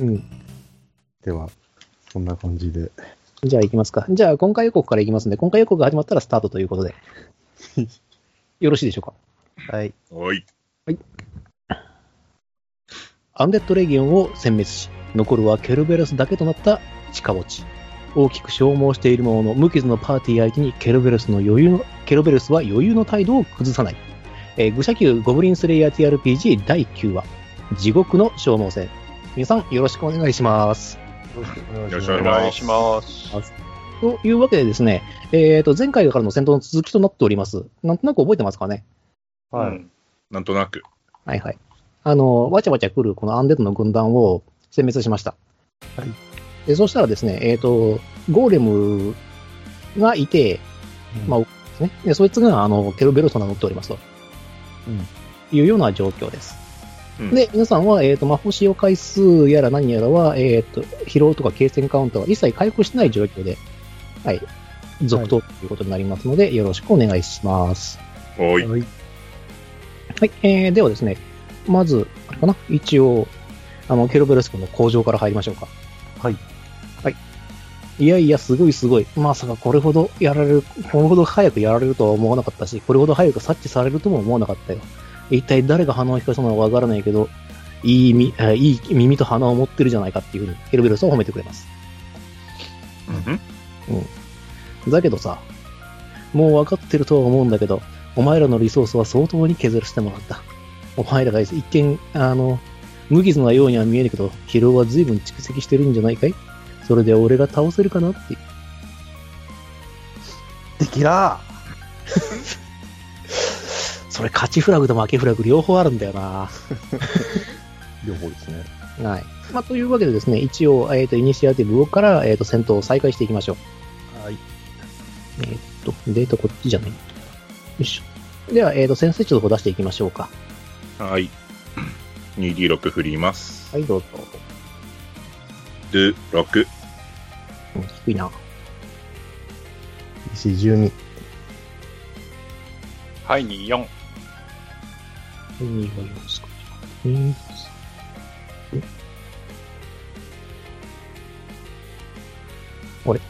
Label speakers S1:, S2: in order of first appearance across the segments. S1: うん。では、そんな感じで。
S2: じゃあ行きますか。じゃあ今回予告から行きますんで、今回予告が始まったらスタートという ことで。よろしいでしょうか。
S1: はい。
S3: おい。
S2: アンデッドレギオンを殲滅し、残るはケルベロスだけとなった地下墓地。大きく消耗しているものの、無傷のパーティー相手にケルベロスの余裕の、ケルベロスは余裕の態度を崩さない。えー、愚者級ゴブリンスレイヤー TRPG 第9話、地獄の消耗戦。皆さんよろしくお願いします。
S1: よ
S3: ろしく
S4: お願いします。
S2: というわけでですね、えー、と、前回からの戦闘の続きとなっております。なんとなく覚えてますかね
S1: はい。
S4: うん
S3: なんとなく。
S2: はいはい。あの、わちゃわちゃ来るこのアンデッドの軍団を殲滅しました。
S1: はい。
S2: で、そしたらですね、えっ、と、ゴーレムがいて、まあ、ですね。で、そいつが、あの、ケルベロスに乗っておりますと。うん。いうような状況です。
S3: うん
S2: で、皆さんは、えっ、と、魔法使用回数やら何やらは、えっ、と、疲労とか継戦カウントは一切回復してない状況で、はい。続投ということになりますので、よろしくお願いします。
S3: おい。
S1: はい。
S2: はい、えー、ではですね、まず、あれかな、一応、あの、ケロベロス君の工場から入りましょうか。
S1: はい。
S2: はい。いやいや、すごいすごい。まさかこれほどやられる、これほど早くやられるとは思わなかったし、これほど早く察知されるとも思わなかったよ。一体誰が鼻を引かしたのかわからないけど、いいみ、あいい耳と鼻を持ってるじゃないかっていうふうに、ケロベロスを褒めてくれます。
S3: うん
S2: だけどさ、もう分かってるとは思うんだけど、お前らのリソースは相当に削らせてもらった。お前らが一見、あの、無傷なようには見えるけど、疲労は随分蓄積してるんじゃないかいそれで俺が倒せるかなって。
S1: できら
S2: それ勝ちフラグと負けフラグ両方あるんだよな。
S1: 両方ですね。
S2: はい。まあ、というわけでですね、一応、えっ、と、イニシアティブから、えっ、と、戦闘を再開していきましょう。
S1: はい。
S2: えーっと、データこっちじゃない。よいしょ。では、えっ、と、先生ちょっと出していきましょうか。
S3: はい。2D6 振ります。
S2: はい、どうぞ。
S3: ドゥ、6。
S2: うん低いな。
S1: 石12。
S4: はい、2、4。
S2: 何がいますかうんあれ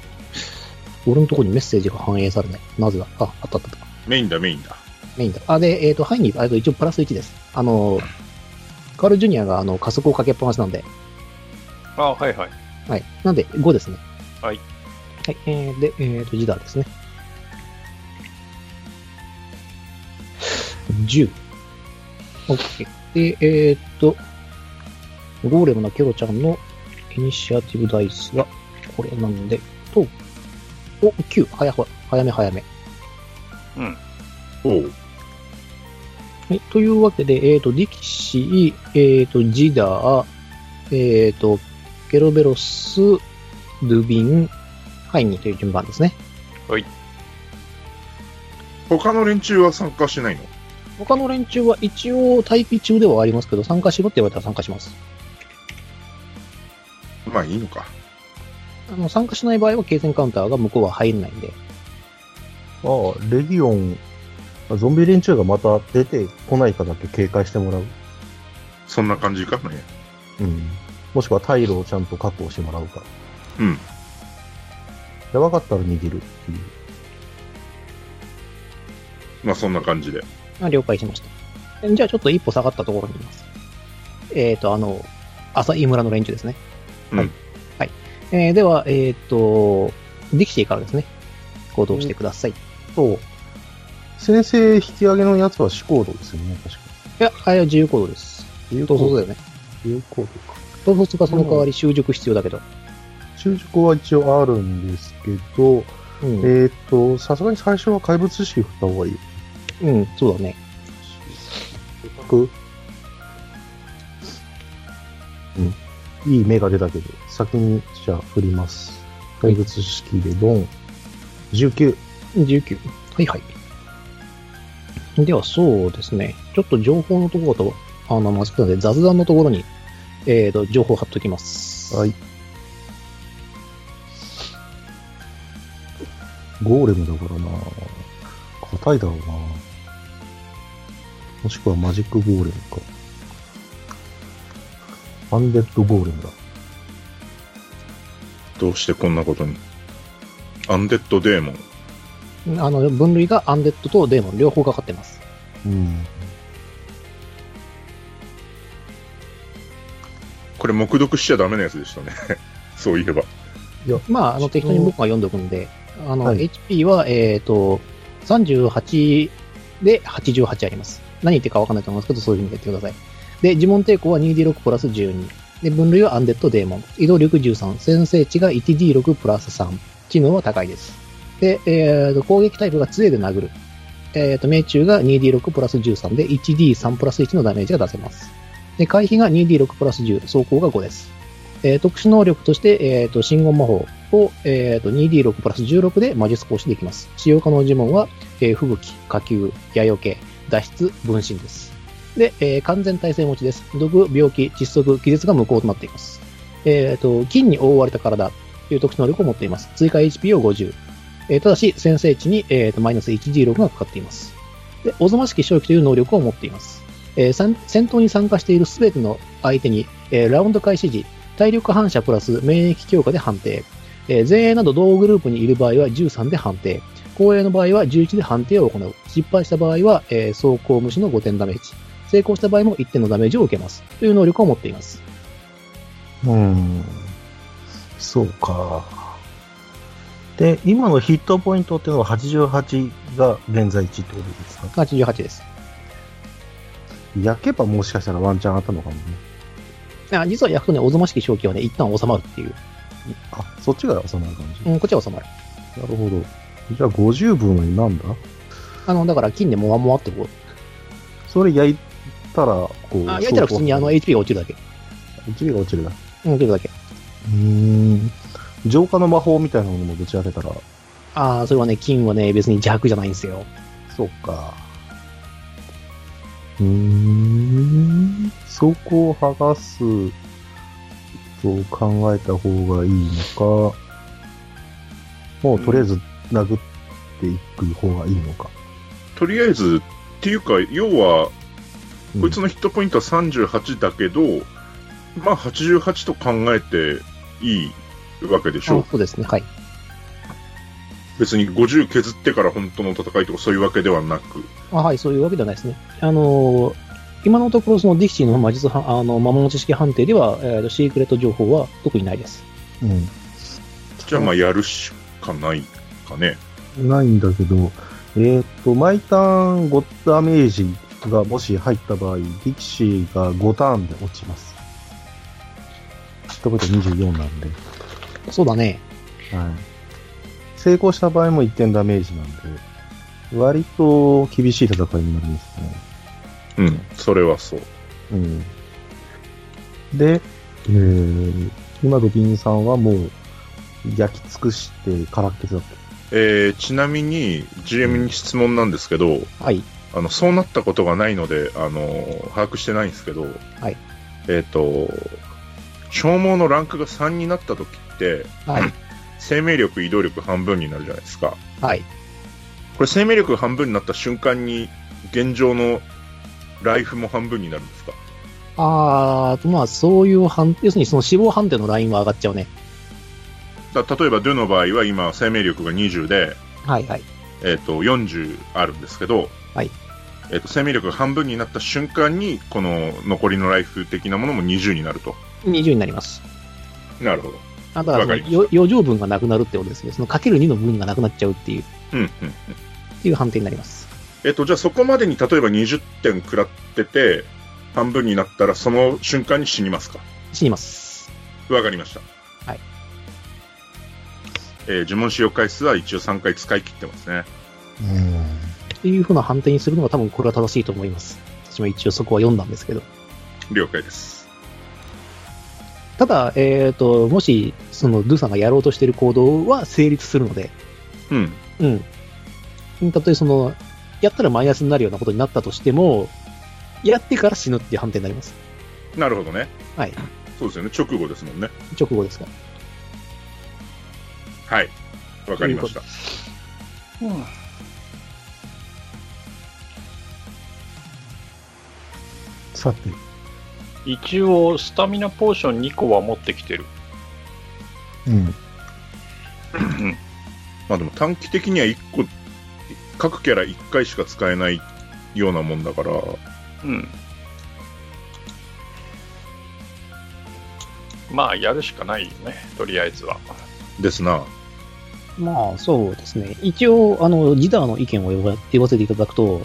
S2: 俺のとこにメッセージが反映されない。なぜだあ、あったあったあった。
S3: メインだ、メインだ。
S2: メインだ。あ、で、えっ、と、ハイに、あえっと一応プラス1です。あの、カールジュニアがあの加速をかけっぱなしなんで、
S4: あ、はいはい。
S2: はい。なんで、5ですね。
S4: はい。
S2: はい、えー、で、えっ、と、ジダーですね。10。OK。で、えっ、と、ゴーレムなケロちゃんのイニシアティブダイスが、これなんで、と、お、9。早ほ早め早め。
S3: おう。
S2: はい。というわけで、えっ、と、力士、えっ、と、ジダー、えっ、と、ケロベロス、ルビン、ハイニーという順番ですね。
S3: 他の連中は参加しないの
S2: 他の連中は一応待機中ではありますけど、参加しろって言われたら参加します。
S3: まあいいのか。
S2: あの参加しない場合は、継戦カウンターが向こうは入んないんで。
S1: ああ、レギオン、あゾンビ連中がまた出てこないかだけ警戒してもらう。
S3: そんな感じかね。
S1: うん。もしくは退路をちゃんと確保してもらうか。
S3: うん。
S1: で、分かったら逃げるっていう。
S3: まあそんな感じで。
S2: あ了解しました。えじゃあ、ちょっと一歩下がったところにいます。えっ、と、あの、浅井村の連中ですね。
S3: うん
S2: はい。はい、えーでは、えっ、と、ディキシーからですね、行動してください。い
S1: そう。先生引き上げのやつは死行動ですよね、確か。
S2: や、あれは自由行動です。
S1: 有
S2: 統率だよね。
S1: 有効動か。
S2: 統率がその代わり習熟必要だけど。
S1: 中熟は一応あるんですけど、
S2: うん。
S1: えーっと、さすがに最初は怪物知識振った方がいい。
S2: うん、そうだね。
S1: くうん。いい目が出たけど、先にじゃあ振ります。怪物知識でドン。19。
S2: 19。はいはい。では、そうですね。ちょっと情報のところと、あの、間違ったので、雑談のところに、えっ、と、情報を貼っときます。
S1: はい。ゴーレムだからな硬いだろうなもしくはマジックゴーレムか。アンデッドゴーレムだ。
S3: どうしてこんなことに。アンデッドデーモン。
S2: あの、分類がアンデッドとデーモン両方かかってます。
S1: うん。
S3: これ、目読しちゃダメなやつでしたね。 そういえば。
S2: まあ、あの、適当に僕が読んでおくんで、あの、
S1: はい
S2: HP は、えっ、と、38で88あります。何言ってるかわかんないと思いますけど、そういうふうにやってください。で、呪文抵抗は 2D6 プラス12。で、分類はアンデッドデーモン。移動力13。先制値が 1D6 プラス3。知能は高いです。で、えーと、攻撃タイプが杖で殴る。えっ、と、命中が 2D6 プラス13で 1D3 プラス1のダメージが出せます。で、回避が 2D6 プラス10。走行が5です。えー特殊能力として、えーと信号魔法を、えーと 2D6 プラス16で魔術行使できます。使用可能呪文は、えー吹雪、火球、矢よけ、脱出、分身です。で、えー完全耐性持ちです。毒、病気、窒息、気絶が無効となっています。えーと金に覆われた体という特殊能力を持っています。追加 HP を50。えーただし、先制値に、えーとマイナス 1D6 がかかっています。で、おぞましき正気という能力を持っています。えー参戦闘に参加しているすべての相手に、えーラウンド開始時、体力反射プラス免疫強化で判定。えー前衛など同グループにいる場合は13で判定。後衛の場合は11で判定を行う。失敗した場合は、えー走行無視の5点ダメージ。成功した場合も1点のダメージを受けます。という能力を持っています。
S1: うん。そうか。で、今のヒットポイントっていうのは88が現在1ってことですか
S2: 88です。
S1: 焼けばもしかしたらワンチャンあったのかもね。
S2: あ実は焼くとね、おぞましき正気はね、一旦収まるっていう。
S1: あ、そっちが収まる感じ。
S2: うん、こっちは収まる。
S1: なるほど。じゃあ50分になんだ
S2: あの、だから金でもわもわってこう。
S1: それ焼いたら、こう。
S2: あ、焼いたら普通にあの HP が落ちるだけ。
S1: 1が落ちるだけ。
S2: うん、落ちるだけ。
S1: うーん。浄化の魔法みたいなものもぶち当てたら、
S2: ああ、それはね、金はね、別に邪悪じゃないんですよ。
S1: そうか。うーん。そこを剥がすと考えた方がいいのか、もうとりあえず殴っていく方がいいのか。
S3: とりあえず、っていうか、要は、
S1: うん
S3: こいつのヒットポイントは38だけど、まあ88と考えていいわけでしょ
S2: あそうですね、はい。
S3: 別に50削ってから本当の戦いとかそういうわけではなく。
S2: あはい、そういうわけではないですね。あのー今のところ、そのディキシーの魔術は、あの、魔物知識判定では、えーとシークレット情報は特にないです。
S1: うん。
S3: じゃあまあやるしかないかね。
S1: ないんだけど、えっ、と、毎ターン5ダメージがもし入った場合、ディキシーが5ターンで落ちます。ってことは24なんで。
S2: そうだね。
S1: はい。成功した場合も1点ダメージなんで、割と厳しい戦いになりますね。
S3: うん、それはそう。
S1: うん。で、えー、今ドキンさんはもう焼き尽くして空っけだっ
S3: えー、ちなみに GM に質問なんですけど、
S2: はい。
S3: あのそうなったことがないので、あの把握してないんですけど、
S2: はい
S3: えっ、と、消耗のランクが3になった時って、
S2: はい。
S3: 生命力、移動力半分になるじゃないですか。
S2: はい。
S3: これ生命力半分になった瞬間に、現状のライフも半分になるんですか
S2: あーと、まあ、そういう判、要するにその死亡判定のラインは上がっちゃうね。
S3: だ例えば、ドゥの場合は今、生命力が20で、
S2: はい、はい。
S3: えっ、と、40あるんですけど、
S2: はい
S3: えっ、と、生命力が半分になった瞬間に、この残りのライフ的なものも20になると。
S2: 20になります。
S3: なるほど。
S2: あだから
S3: わか
S2: そ
S3: りま
S2: の、
S3: した
S2: よ余剰分がなくなるってことですね。その、かける2の分がなくなっちゃうっていう、
S3: うん、うん。
S2: っていう判定になります。
S3: えっと、じゃあそこまでに例えば20点食らってて、半分になったらその瞬間に死にますか
S2: 死にます。
S3: わかりました。
S2: はい。
S3: えー呪文使用回数は一応3回使い切ってますね。
S1: け。うん。
S2: っていうふうな判定にするのが多分これは正しいと思います。私も一応そこは読んだんですけど。
S3: 了解です。
S2: ただ、えー、ともしそのドゥさんがやろうとしている行動は成立するので、
S3: うん。
S2: うん、たとえそのやったらマイナスになるようなことになったとしても、やってから死ぬっていう判定になります、
S3: なるほどね。
S2: はい、
S3: そうですよね。直後ですもんね。
S2: 直後ですから。
S3: はい。わかりました。
S1: さて、
S4: 一応、スタミナポーション2個は持ってきてる。
S1: うん。
S3: まあでも短期的には1個、各キャラ1回しか使えないようなもんだから、
S4: うん。まあ、やるしかないよね、とりあえずは。
S3: ですな。
S2: まあ、そうですね。一応、あの、ギターの意見を言わ言わせていただくと、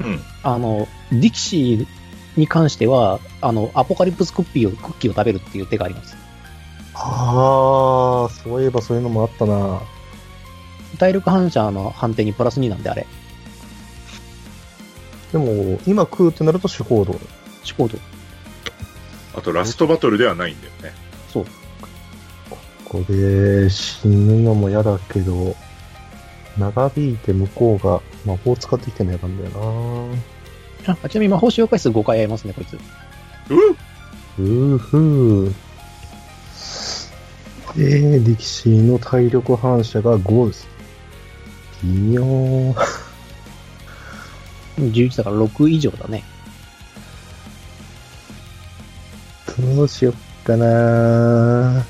S3: うん。
S2: あの、ディキシーに関しては、あの、アポカリプスクッキーを、クッキーを食べるっていう手があります。
S1: ああ、そういえばそういうのもあったな。
S2: 体力反射の判定にプラス2なんで、あれ。
S1: でも、今食うってなると手法道。
S2: 思考度。
S3: あとラストバトルではないんだよね。
S2: そう。
S1: これ、死ぬのも嫌だけど、長引いて向こうが魔法使ってきても嫌なんだよな。
S2: あちなみに魔法使用回数5回ありますね、こいつ。
S3: うっ
S1: うーふー。えー、力士の体力反射が5です。微妙。
S2: 11だから6以上だね。
S1: どうしよっかな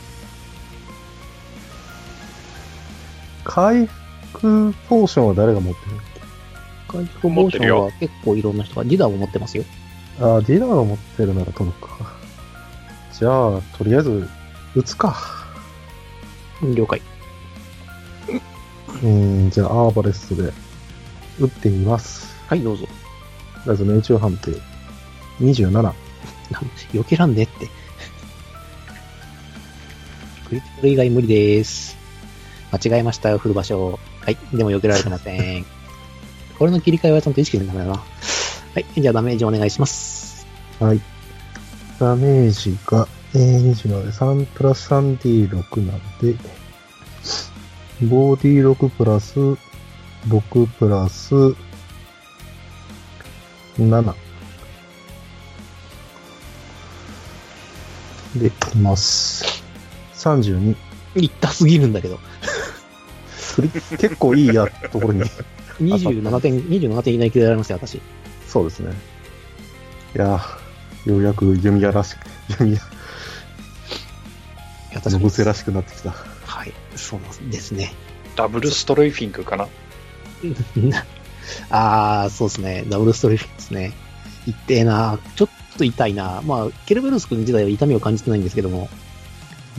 S1: 回復ポーションは誰が持ってる
S2: 回復モーションは結構いろんな人が、ギターも持ってますよ。
S1: あー、ディナーが持ってるなら取るか。じゃあ、とりあえず、撃つか。
S2: 了解。
S1: うん、じゃあ、アーバレストで、撃ってみます。
S2: はい、どうぞ。
S1: まず命中判定。27。
S2: なん避けらんでって。 クリティカル以外無理です。間違えましたよ、振る場所。はい、でも避けられてません。 これの切り替えはちゃんと意識しないとダメだな。はい、じゃあダメージお願いします。
S1: はい。ダメージが、えー、20なので、3プラス 3D6 なので、5D6 プラス、6プラス、7。で、いきます。32。
S2: 痛すぎるんだけど。
S1: それ結構いいや、ところに。
S2: 27点、27点以内に切れられますよ、私。
S1: そうですね。いやーようやく弓矢らしく、弓矢、
S2: 私
S1: のぶせらしくなってきた。
S2: はい、そうなんですね。
S4: ダブルストレイフィングかな。
S2: あー、そうですね。ダブルストリートですね。痛えなちょっと痛いなまあ、ケルベロス君自体は痛みを感じてないんですけども、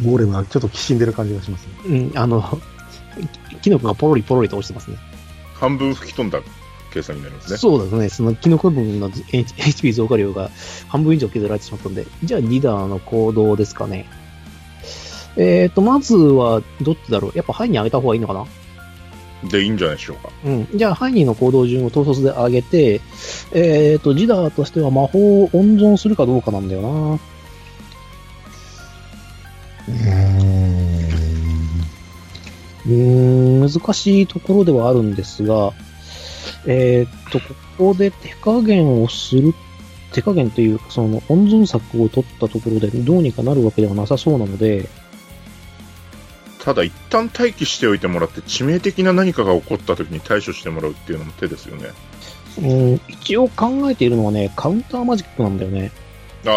S1: ゴーレムはちょっときしんでる感じがしますね。
S2: うん、あの、 きキノコがポロリポロリと落ちてますね。
S3: 半分吹き飛んだ計算になりますね。
S2: そうですね。そのキノコ分の H- HP 増加量が半分以上削られてしまったんで、じゃあリーダーの行動ですかね。えーと、まずは、どっちだろうやっぱハイに上げた方がいいのかな
S3: でいいんじゃないでしょうか。
S2: うん。じゃあ、ハイニーの行動順を統率で上げて、えっ、と、ジダーとしては魔法を温存するかどうかなんだよな。
S1: うー
S2: うーん、難しいところではあるんですが、えーっと、ここで手加減をする、手加減というか、その温存策を取ったところでどうにかなるわけではなさそうなので、
S3: ただ一旦待機しておいてもらって致命的な何かが起こった時に対処してもらうっていうのも手ですよね
S2: うーん、一応考えているのはね、カウンターマジックなんだよね。
S3: あ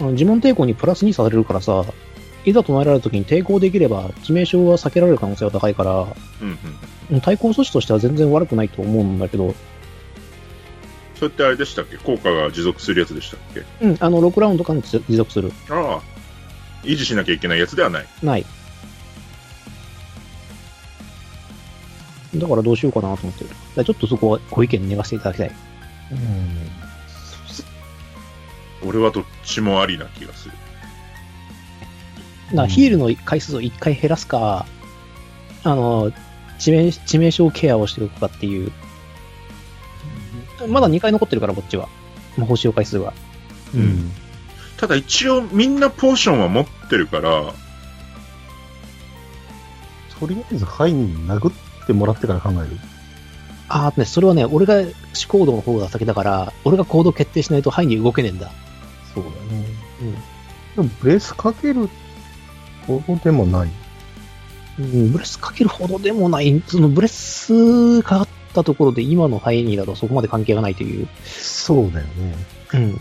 S2: あの呪文抵抗にプラスにされるからさ、いざ唱えられた時に抵抗できれば致命傷は避けられる可能性は高いから、
S3: あうんうん
S2: うん対抗措置としては全然悪くないと思うんだけど、
S3: それってあれでしたっけ効果が持続するやつでしたっけ
S2: うん、あの、6ラウンド間持続する。
S3: ああ維持しなきゃいけないやつではない
S2: ない。だからどうしようかなと思ってる。だからちょっとそこはご意見願わせていただきたい。
S1: ん。
S3: 俺はどっちもありな気がする
S2: だからヒールの回数を1回減らすか、あの、致命、致命傷ケアをしておくかっていう。まだ2回残ってるから、こっちは。魔法使用回数は。
S1: うん。
S3: ただ一応みんなポーションは持ってるから
S1: とりあえず、ハイに殴ってもらってから考える。
S2: あーあとね、それはね、俺が死行動の方が先だから、俺が行動決定しないと範囲に動けねえんだ。
S1: そうだね。うん。でも、ブレスかけるほどでもない。
S2: うん、ブレスかけるほどでもない、そのブレスかかったところで今のハイエニーだとそこまで関係がないという。
S1: そうだよね。
S2: うん。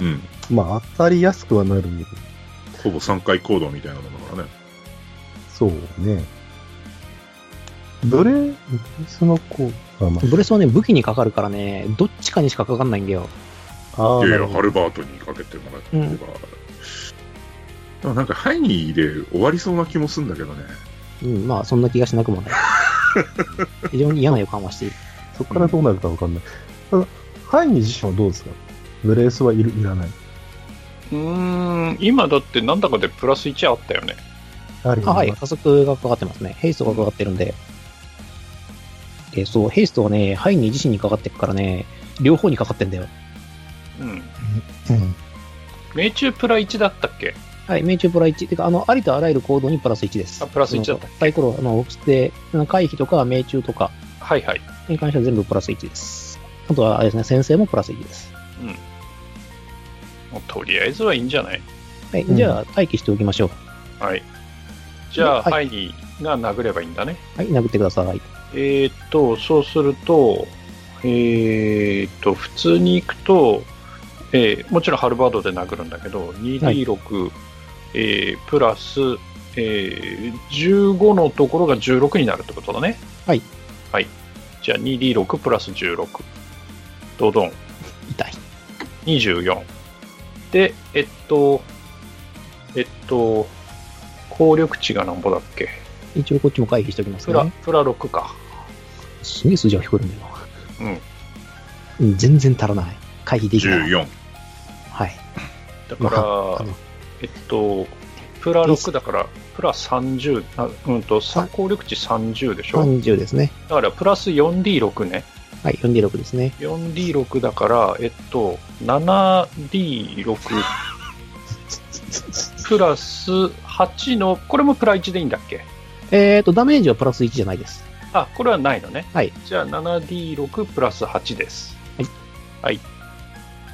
S3: うん
S1: まあ、当たりやすくはなるんだけど。
S3: ほぼ3回行動みたいなものだからね
S1: そうね。ブレ、ブレスの効果ま
S2: ブレスはね、武器にかかるからね、どっちかにしかかかんないんだよ。
S1: ああー、
S3: いや
S1: ないる
S3: や、
S1: ほ
S3: ハ
S1: ど
S3: ルバートにかけてもらってれば。
S2: うん
S3: でもなんか、ハイニーで終わりそうな気もするんだけどね。
S2: うん、まあ、そんな気がしなくも ない。非常に嫌な予感はしている。
S1: そこからどうなるかわかんない。ただ、ハイに自身はどうですかブレースはいる、いらない。
S4: うーん、今だってなんだかでプラス1あったよね。
S1: ある
S2: あはい、加速がかかってますね。ヘイストがかかってるんで。で、そう、ヘイストはね、ハイに自身にかかってくからね、両方にかかってんだよ。
S4: うん。
S1: うん
S4: 命中プラ1だったっけ
S2: はい、命中プラ1。てか、あの、ありとあらゆる行動にプラス1です。
S4: あプラス1だった
S2: あのサイコロ、あの、で、回避とか命中とか
S4: はいはい。
S2: に関しては全部プラス1です。あとは、あれですね、先生もプラス1です。
S4: もうとりあえずはいいんじゃない
S2: はい、
S1: うん
S2: じゃあ、待機しておきましょう。
S4: はい。じゃあ、
S2: はい
S4: ハイニーが殴ればいいんだね。
S2: はい、殴ってください。
S4: えーっと、そうすると、えーっと、普通に行くと、えーもちろんハルバードで殴るんだけど、2D6、えープラス、えー15のところが16になるってことだね。
S2: はい。
S4: はい。じゃあ 2D6 プラス16。ドドン。
S2: 痛い。
S4: 24。で、えっと、えっと、効力値がなんぼだっけ
S2: 一応こっちも回避しておきます
S4: プラ
S2: ね。、
S4: プラ6か。
S2: すげえ数字が聞こえるんだよな。うん。全然足らない。回避できない。
S3: 14。
S2: はい。
S4: だから、
S2: まああの
S4: えっと、プラ6だから、プラ30、あうんと、さ
S2: はい
S4: 効力値30でしょ、
S2: 30ですね。
S4: だからプラス 4D6 ね。
S2: はい、4D6 ですね。
S4: 4D6 だから、えっと、7D6 プラス8の、これもプラ1でいいんだっけ
S2: えっ、ー、と、ダメージはプラス1じゃないです。
S4: あ、これはないのね。
S2: はい。
S4: じゃあ 7D6 プラス8です。
S2: はい。
S4: はい。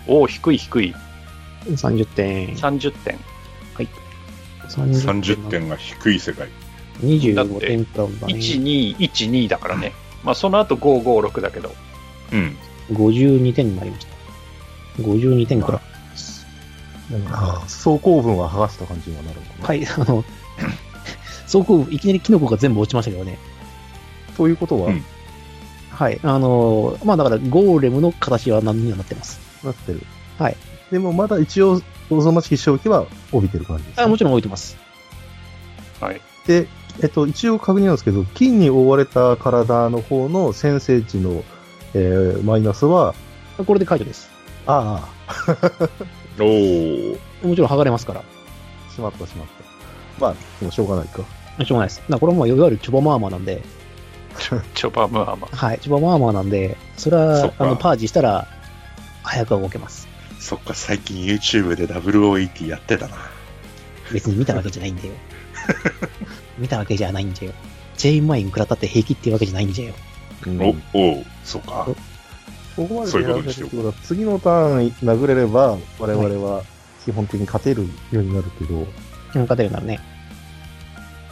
S4: おお、低い低い。
S2: 30点。
S4: 30点。
S3: 30点が低い世界。
S2: 25点プラスだね。
S4: 1、2、1、2だからね。まあ、その後5、5、6だけど。
S3: うん。
S2: 52点になりました。52点くらい。
S1: ああ、走行分は剥がした感じにはなるのかな。
S2: はい、あの、走行部、いきなりキノコが全部落ちましたけどね。
S1: ということは、
S3: うん
S2: はい、あの、まあだから、ゴーレムの形は何にはなってます。
S1: なってる。
S2: はい。
S1: でもまだ一応、おぞましき正気は帯びてる感じです、ね。
S2: あもちろん置いてます。
S4: はい。
S1: で、えっと、一応確認なんですけど、金に覆われた体の方の先制値の、えーマイナスは、
S2: これで解除です。
S1: あ
S3: おー。
S2: もちろん剥がれますから。
S1: あ、しまったしまった。まあ、でもしょうがないか。
S2: しょうがないです。だからこれはもういわゆるチョバマーマーなんで、
S4: チョバムアマ。
S2: はい、チョバマーマーなんで、それ
S3: そ
S2: は
S3: っ、か
S2: あの、パージしたら、早くは動けます。
S3: そっか、最近 YouTube で WOET やってたな。
S2: 別に見たわけじゃないんだよ。 見たわけじゃないんだよ。チェインマイン食らったって平気っていうわけじゃないんだよ。
S3: お、おう、そっか。
S1: ここまで
S3: そういう
S1: やられ
S3: ことに
S1: る
S3: してお
S1: ってことは、次のターン殴れれば、我々は基本的に勝てるようになるけど、
S2: なんかだよなるね。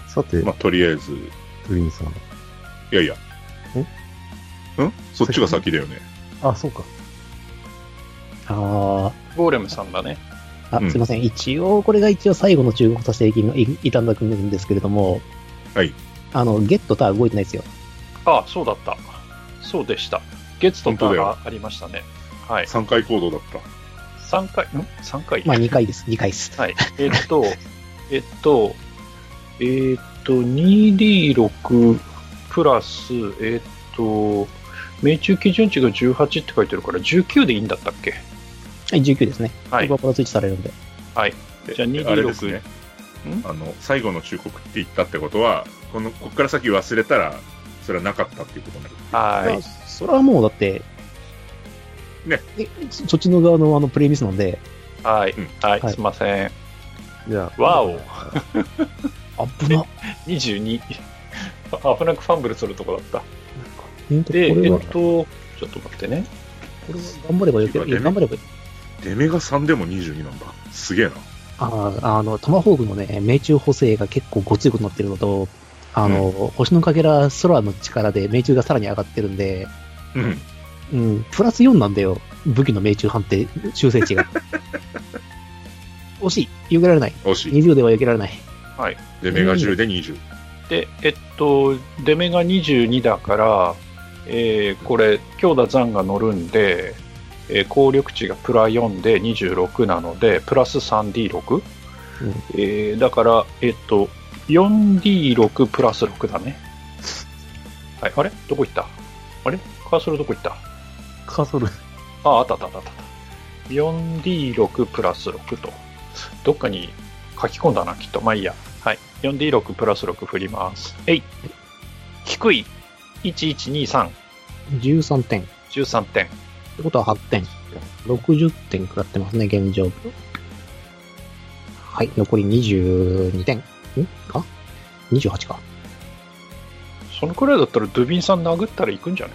S1: さて、
S3: まあ、とりあえず、
S1: グリーンさん。
S3: いやいや。んそっちが先だよね。
S1: あ、そうか。
S2: あ
S4: ゴーレムさんだね。
S2: あ、あ、
S3: うん
S2: すいません。一応、これが一応最後の忠告としていきいいただくんですけれども、
S3: はい。
S2: あの、ゲットター動いてないですよ。
S4: ああ、そうだった。そうでした。ゲッツと
S3: 本当
S4: タ
S3: だよ
S4: ーがありましたね。はい。
S3: 3回行動だった。
S4: 3回、ん ?3 回
S2: まあ、2回です。2回です。
S4: はい。えっと、 えっと、えっと、2D6 プラス、えっと、命中基準値が18って書いてるから、19でいいんだったっけ
S2: はい、19ですね。
S4: はい
S2: ここはプラス1されるんで。
S3: で
S4: じゃあ2
S3: あれですね
S4: ん。
S3: あの、最後の忠告って言ったってことは、この、こっから先忘れたら、それはなかったっていうことになる。
S2: ま
S4: は
S2: あそれはもうだって、
S3: ね
S2: え。そそっちの側のあのプレイミスなんで、
S4: い。はい
S3: うん。
S4: はい。
S2: はい
S4: すいません。
S1: じゃあ、
S4: わお。
S2: あぶな。
S4: 22。あ危なくファンブルするとこだっ
S2: えー
S4: た。
S2: と
S4: で、えっ
S2: これは、
S4: と、ちょっと待ってね。
S2: これは頑張ればよけ
S3: こ
S2: い
S3: れ
S2: や
S3: はね
S2: 頑張れば
S3: デメが3でも22なんだ。すげえな。
S2: あああの、トマホークのね、命中補正が結構ごついことになってるのと、あの、星のかけら空の力で命中がさらに上がってるんで、
S3: うん。
S2: うん、プラス4なんだよ。武器の命中判定、修正値が。惜しい。避けられない。
S3: 惜しい。
S2: 20では避けられない。
S3: デメが10で20。
S4: で、えっと、出目が22だから、えーこれ、強打残が乗るんで、えー効力値がプラ4で26なので、プラス 3D6、
S2: うん
S4: えーだから、えっと、4D6 プラス6だね。はい、あれどこ行ったあれカーソルどこ行った
S2: カーソル。
S4: あ、あったあったあったあった。4D6 プラス6と。どっかに書き込んだな、きっと。まあいいや。はい。4D6 プラス6振ります。えい。低い。1123。
S2: 13点。っ
S4: 13点。
S2: てことは8点。60点食らってますね、現状。はい、残り22点。んか ?28 か。
S4: そのくらいだったらドゥビンさん殴ったら行くんじゃな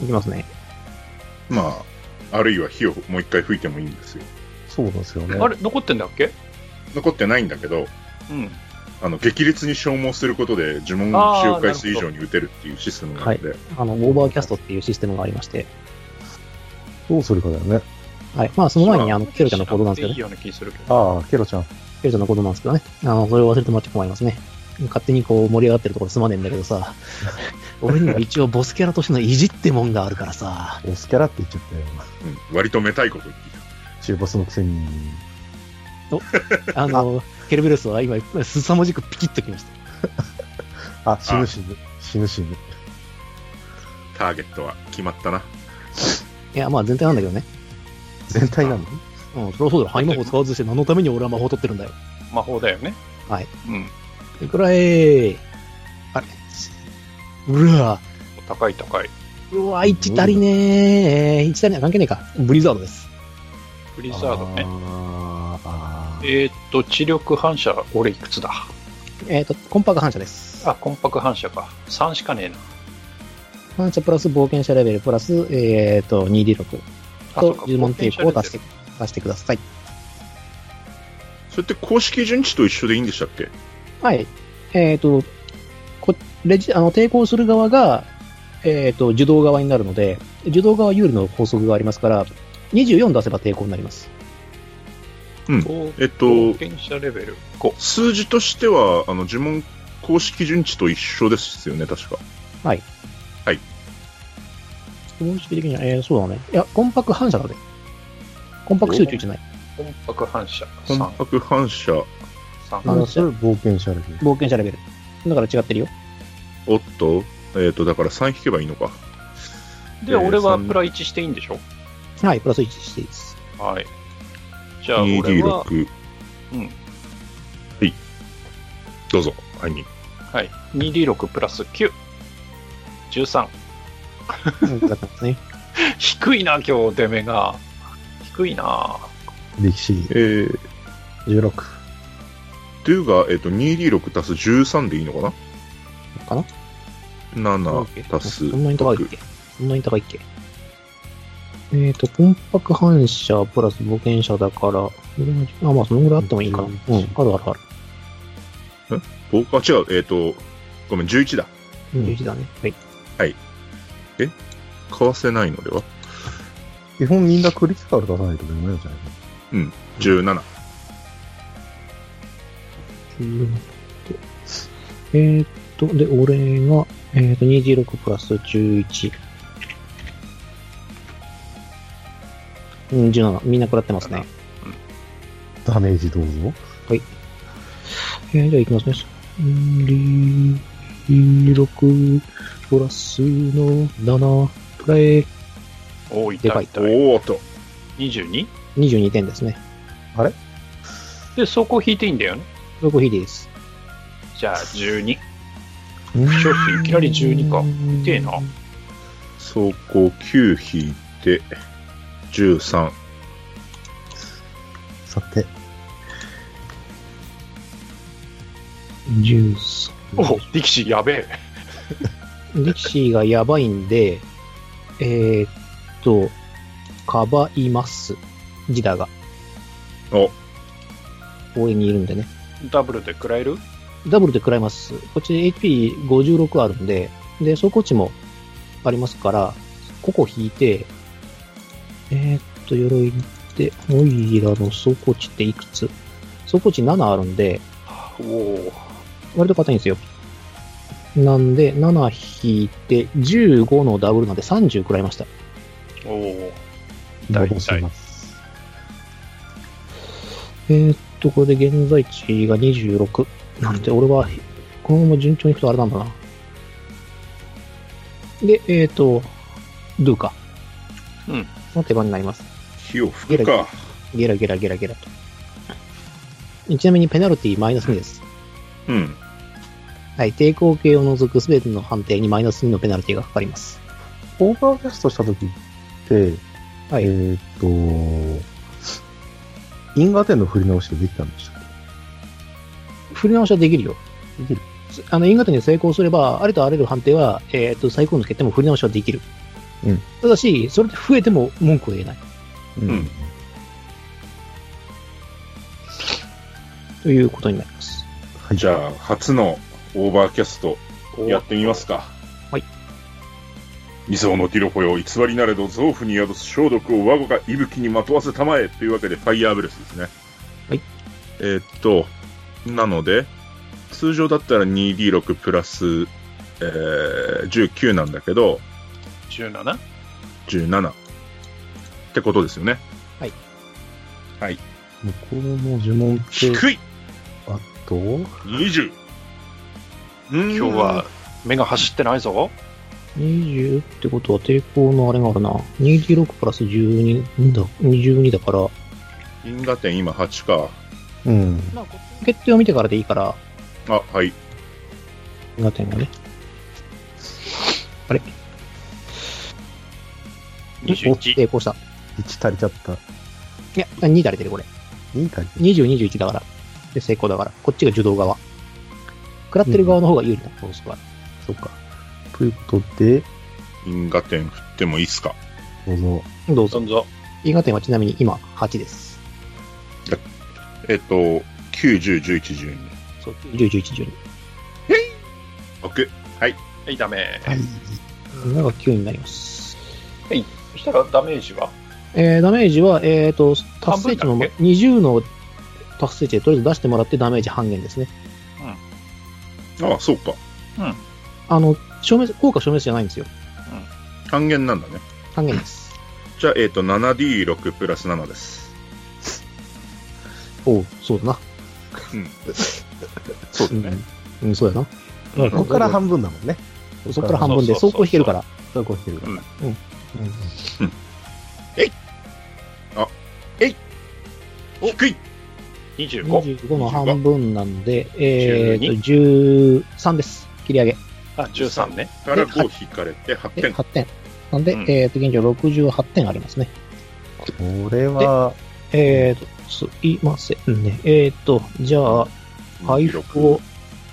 S4: い
S2: いきますね。
S3: まあ、あるいは火をもう一回吹いてもいいんですよ。
S2: そうなんですよね。
S4: あれ残ってんだっけ
S3: 残ってないんだけど、
S4: うん。
S3: あの、激烈に消耗することで呪文を使用回数以上に打てるっていうシステムなので、
S2: あの、オーバーキャストっていうシステムがありまして。
S1: どうするかだよね。
S2: はい。まあ、その前に、あの、ケロちゃんの行動なんですけど
S4: いい
S2: ね。
S4: ような気するけど。
S1: ああ、ケロちゃん。
S2: ケロちゃんの行動なんですけどね。あの、それを忘れてもらっちゃ困りますね。勝手にこう盛り上がってるところすまねえんだけど さ。俺にも一応ボスキャラとしての意地ってもんがあるからさ。
S1: ボスキャラって言っちゃったよ。
S3: うん、割とめたいこと言っている
S1: 中ボスのくせに。
S2: あの、ケルベロスは今、凄まじくピキッときました。
S1: あ、死ぬ死ぬ。死ぬ死ぬ。
S3: ターゲットは決まったな。
S2: いや、まあ全体なんだけどね。
S1: 全体なの
S2: うん、そりゃそうだよ。ハイ魔法使わずして何のために俺は魔法取ってるんだよ。
S4: 魔法だよね。
S2: はい。
S4: うん。
S2: いくらえあれうわ
S4: 高い高い。
S2: うわ一足りねえ。一足りない。関係ねえか。ブリザードです。
S4: フリザードね。
S1: あーあー。
S4: えーっと、知力反射、俺いくつだ
S2: えっ、と、コンパク反射です。
S4: あ、コンパク反射か。3しかねえな。
S2: 反射プラス冒険者レベルプラス、えっ、と、2D6
S4: あ
S2: と
S4: そうか
S2: 10問抵抗を
S4: 冒険者レベル
S2: 出して、出してください。
S3: それって公式順値と一緒でいいんでしたっけ
S2: はい。えっ、と、こ、レジ、あの、抵抗する側が、えっ、と、受動側になるので、受動側有利の法則がありますから、24出せば抵抗になります。
S3: えっと
S4: 冒、険者レベル5。
S3: 数字としては、あの、呪文公式順値と一緒ですよね、確か。
S2: 公式的には、えー、そうだね。いや、コンパク反射だね。コンパク集中じゃない。
S4: コンパク反射
S3: 本
S4: 3。
S3: 白反射、
S2: あ
S1: あ
S4: 3
S2: の
S1: の、それ冒険者レベル。
S2: 冒険者レベル。だから違ってるよ。
S3: おっと、えっ、と、だから3引けばいいのか。
S4: で、俺はプラ1していいんでしょ
S2: はい、プラス1していいです。
S4: はい。じゃあ、俺は、
S3: 2D6。
S4: うん。
S3: はい。どうぞ、はいに。
S4: はい。2D6 プラス9。13。
S2: うんだったんです ね。
S4: 低いな、今日、出目が。低いな。
S1: 歴史
S3: えー、
S1: 16。
S3: というが、えっ、と、2D6 足す13でいいのか
S2: かな
S3: な
S2: そ
S3: ?7 足す
S2: んなに高いっ
S3: 6。
S2: けそんなに高いっけえっ、と、コンパク反射プラス冒険者だから、あ、まあ、そのぐらいあってもいいかな。うん、あるあるある。
S3: おあ、違う、えっ、と、ごめん、11だ。
S2: うん、11だね。はい。
S3: かわせないのでは
S1: 基本みんなクリティカル出さないとダメなんじゃないの
S3: ?17。
S2: えっ、と、で、俺が、えっ、と、26プラス11。うん、17。みんな食らってますね。
S1: ダメージどうぞ。
S2: えー、じゃあ行きますね。うん26プラスの7くらい
S4: おー、
S2: で
S4: 痛
S2: か
S4: い
S2: い
S4: 痛い。
S3: おーっと。
S4: 22?
S2: 22点ですね。
S4: で、そこ引いていいんだよね。
S2: そこヒデです。
S4: じゃあ、12。
S1: うん
S4: ちょっといきなり12か。痛えな。
S3: 走行9引いて、13。
S1: さて、
S2: 13。
S4: お力士やべえ。
S2: 力士がやばいんで、えー、っと、かばいます。ジダが。
S3: お
S2: 応援にいるんでね。
S4: ダブルで食らえる
S2: ダブルで食らいます。こっち HP56 あるんで、で、走行値もありますから、ここ引いて、えーっと、鎧で、オイラの走行値っていくつ走行値7あるんで、
S4: おー。
S2: 割と硬いんですよ。なんで、7引いて、15のダブルなんで30食らいました。
S4: おお。
S1: 残
S4: 大
S1: し
S4: 体
S1: ます。
S2: えーっと、これで現在地が26。なんで、俺は、このまま順調にいくとあれなんだな。で、えーっと、ドゥか。
S4: うん。
S2: の手番になります。
S3: 火を吹くか。
S2: ゲラゲラゲラゲラと。ちなみにペナルティマイナス2です。
S3: うん。
S2: はい、抵抗系を除くすべての判定にマイナス2のペナルティがかかります。
S1: オーバーフェストした時って、
S2: はい
S1: えーっと、因果点の振り直しでできたんでしたっ
S2: 振り直しはできるよ。
S1: できる
S2: あの、因果点に成功すれば、ありとあらゆる判定は、えーっと、最高の決定も振り直しはできる。
S1: うん。
S2: ただし、それで増えても文句を言えない。
S1: け、
S3: ん
S2: ということになります。
S1: はい。
S3: じゃあ、初のオーバーキャスト、やってみますか。
S2: はい。
S3: 二層のティロホよ、偽りなれど、臓腑に宿す消毒を我がが息吹にまとわせたまえというわけで、ファイヤーブレスですね。
S2: はい。
S3: えーっと、なので、通常だったら 2D6 プラス、えー、19なんだけど、
S4: 17?
S3: 17。ってことですよね。
S1: 向こうの呪文って、
S3: 低い
S1: あと、
S3: !20! 今
S4: 今日は目が走ってないぞ。
S2: 20ってことは抵抗のあれがあるな。2D6 プラス12だ、22だから、
S3: 因果点今8か。
S1: うん。
S2: まあ、決定を見てからでいいから、
S3: あ、はい。
S2: 因果点がね。あれお
S4: 21。
S2: 成功した。
S1: 1足りちゃった。
S2: いや、2足りてるこれ。
S1: 2足りてる。
S2: 20、21だから。で、成功だから。こっちが受動側。食らってる側の方が有利なコースがある。
S1: そうか。ということで、
S3: 因果点振ってもいいっすか
S1: どうぞ。
S2: どう
S4: ど
S2: ぞ。
S4: んぞ。
S2: 因果点はちなみに今8です。
S3: えっと、9、10、11、12。
S2: そう、10、11、
S3: 6。
S4: はい、ダメ。
S1: はい。
S2: 12。なんか9になります。
S4: そしたらダメージは
S2: えー、ダメージは、えー、と、達成値
S4: 半
S2: の
S4: 分だっ
S2: 20の達成値でとりあえず出してもらってダメージ半減ですね。
S3: ああ、そうか。
S2: あの、消滅、効果消滅じゃないんですよ。
S3: 半減なんだね。
S2: 半減です。
S3: じゃあ、えっと、7D6 プラス7です。
S2: おう、そうだな。
S3: そう
S2: うん。うん、そうやな。
S3: うん
S1: ここから半分だもんね。
S2: そこから半分で、
S4: そうそうそ
S2: 走
S4: う
S2: 行引けるから。
S1: 分。こうしてるから。
S2: うんうん
S3: 低い
S4: 25。
S2: 25の半分なんで、えー、
S4: 12
S2: と、13です。切り上げ。
S4: あ、13ね。
S3: から5引かれて8
S2: で、
S3: 点。
S2: 8点。なんで、
S4: うん
S2: えー、と、現状68点ありますね。
S1: これは、
S2: えー、と、すいませんね。えー、と、じゃあ、回復を、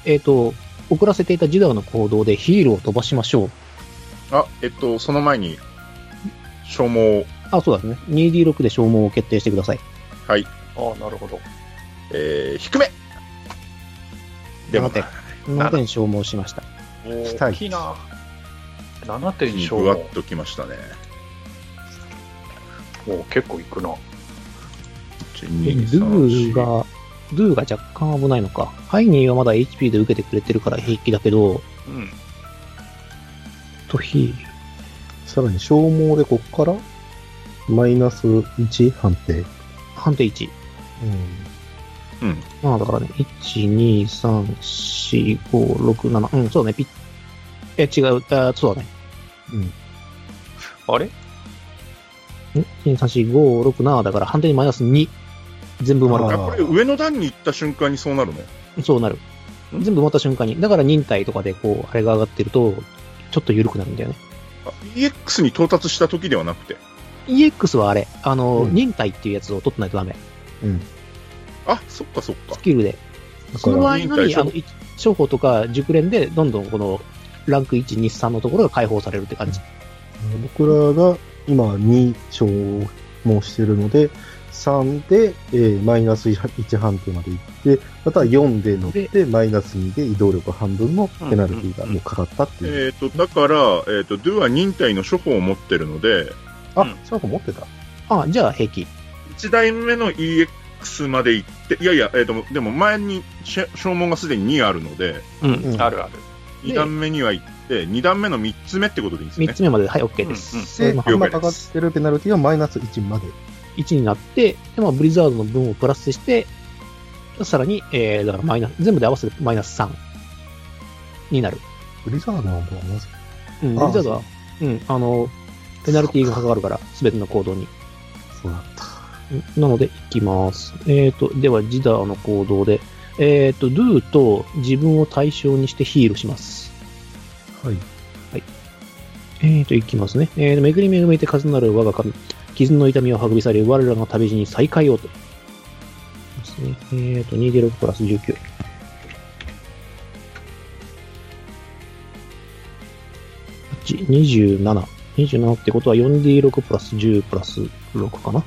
S2: えっ、と、遅らせていたジダーの行動でヒールを飛ばしましょう。
S3: あ、えっと、その前に、消耗、
S2: あ、そうですね。2D6 で消耗を決定してください。
S4: ああ、なるほど。
S3: えー、低めでも
S2: 7点。7点消耗しました。
S4: 大きいな。7点
S3: ふ
S4: 消
S3: わ
S4: 耗
S3: っ。ときましたね。
S4: おー結構いくな。
S2: ド
S3: 12
S2: ゥー、
S3: 3 4
S2: が、ドゥーが若干危ないのか。ハイニーはまだ HP で受けてくれてるから平気だけど、
S4: うん。
S2: とヒ
S1: さらに消耗でここから、マイナス1判定。うん。
S2: 判定1。
S3: うん。
S2: まあだからね、1、2、3、4、5、6、7。うん、そうだね、ピッ。え、違う、あそうだね。
S4: あれ
S2: ん ?1、2、3、4、5、6、7だから判定にマイナス2。全部埋まるから
S3: あ、これ上の段に行った瞬間にそうなるの
S2: そうなる。
S3: ん
S2: 全部埋まった瞬間に。だから忍耐とかでこう、あれが上がってると、ちょっと緩くなるんだよね。
S3: あ EX に到達した時ではなくて。
S2: EX はあれ、あの、
S1: うん
S2: 忍耐っていうやつを取ってないとダメ。
S1: うん。
S3: あ、そっかそっか
S2: ス。キルで。
S1: だか
S2: その場
S1: ら、
S2: 合の
S3: 忍
S2: み、
S3: 耐
S2: あの、い商法とか熟練で、どんどんこの、ランク1、2、3のところが解放されるって感じ。
S1: 僕らが今2消耗してるので、3で、えーマイナス1判定まで行って、または4で乗って、マイナス2で移動力半分のペナルティがもうかかったっていう。
S3: えっ、と、だから、えっ、と、ドゥは忍耐の処方を持ってるので、
S4: うん
S1: あ、シャーク持ってた
S2: あ、じゃあ平気。
S3: 1台目の EX まで行って、いやいや、えっ、と、でも前にし消耗がすでに2あるので、
S4: うんん。あるある。
S3: 2段目には行って、2段目の3つ目ってことでいいんですよ
S2: 3
S3: ね
S2: つ。目までで、はい、OK です。
S1: で、
S2: まあ
S1: 今かかってるペナルティはマイナス1まで。
S2: 1になって、でまあ、ブリザードの分をプラスして、さらに、えー、だからマイナス、全部で合わせてマイナス3になる。
S1: ブリザードはもうなぜ
S2: うん、ブリ
S1: ああ
S2: ザードは、うん、あの、ペナルティーがかかるから、すべての行動に。
S1: そうだった。
S2: うんなので、いきます。えーと、では、ジダーの行動で、えーと、ドゥと自分を対象にしてヒールします。
S1: はい。
S2: えーと、いきますね。えーと、めぐりめぐめて風なる我が神。傷の痛みを運び去り、我らの旅路に再会をと。ですね。えーと、2D6 プラス19。8 27。27ってことは 4D6 プラス10プラス6かな。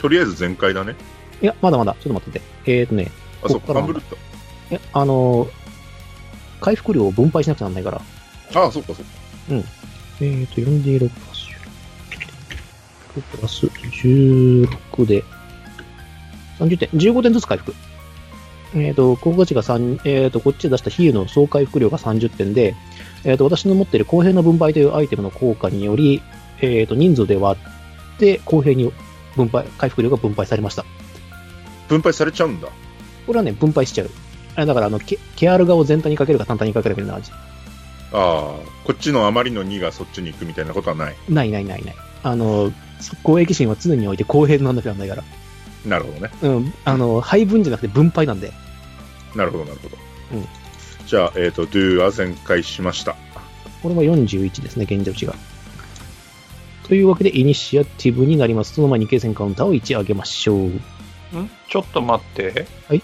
S3: とりあえず全開だね。
S2: いや、まだまだ。ちょっと待ってて。えーとね、
S3: あ、そっ
S2: こ
S3: か、
S2: っから
S3: ファンブルった。
S2: いやあのー、回復量を分配しなくちゃなんないから。
S3: ああ、そっか、そっか。
S2: えーと、4D6 プラス10。プラス16で、30点、15点ずつ回復。えーと、効果値が3、えーと、こっちで出した比喩の総回復量が30点で、えーと、私の持っている公平な分配というアイテムの効果により、えーと、人数で割って公平に分配、回復量が分配されました。
S3: 分配されちゃうんだ。
S2: これはね、分配しちゃう。あれだから、あの、ケケアルガを全体にかけるか単体にかけるかみたいな感じ。
S3: ああ、こっちのあまりの2がそっちに行くみたいなことはない。
S2: ないないないない。あの、公益心は常において公平なんだけどないから。
S3: なるほどね。
S2: うん、あの、配分じゃなくて分配なんで。
S3: なるほど、なるほど。
S2: うん
S3: じゃあ、えっ、と、ドゥは全開しました。
S2: これも41ですね、現状値が。というわけで、イニシアティブになります。その前に形戦カウンターを1上げましょう。
S4: んちょっと待って。
S2: はい。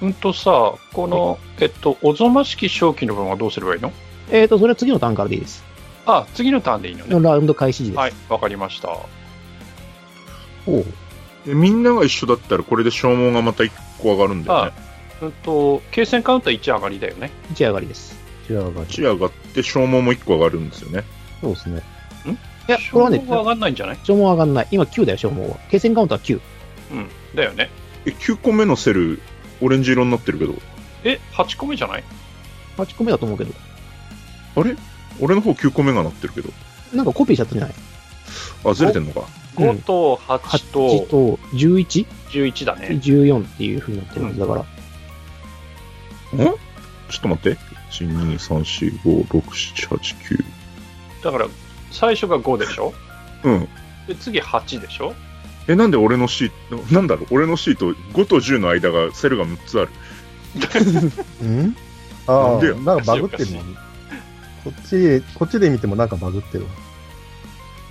S4: うんとさ、この、えっと、おぞましき正気の分はどうすればいいの
S2: えーと、それは次のターンからでいいです。
S4: あ、次のターンでいいのね。
S2: ラウンド開始時です。
S4: はい、わかりました。
S2: おう
S3: でみんなが一緒だったら、これで消耗がまた1個上がるんだよ
S4: あ
S3: ね。、
S4: うんと、継戦カウンター1上がりだよね。
S2: 1上がりです。
S1: チアが、
S3: 1上がって消耗も1個上がるんですよね。
S1: そうですね。
S2: いや、これはね、
S4: 消耗上がんないんじゃない
S2: 消耗上がんない。今9だよ、消耗は。形戦カウンターは9。
S4: うん、だよね。
S3: え、9個目のセル、オレンジ色になってるけど、
S4: え、8個目じゃない
S2: 8個目だと思うけど。
S3: あれ俺の方9個目がなってるけど。
S2: なんかコピーしちゃったんじゃない
S3: あ、ずれてんのか。
S2: うん
S4: 5と8
S2: ?8
S4: と
S2: と 11?14
S4: 11だね。
S2: っていう風になってるんだから。
S3: んちょっと待って。1、2、3、4、5、6、7、8、
S4: だから、最初が5でしょ
S3: 9。うん。
S4: で、次8でしょ
S3: え、なんで俺の C、なんだろう俺の C と5と10の間がセルが6つある。
S1: うんあ
S3: なんでよ
S1: あ、なんかバグってるのこっちで、こっちで見てもなんかバグってるわ。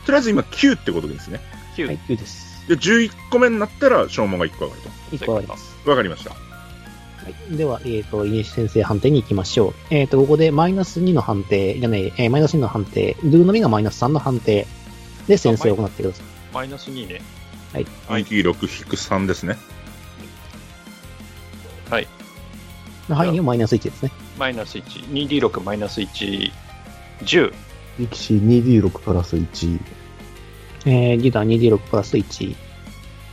S3: とりあえず今9ってことですね。
S4: 9、
S2: はい、9です。
S3: で、11個目になったら消耗が1個上がる
S2: 1個上がります。
S3: と。わかりました。
S2: はい、では、えっ、と、イニシ先生判定に行きましょう。えっ、と、ここでマイナス2の判定、じゃねええーマイナス2の判定、ドゥのみがマイナス3の判定で先生を行ってください。
S4: マイナス2ね。はい
S3: 2 6 3ですね。
S4: はい。
S2: 範囲はマイナス1ですね。
S4: マイナス1。2D6 マイナス1。10。
S1: 力士 2D6 プラス1。
S2: えー、ギター 2D6 プラス1。よ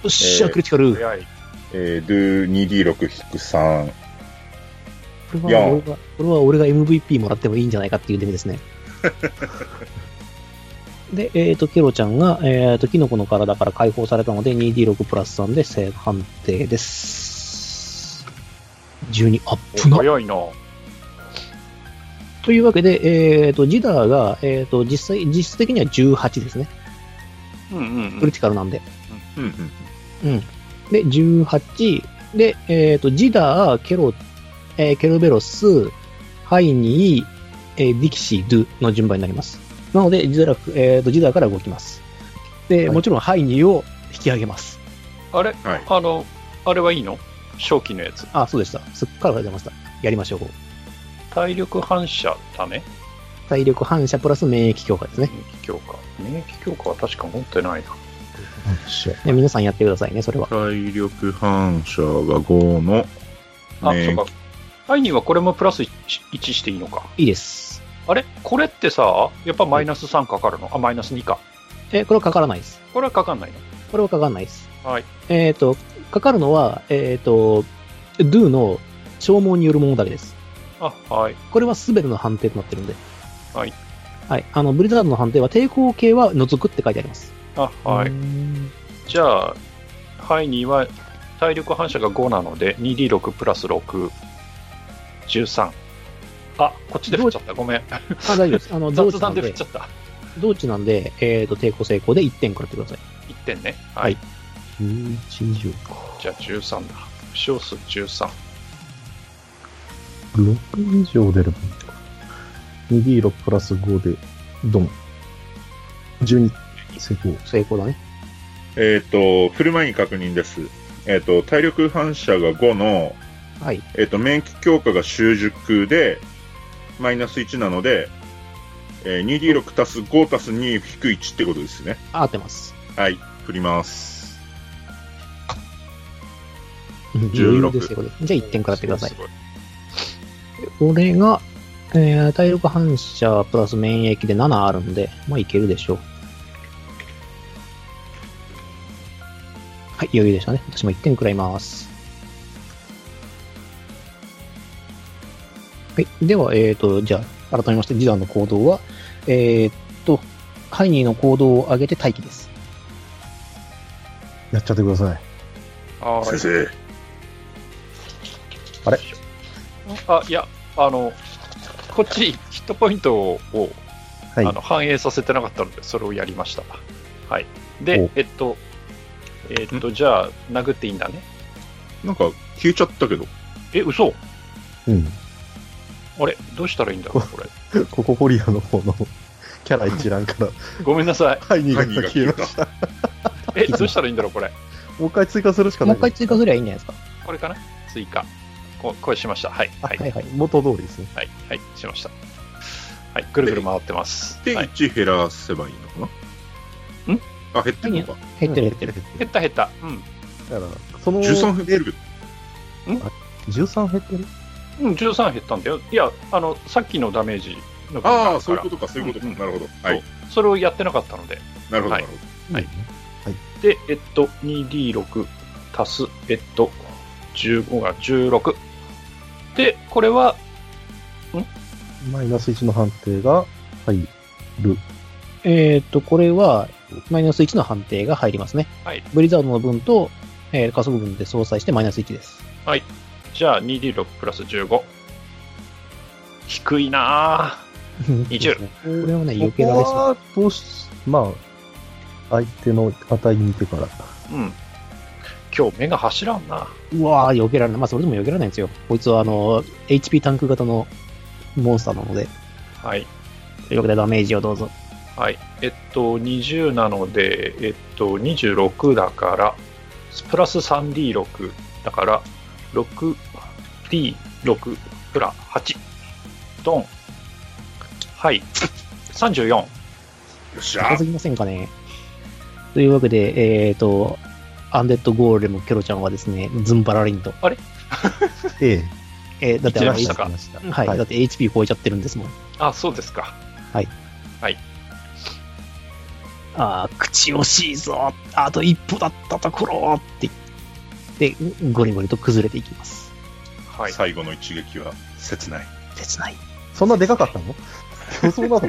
S2: っしゃ、
S3: えー
S2: クリティカル。こ
S4: 早い。
S3: えー、do 2D6-3。
S2: れ
S3: いや
S2: は俺が、これは俺が MVP もらってもいいんじゃないかっていうデメですね。で、えっ、と、ケロちゃんが、えっ、と、キノコの体から解放されたので、2D6 プラス3で正判定です。12アップな。
S4: 早いな。
S2: というわけで、えー、とジダーが、えー、と実際実質的には18ですね、
S4: うんうん
S2: ク
S4: う
S2: リ
S4: ん。
S2: ティカルなんで。
S3: うんうん。
S2: で、18、で、えー、とジダー、ケロ、えーケルベロス、ハイニー、えーディキシー、ドゥの順番になります。なので、ジダー,、えー、とジダーから動きます。で、
S1: はい
S2: もちろんハイニーを引き上げます。
S4: あれ
S3: はい。
S4: あの、あれはいいの正気のやつ。
S2: あ、そうでした。すっから出ました。やりましょう。
S4: 体力反射だね。
S2: 体力反射プラス免疫強化ですね。
S4: 免疫強化。免疫強化は確か持ってないな。
S2: で皆さんやってくださいね、それは。
S3: 体力反射が5の、
S4: あ、
S3: ね
S4: そうか。アイニーはこれもプラス 1, 1していいのか。
S2: いいです。
S4: あれこれってさ、やっぱマイナス3かかるのあ、マイナス2か。
S2: えーこれはかからないです。
S4: これはかかんないの
S2: これはかかんないです。
S4: はい。
S2: えっ、と、かかるのは、えっ、と、do の消耗によるものだけです。
S4: あ、はい。
S2: これはスベルの判定となってるんで。
S4: はい。
S2: はい。あの、ブリザードの判定は抵抗系は除くって書いてあります。
S4: あ、はい。じゃあ、ハイニーは体力反射が5なので、2D6 プラス6、13。あ、こっちで振っちゃった。ごめん。
S2: あ、大丈夫です。 あの、同
S4: 雑
S2: 値な
S4: 談
S2: ん
S4: で振っ
S2: で
S4: ちゃ、った。
S2: 同値なんで、えっ、と、抵抗成功で1点食らってください。
S4: 1点ね。
S2: は
S4: はいい。
S1: 11以上か。
S4: じゃあ13だ。小数13。
S1: 6以上出ればいいか。2D6 プラス5で、ドン。12、成功。
S2: 成功だね。
S3: えっ、と、振る前に確認です。えっ、と、体力反射が5の、
S2: はい。
S3: えっ、と、免疫強化が習熟で、マイナス1なので、えー 2D6 足す5足す2引く1ってことですね。
S2: 合ってます。
S3: はい、振ります。
S2: 余裕ですよ、これ。じゃあ1点食らってください
S3: す。ごい
S2: これが、えー体力反射プラス免疫で7あるんで、まあいけるでしょう。はい、余裕でしたね。私も1点くらいます。はい、では、えっ、と、じゃあ、改めまして、次男の行動は、えっ、と、ハイニーの行動を上げて待機です。
S1: やっちゃってください。
S4: は
S3: 先
S4: い。
S3: 生、
S4: あ、いや、あの、こっちヒットポイントを、
S1: はい
S4: あの反映させてなかったので、それをやりました。はい。で
S1: お、
S4: えっと、えっと、じゃあ、殴っていいんだね。
S3: なんか消えちゃったけど。
S4: え、嘘
S1: うん。
S4: あれどうしたらいいんだろう、これ。
S1: ここ、ホリアの方のキャラ一覧から、
S4: ごめんなさい。
S1: ハイニーが
S3: ハイニーが
S1: 消え
S3: 消え
S1: ま
S3: た
S1: した。
S4: え、どうしたらいいんだろう、これ。
S1: もう一回追加するしかな
S2: もう
S1: い。
S2: 一回追加すればいいんじゃないですか。
S4: これかな追加。ここれしました。はい。はい。
S2: は
S4: はいい。
S2: はい。
S1: 元通りですね。
S4: はい。しました。はい。ぐるぐる回ってます。
S3: で、
S4: はい。
S3: 1減らせばいいのかな
S4: うん
S3: あ、減ってるのか。
S2: 減ってる減ってる。
S1: 減
S4: 減
S1: っ
S4: った減った。うん。
S1: てる。だから、その、
S3: 13減ってるけど。
S1: 13減ってる
S4: うん、13減ったんだよ。いや、あの、さっきのダメージの分が
S3: あ
S4: る
S3: あ、
S4: か
S3: そうい
S4: ら
S3: うことか、そういうこと
S4: うんうん
S3: か。なるほど。はい。
S4: そうそれをやってなかったので。
S3: なるほど、な
S4: は
S3: いるほど。
S4: はい
S1: はい。
S4: で、えっと、2D6 足す、えっと、15が16。で、これは、
S1: マイナス1の判定が入る。
S2: えーっと、これは、マイナス1の判定が入りますね。
S4: はい。
S2: ブリザードの分と、えー加速分で相殺してマイナス1です。
S4: じゃあ 2D6 プラス15。低いなぁ。20
S2: これはね、余
S1: こ
S2: 計
S1: こ
S2: なですね。
S1: は、どうし、まあ、相手の値見てから。
S4: うん。今日目が走らんな。
S2: うわー避けられない。まあ、それでも避けられないんですよ。こいつは、あの、HP タンク型のモンスターなので。
S4: はい。
S2: というわけで、ダメージをどうぞ。
S4: はい。えっと、20なので、えっと、26だから、プラス 3D6 だから、6D6 プラ8。ドン。はい。34。
S3: よっし
S2: 高
S3: ゃ
S2: す。ぎませんかね。というわけで、えーっと、アンデッドゴーレムケロちゃんはですね、ズンバラリンと。
S1: ええ。
S2: えーだってあ
S4: 行
S2: の、
S4: っちゃ
S1: 行っち
S4: いましたか
S1: ゃいました
S2: はい、だって HP 超えちゃってるんですもん。
S4: あ、そうですか。
S2: ああ、口惜しいぞ、あと一歩だったところって言って、ゴリゴリと崩れていきます。
S4: はい。
S3: 最後の一撃は切ない。
S2: 切ない。い
S1: そんなでかかったのそうなの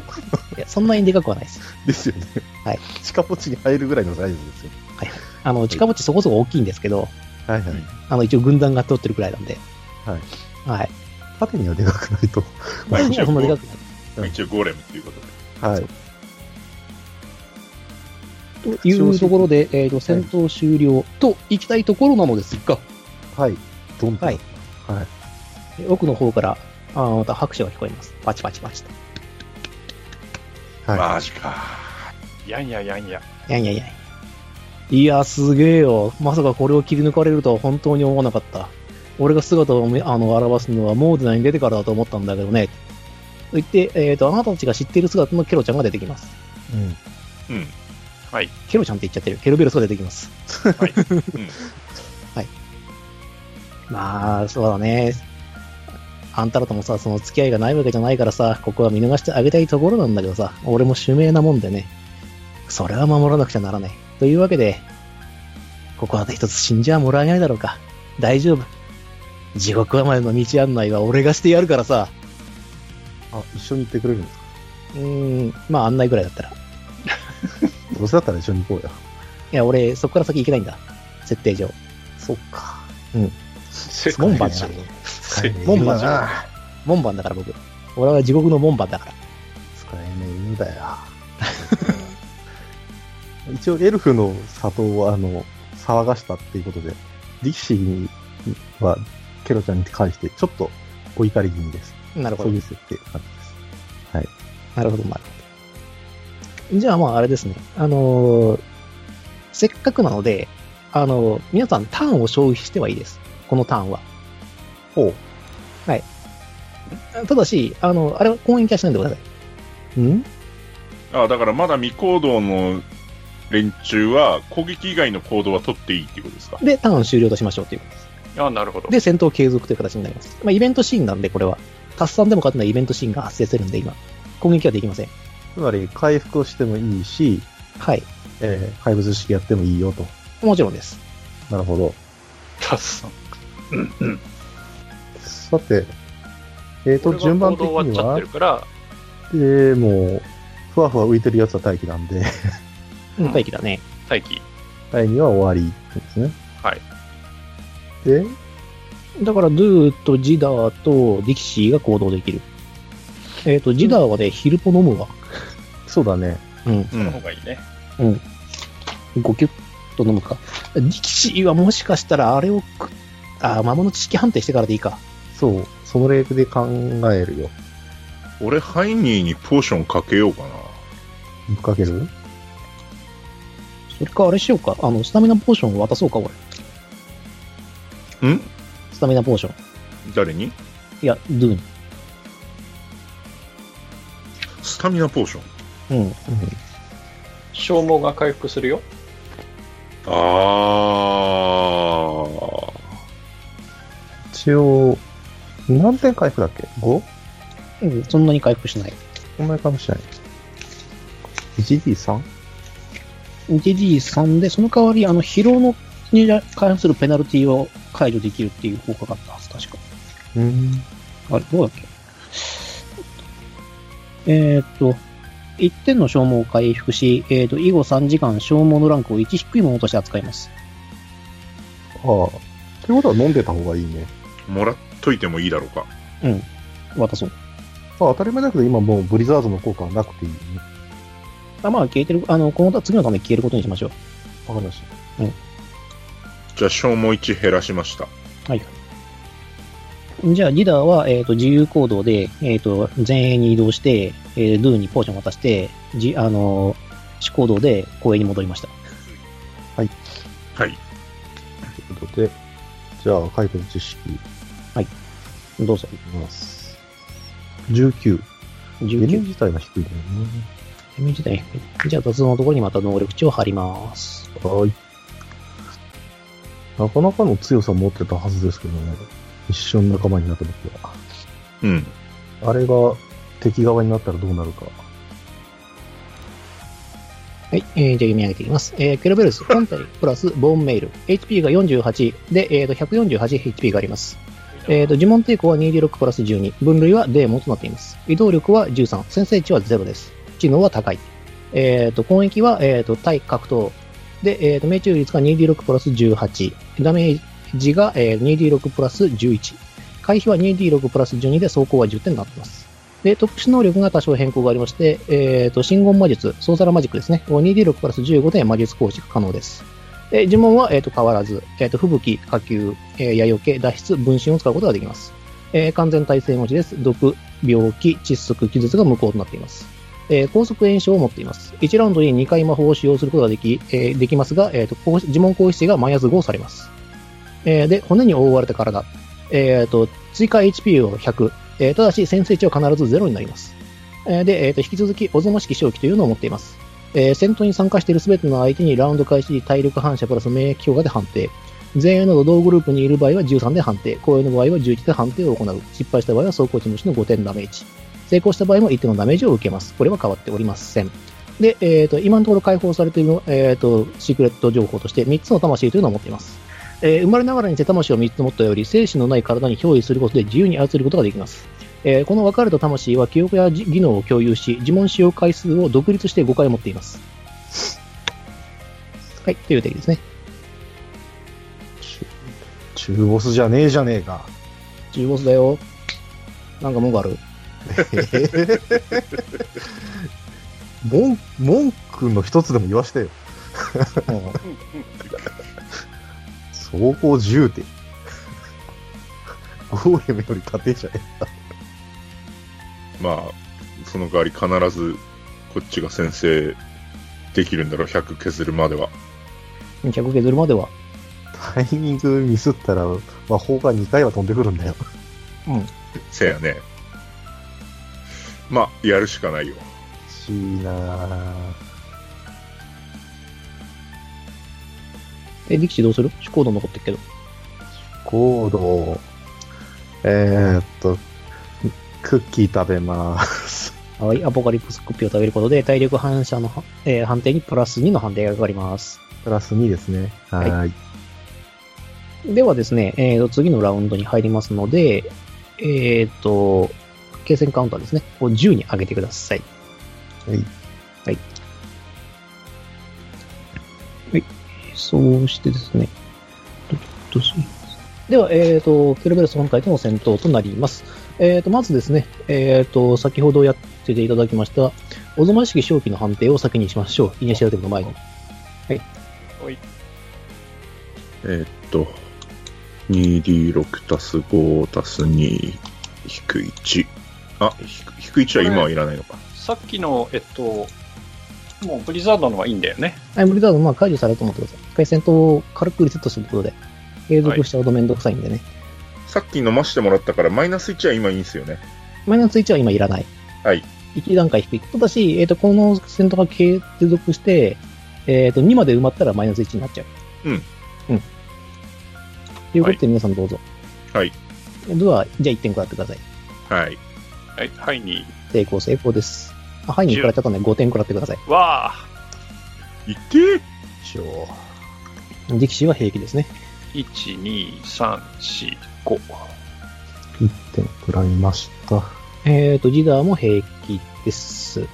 S2: や、そんなにでかくはないです。
S1: ですよね。
S2: はい。
S1: 近ポチに入るぐらいのサイズですよ。
S2: あの、近ぼちそこそこ大きいんですけど、
S1: はいはい。
S2: あの、一応軍団が通ってるくらいなんで。
S1: はい。
S2: はい。
S1: 縦にはでかくないと。
S3: まあ
S2: まあ
S3: 一 応
S2: そんなでかくない。
S1: うん
S3: 一応ゴーレムっていうことで。
S1: はい。
S2: というところで、えーと、戦闘終了と行きたいところなのですが、
S1: はい。どんどん。
S2: はい。
S1: はい。
S2: 奥の方から、あーまた拍手が聞こえます。パチパチパチと。
S1: は
S3: マジか。
S4: やんややんや。
S2: いやいやいや。いや、すげえよ。まさかこれを切り抜かれるとは本当に思わなかった。俺が姿をめあの表すのはモーデナに出てからだと思ったんだけどね。と言って、えっ、と、あなたたちが知っている姿のケロちゃんが出てきます。
S1: い。うん。
S3: うん。
S4: はい。
S2: ケロちゃんって言っちゃってる。ケロベロスが出てきます。
S4: はい。
S2: まあ、そうだね。あんたらともさ、その付き合いがないわけじゃないからさ、ここは見逃してあげたいところなんだけどさ、俺も主命なもんでね。それは守らなくちゃならない。というわけで、ここは一つ死んじゃもらえないだろうか。大丈夫。地獄までの道案内は俺がしてやるからさ。
S1: あ、一緒に行ってくれるんですか
S2: うーん、まあ案内ぐらいだったら。い
S1: どうせだったら一緒に行こうよ。
S2: や、俺、そこから先行けないんだ。設定上。
S1: そっか。
S2: 門番だ
S1: 世界
S2: か
S1: 中
S2: ら。
S1: 使えねえ
S2: 門
S1: 犬だ
S2: 番だ
S1: な。
S2: 門番だから僕。俺は地獄の門番だから。
S1: 使えねえ犬だよ。 一応、エルフの里を、あの、騒がしたっていうことで、力士には、ケロちゃんに関して、ちょっと、お怒り気味です。
S2: なるほ
S1: そう
S2: ど
S1: い。う設定なんです。
S2: なるほど、なるほど。じゃあ、まあ、あれですね。あのーせっかくなので、あのー皆さん、ターンを消費してはいいです。このターンは。
S1: ほう。
S2: はい。ただし、あの、あれは攻撃はしないでください。ん
S3: あだからまだ未行動の連中は攻撃以外の行動は取っていいっていうことですか
S2: で、ターン終了としましょうということです。
S4: あなるほど。
S2: で、戦闘継続という形になります。まあ、イベントシーンなんで、これは。タスさんでも勝てないイベントシーンが発生するんで、今。攻撃はできません。
S1: つまり、回復をしてもいいし、
S2: はい。
S1: えー、怪物式やってもいいよと。
S2: もちろんです。
S1: なるほど。
S4: タスさん。
S1: さて、えーと、順番的
S4: これは行動
S1: に
S4: 終わ
S1: は
S4: っちゃってる、から、
S1: でもう、ふわふわ浮いてるやつは待機なんで、
S4: うん
S2: 待機だね。
S4: 待機。
S1: 第2は終わりですね。
S4: はい。
S1: で、
S2: だから、ドゥーとジダーとディキシーが行動できる。えっ、と、ジダーはね、ヒルポ飲むわ。
S1: そうだね。
S2: うん。
S3: う
S4: その方がいいね。
S2: 5キュッと飲むか。ディキシーはもしかしたら、あれを食っ、あー、魔物知識判定してからでいいか。
S1: そう、そのレールで考えるよ。
S3: 俺、ハイニーにポーションかけようかな。
S1: ぶっかける
S2: それか、あれしようか。あの、スタミナポーションを渡そうか、俺。
S3: ん
S2: スタミナポーション。
S3: 誰に
S2: いや、ドゥーに。
S3: スタミナポーション。
S2: うん。
S4: 消耗が回復するよ。
S3: あー。
S1: 一応、何点回復だっけ ?5?
S2: うん、そんなに回復しない。
S1: こんなにかもしれない。1D3?
S2: DD3 で、その代わり、あの、疲労の、に関するペナルティを解除できるっていう効果があったはず、確か。
S1: うん。
S2: あれ、どうだっけえーっと、1点の消耗を回復し、えーっと、以後3時間消耗のランクを1低いものとして扱います。
S1: ああ。ということは飲んでた方がいいね。
S3: もらっといてもいいだろうか。
S2: 渡そう。
S1: まあ当たり前だけど今もうブリザードの効果はなくていいね。
S2: あまあ、消えてる、あの、この次のために消えることにしましょう。
S1: わかりました。
S3: じゃあ、消耗1減らしました。
S2: はい。じゃあ、リーダーは、えっ、と、自由行動で、えっ、と、前衛に移動して、えー、ドゥにポーションを渡して、じ、あのー、主行動で公園に戻りました。
S3: はい。
S1: ということで、じゃあ、解決知識い
S2: どうぞ。
S1: きます。19。ゲネ
S2: 19
S1: 自体が低いんだよね。
S2: 点自体。じゃあ、雑のところにまた能力値を貼ります。
S1: はーい。なかなかの強さ持ってたはずですけどね。一緒の仲間になった時は。
S3: うん。
S1: あれが敵側になったらどうなるか。
S2: はい。えーじゃあ読み上げていきます。えー、ケルベルス、本体、プラス、ボーンメイル。HP が48で、えっ、と、148HP があります。えー、と、呪文抵抗は2D6プラス12、分類はデーモンとなっています。移動力は13、先制値は0です。知能は高い。えー、と、攻撃は、えー、と、対格闘。で、えー、と、命中率が 2D6 プラス18、ダメージが、えー、2D6 プラス11、回避は 2D6 プラス12で走行は10点になっています。で、特殊能力が多少変更がありまして、えー、と、信言魔術、ソーサラマジックですね、を 2D6 プラス15で魔術構築可能です。えー呪文は、えー、と変わらず、えー、と吹雪、火球、えー矢よけ、脱出、分身を使うことができます。えー完全耐性持ちです。毒、病気、窒息、気絶が無効となっています。えー高速炎症を持っています。1ラウンドに2回魔法を使用することができ,、えーできますが、えー、とこう呪文行使がマイナス5されます。えーで、骨に覆われた体、えー、と追加 HP を100、えーただし潜水値は必ず0になります。えーで、えーと引き続き、おぞましき正気というのを持っています。えー戦闘に参加しているすべての相手にラウンド開始時体力反射プラス免疫強化で判定。全員など同グループにいる場合は13で判定。公演の場合は11で判定を行う。失敗した場合は走行値無視の5点ダメージ。成功した場合も1点のダメージを受けます。これは変わっておりません。で、えーと、今のところ解放されているの、えーと、シークレット情報として3つの魂というのを持っています。えー生まれながらに手魂を3つ持ったより、精子のない体に憑依することで自由に操ることができます。えーこの分かれた魂は記憶やじ技能を共有し、自問使用回数を独立して5回持っています。はい、という敵ですね。
S1: 中ボスじゃねえじゃねえか。
S2: 中ボスだよ。なんか文句ある
S1: 文文句の一つでも言わしてよ。
S2: うん
S1: 走行10点。ゴーレムより縦じゃね
S3: まあ、その代わり必ず、こっちが先制できるんだろう、100削るまでは。
S2: 100削るまでは。
S1: え。タイミングミスったら、魔法が2回は飛んでくるんだよ。
S3: せやね。まあ、やるしかないよ。
S1: しいなぁ。
S2: え、力士どうする主行動残ってるけど。
S1: コード、えー、っと、クッキー食べます。
S2: はい、アポカリプスクッピーを食べることで、体力反射の、えー判定にプラス2の判定がかかります。
S1: プラス2ですね。はーい。
S2: ではですね、えーと、次のラウンドに入りますので、えっ、と、継戦カウンターですね、を10に上げてください。
S1: はい。
S2: はい。はい。そうしてですね、どどうしでは、えっ、と、ケルベルス本体との戦闘となります。えっ、と、まずですね、えっ、と、先ほどやっていただきました、おぞましき正気の判定を先にしましょう。イニシアティブの前に。
S3: えーっと、2D6 足す5足す2引く1。あ、引く引く1は今はいらないのか。
S4: さっきの、えっと、もうブリザードのはいいんだよね。
S2: はい、ブリザード、まあ、解除されると思ってください。一回戦闘を軽くリセットすることで、継続しちゃうとめんどくさいんでね。
S3: さっき飲ましてもらったから、マイナス1は今いいんですよね。
S2: マイナス1は今いらない。
S3: はい。
S2: 1段階低い。ただし、えっ、と、この戦闘が継続して、えっ、と、2まで埋まったらマイナス1になっちゃう。
S3: うん。
S2: うん。ということで、皆さんどうぞ。
S3: はい。
S2: では、じゃあ1点食らってください。
S3: はい。
S4: はい、はいに。
S2: 成功、成功です。あ、はいに食らっちゃったので5点食らってください。
S4: わ
S3: いって
S1: 一応。
S2: 力士は平気ですね。
S4: ー !1、2、3、4、5。
S1: 1点食らいました。
S2: えっ、と、ジダーも平気です。
S4: 負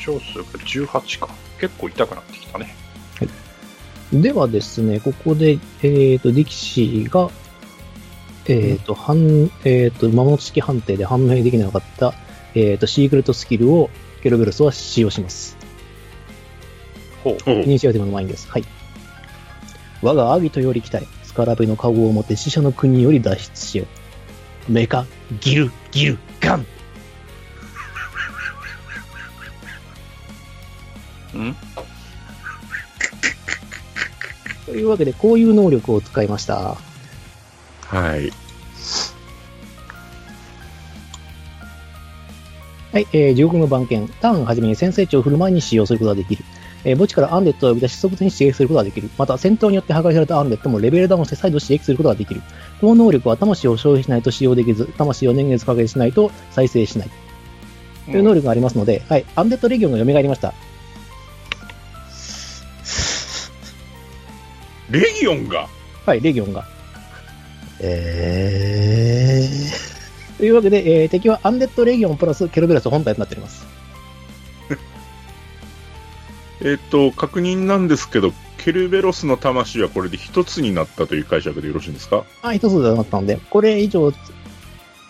S4: 傷数が18か。結構痛くなってきたね。
S2: ではですね、ここで、えっ、と、力士が、えっ、と、反、えっ、と、魔物式判定で判明できなかった、えっ、と、シークレットスキルを、ケルベロスは使用します。
S4: ほう。
S3: お
S2: イニシアティブの前にです。はい。我がアギトより来たい。スカラベの加護を持って死者の国より脱出しよう。メカ、ギル、ギル、ガン
S4: ん
S2: というわけで、こういう能力を使いました。
S3: はい。
S2: はい、えー、地獄の番犬。ターンはじめに先制値を振る前に使用することができる。えー墓地からアンデッドを呼び出し即座に刺激することができる。また、戦闘によって破壊されたアンデッドもレベルダウンして再度刺激することができる。この能力は魂を消費しないと使用できず、魂を年月かけしないと再生しない。という能力がありますので、はい、アンデッドレギオンが蘇りました。
S3: レギオンが
S2: はい、レギオンが。
S1: えー。
S2: というわけで、えー敵はアンデッドレギオンプラスケルベラス本体となっております。
S3: えーっと、確認なんですけど、ケルベロスの魂はこれで一つになったという解釈でよろしいんですか
S2: あ、一つじゃなかったので、これ以上、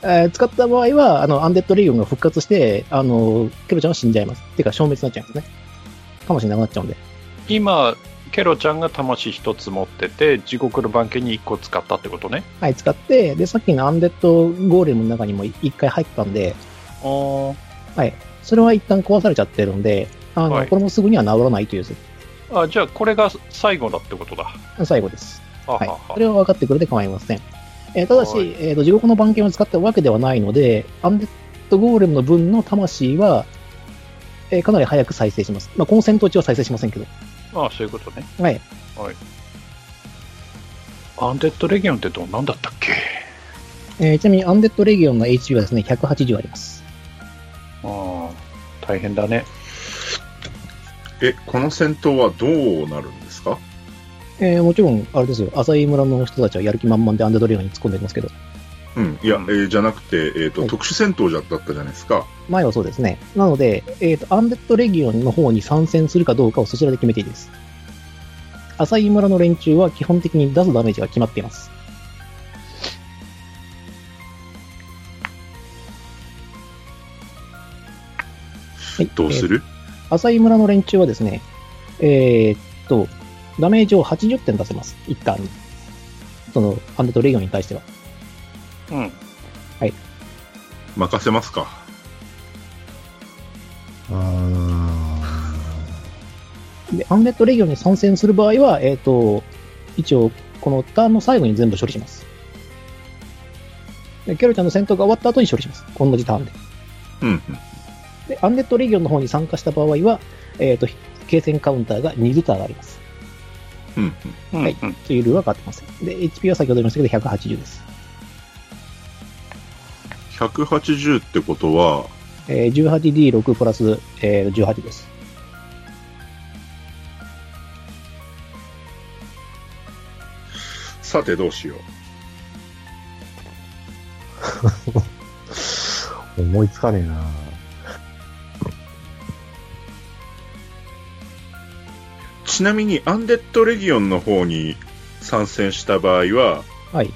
S2: えー使った場合は、あの、アンデッドレギオンが復活して、あの、ケロちゃんは死んじゃいます。てか、消滅になっちゃいますね。魂なくなっちゃうんで。
S4: 今、ケロちゃんが魂一つ持ってて、地獄の番犬に一個使ったってことね。
S2: はい、使って、で、さっきのアンデッドゴーレムの中にも一回入ったんで、
S4: あー
S2: それは一旦壊されちゃってるんで、あの、
S4: はい
S2: これもすぐには治らないという
S4: あ。じゃあ、これが最後だってことだ。
S2: 最後です。
S4: は
S2: はい
S4: は。
S2: それは分かってくれて構いません。えーただし、
S4: はい
S2: えーと、地獄の番犬を使ったわけではないので、アンデッドゴーレムの分の魂は、えーかなり早く再生します。まあ、この戦闘中は再生しませんけど。
S4: ああ、そういうことね。
S2: はい。
S4: アンデッドレギオンってどんなんだったっけ
S2: えーちなみに、アンデッドレギオンの HP はですね、180あります。
S4: ああ、大変だね。
S3: え、この戦闘はどうなるんですか
S2: えーもちろん、あれですよ、浅井村の人たちはやる気満々でアンダードリガーに突っ込んできますけど、
S3: うん。いや、えーじゃなくて、えっ、と、
S2: はい
S3: 特殊戦闘じゃだったじゃないですか。
S2: 前はそうですね。なので、えーと、アンデッドレギオンの方に参戦するかどうかをそちらで決めていいです。浅井村の連中は基本的に出すダメージが決まっています。はい
S3: どうする、
S2: 浅井村の連中はですね、えーっと、ダメージを80点出せます。一旦に。その、アンデッドレギオンに対しては。
S4: うん。
S3: 任せますか。
S1: あ
S2: で、アンデッドレギオンに参戦する場合は、えーっと、一応、このターンの最後に全部処理します。で、キャロちゃんの戦闘が終わった後に処理します。同じターンで。
S3: うん、うん。
S2: で、アンデッドレギオンの方に参加した場合は、えっ、と、継戦カウンターが2ルターがあります。
S3: うん、うん。
S4: うん
S2: はい
S4: うん
S2: というルールは変わってません。で、HP は先ほど言いましたけど、180です。
S3: 180ってことは、
S2: えー 18D6 プラス、えー18です。
S3: さてどうしよう。
S1: ー思いつかねえな。
S3: ちなみに、アンデッドレギオンの方に参戦した場合は、
S2: はい。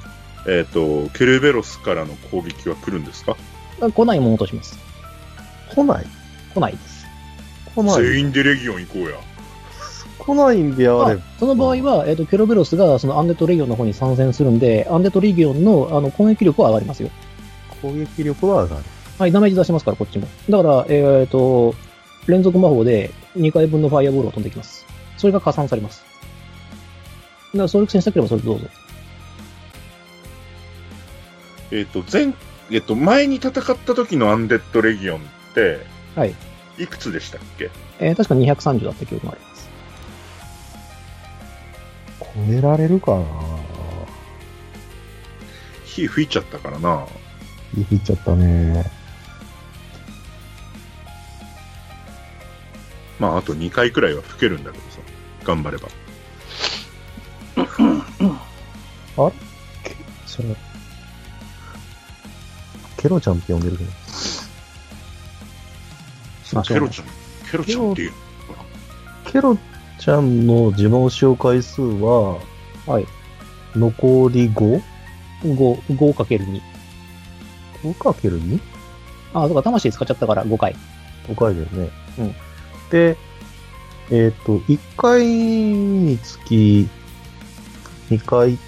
S3: えっ、と、ケルベロスからの攻撃は来るんですか
S2: あ来ないものとします。
S1: 来ない
S2: 来ないです。
S1: 来ない
S3: 全員でレギオン行こうや。
S1: 来ないんであれば
S2: あその場合は、えっ、と、ケロベロスがそのアンデッドレギオンの方に参戦するんで、アンデッドレギオンのあの攻撃力は上がりますよ。
S1: 攻撃力は上がる。
S2: はい、ダメージ出しますから、こっちも。だから、えっ、と、連続魔法で2回分のファイアボールを飛んできます。それが加算されます。だから、総力戦したければそれどうぞ。
S3: えっ、と、前、えっ、と、前に戦った時のアンデッドレギオンって、
S2: はい。
S3: いくつでしたっけ
S2: えー確か230だった記憶があります。
S1: 超えられるかな
S3: 火吹いちゃったからな。
S1: いいっちゃったね。
S3: まあ、あと2回くらいは吹けるんだけどさ。頑張れば。
S1: それ。ケロちゃんって呼んでるけど。
S2: まあ
S3: ケロちゃん、ケロちゃんっていう。
S1: ケロちゃんの自慢使用回数は、
S2: はい。
S1: 残り 5?
S2: 5、5かける2。
S1: 5かける 2?
S2: あ、そうか、魂使っちゃったから5回。
S1: 5回だよね。
S2: うん。
S1: で、えっ、と、1回につき、2回っ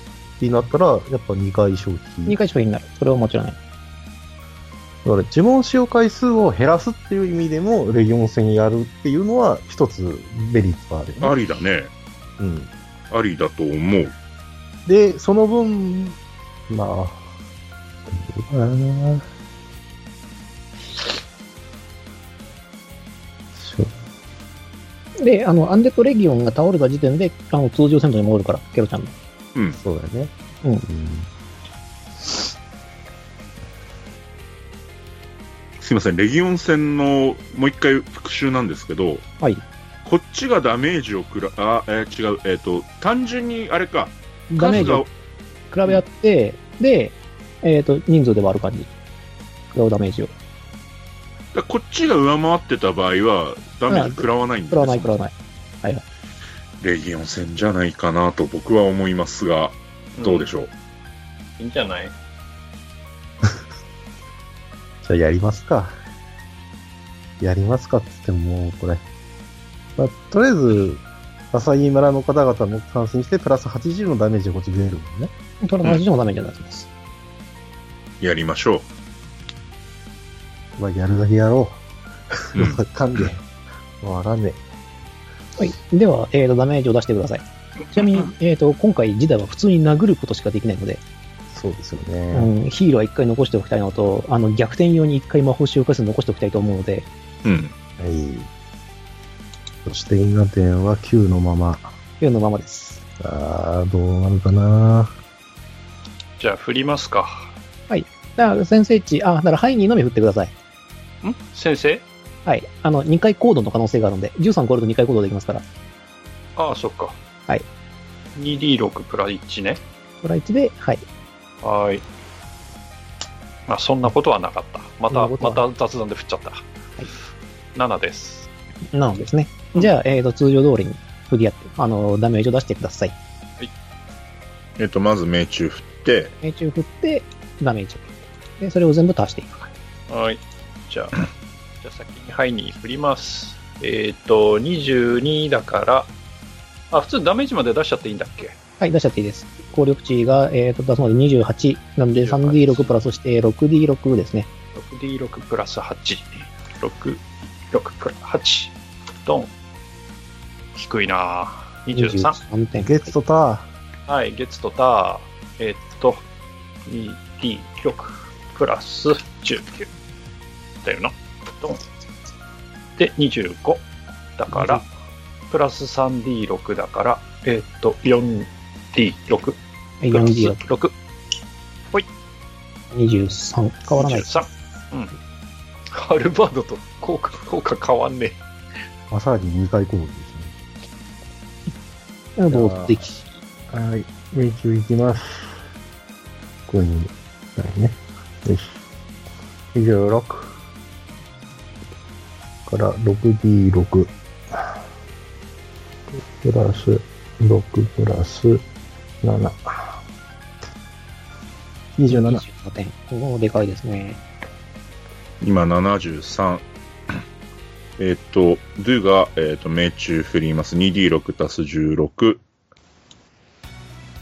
S1: てなったら、やっぱ2回消費。
S2: 2回消費になる。それはもちろんない。
S1: だから呪文使用回数を減らすっていう意味でも、レギオン戦やるっていうのは、一つメリットがあるよね、
S3: ありだね。
S1: うん。
S3: ありだと思う。
S1: で、その分、まあ、どうかなしょ
S2: で、あの、アンデッドレギオンが倒れた時点で、あの、通常戦闘に戻るから、ケロちゃんの。
S1: そうだよね。
S2: うん
S3: すいません、レギオン戦のもう一回復習なんですけど、
S2: はい。
S3: こっちがダメージをくら、あ、えー違う、えっ、と、単純にあれか、
S2: ダメージを
S3: 数
S2: 比べ合って、で、えっ、と、人数で割る感じ。食らうダメージを。
S3: がこっちが上回ってた場合は、ダメージ食らわないんです
S2: 食らわない、食らわない。
S3: レギオン戦じゃないかなと僕は思いますが、どうでしょう。
S4: いいんじゃない
S1: じゃあやりますか。やりますかって言っても、もうこれ。まあ、とりあえず、浅井村の方々も参戦して、プラス80のダメージがこっち出るもんね。
S2: それは同じでもダメージになってます。
S3: やりましょ
S1: まあ、やるだけやろ
S3: う。うん
S1: う。わかんねえ。わからね
S2: はい。では、えっ、と、ダメージを出してください。ちなみに、えっ、と、今回、時代は普通に殴ることしかできないので、
S1: え。そうですよ
S2: う
S1: ね。
S2: ん、ヒーローは1回残しておきたいのと、あの、逆転用に1回魔法使用回数残しておきたいと思うので、
S3: うん。
S1: はい。そして、因果点は9のまま。
S2: 4のままです。
S1: あー、どうなるかな。
S4: じゃあ振りますか。
S2: だから、先生値、あ、なら、ハイニーのみ振ってください。
S4: ん先生
S2: はい。あの、2回コードの可能性があるので、13超えると2回コードできますから。
S4: ああ、そっか。 2D6 プラ1ね。
S2: プラ1で、はい。
S4: はーい。まあ、そんなことはなかった。
S2: そ
S4: また、
S2: んな
S4: ま
S2: ことは
S4: た雑談で振っちゃった。7です。
S2: なのですね。じゃあ、えーと、通常通りに振り合って、あの、ダメージを出してください。
S3: えっと、まず命中振って、
S2: 命中振って、ダメージを。で、それを全部足していく。
S4: はい。じゃあ、じゃあ先にハイに振ります。えっ、と、22だから、あ、普通ダメージまで出しちゃっていいんだっけ
S2: はい、出しちゃっていいです。効力値が、えーと、出すので28。なので、
S4: 28
S2: 3D6 プラスして 6D6 ですね。
S4: 6D6 プラス8。6、6プラ8。ドン。低いなぁ23。
S2: 23点。
S1: ゲットた。
S4: はい、月とター。えっと、2D6 プラス19。だよな。ドン。で、25。だから、プラス 3D6 だから、えっと、4D6 プ
S2: はい
S4: ラス
S2: 4D6。
S4: 6。
S2: 23。変わらない。
S4: 23。うん。ハルバードと効果、効果変わんね
S1: まさに2回攻撃です
S2: 同的。
S1: ね。はい。命中いきます。ここに、はいね。よし。26。から 6D6。プラス、6プラス、7。27。
S2: 27点。おーでかいですね。
S3: 今73。えっと、ドゥが、えっと、命中振ります。2D6 足す16。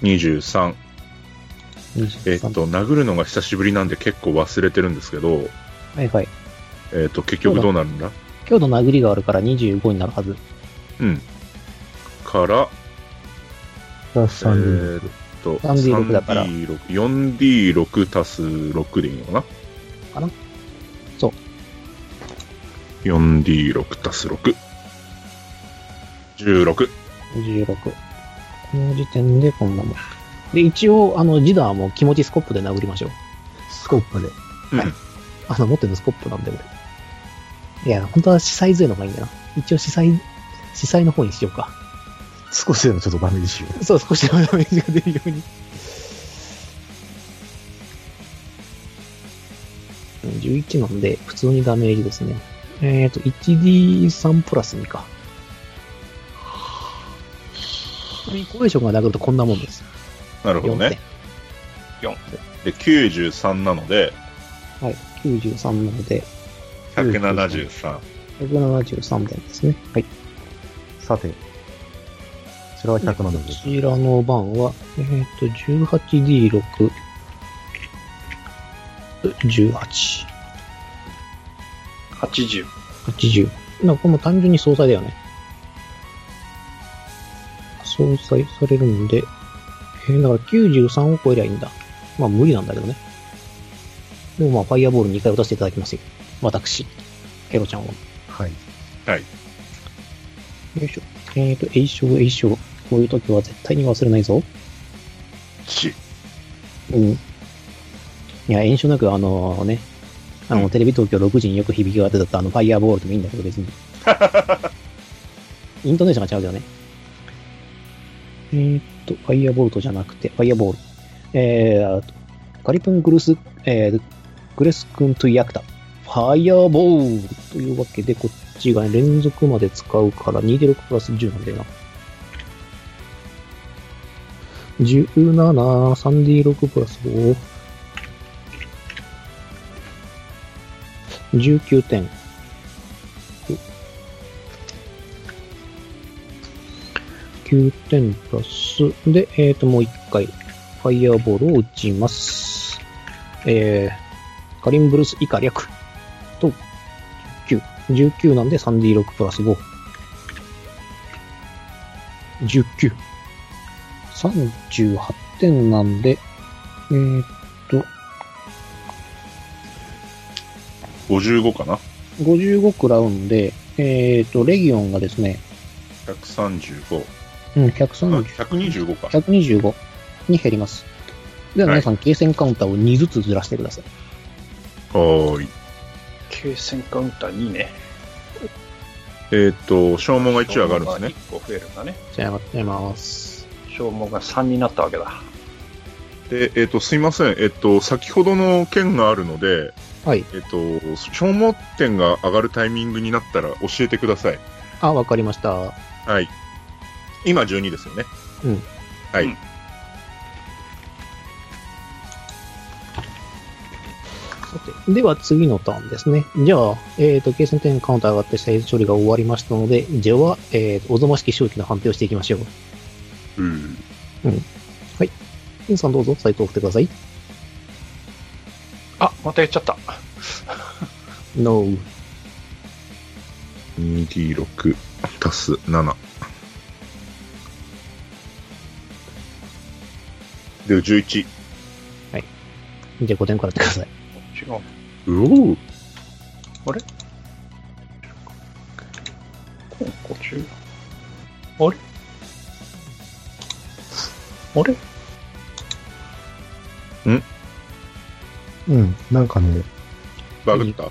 S3: 23。えっ
S2: 23。
S3: と、殴るのが久しぶりなんで結構忘れてるんですけど、
S2: はいはい。
S3: えっと、結局どうなるんだ
S2: 強度殴りがあるから25になるはず。
S3: うん。から、
S1: プラス
S3: え
S1: 3D6。
S3: ーっと、
S2: 3D6 だから
S3: 3D6 4D6 足す6でいいのかな
S2: かなそう。
S3: 4D6 足す6。16。
S2: 16。この時点でこんなもん。で、一応、あの、ジダーも気持ちスコップで殴りましょう。
S1: スコップで。
S2: あの、持ってるのスコップなんで、俺。いや、本当は司祭杖の方がいいんだな。一応司祭、司祭の方にしようか。
S1: 少しでもちょっとダメージしよ
S2: そう、少しでもダメージが出るように。11なんで、普通にダメージですね。えっ、と、1D3 プラス2か。ちなみに、高齢者が殴るとこんなもんです。
S3: なるほどね。で、93なので、
S2: 4点。はい。93なので、
S3: 173。
S2: 173点ですね。はい。
S1: う。さて。こちらは100なんだ
S2: こ
S1: けど。
S2: ちらの番は、えっ、と、18D6、18。
S4: 80。
S2: 80。なんかこれも単純に総裁だよね。総裁されるんで、えーだから93を超えりゃいいんだ。まあ無理なんだけどね。でもまあファイアボール2回打たせていただきますよ。私、ケロちゃんを。よ
S1: はい。
S2: いしょ。えっ、と、栄翔、栄翔。こういう時は絶対に忘れないぞ。
S3: ち
S2: うん。いや、炎症なく、あのね、あの、
S3: うん
S2: テレビ東京6時によく響きが当てたあの、ファイヤーボールでもいいんだけど、別 に。イントネーションが違うけどね。えーっと、ファイヤーボルトじゃなくて、ファイヤーボール。えーあと、カリプングルス、えー、グレス君とヤクタ。ファイヤーボールというわけで、こっちが連続まで使うから、2D6 プラス10なんだよな。17、3D6 プラス5。19点。9点プラス。で、えっ、と、もう一回、ファイアーボールを打ちます。えー、カリンブルス以下略と、19。19なんで 3D6 プラス5。19。38点なんで、えー、
S3: 55かな
S2: 55食らうんで、えっ、と、レギオンがですね、
S3: ?135。
S2: うん、
S3: あ
S2: 130、
S3: 125か。
S2: 125に減ります。では
S3: はい
S2: 皆さん、継戦カウンターを2ずつずらしてください。
S3: はーい。
S4: 軽戦カウンター2ね。
S3: えっと、消耗が1上がるんですね。
S4: 1個増えるんだね。
S2: じゃあ、やってます。
S4: 消消耗が3になったわけだ。
S3: で、えっ、と、すいません。えっ、と、先ほどの件があるので、
S2: はい。
S3: えっ、と、消耗点が上がるタイミングになったら教えてください。
S2: あ、わかりました。
S3: はい。今12ですよね。
S2: うん。
S3: はい。
S4: うん
S2: さて、では次のターンですね。じゃあ、えっ、と、計算点カウンター上がって下処理が終わりましたので、では、えーと、おぞましき周期の判定をしていきましょう。
S3: うん。
S2: 金さんどうぞ、サイトを送ってください。
S4: あ、またやっちゃった。
S2: No。
S3: 2D6 足す7。で、11。
S2: じゃあ5点からやってください。
S4: 違う。
S3: うおー
S4: こっちあれあれ
S1: うん。なんかね、
S3: バグった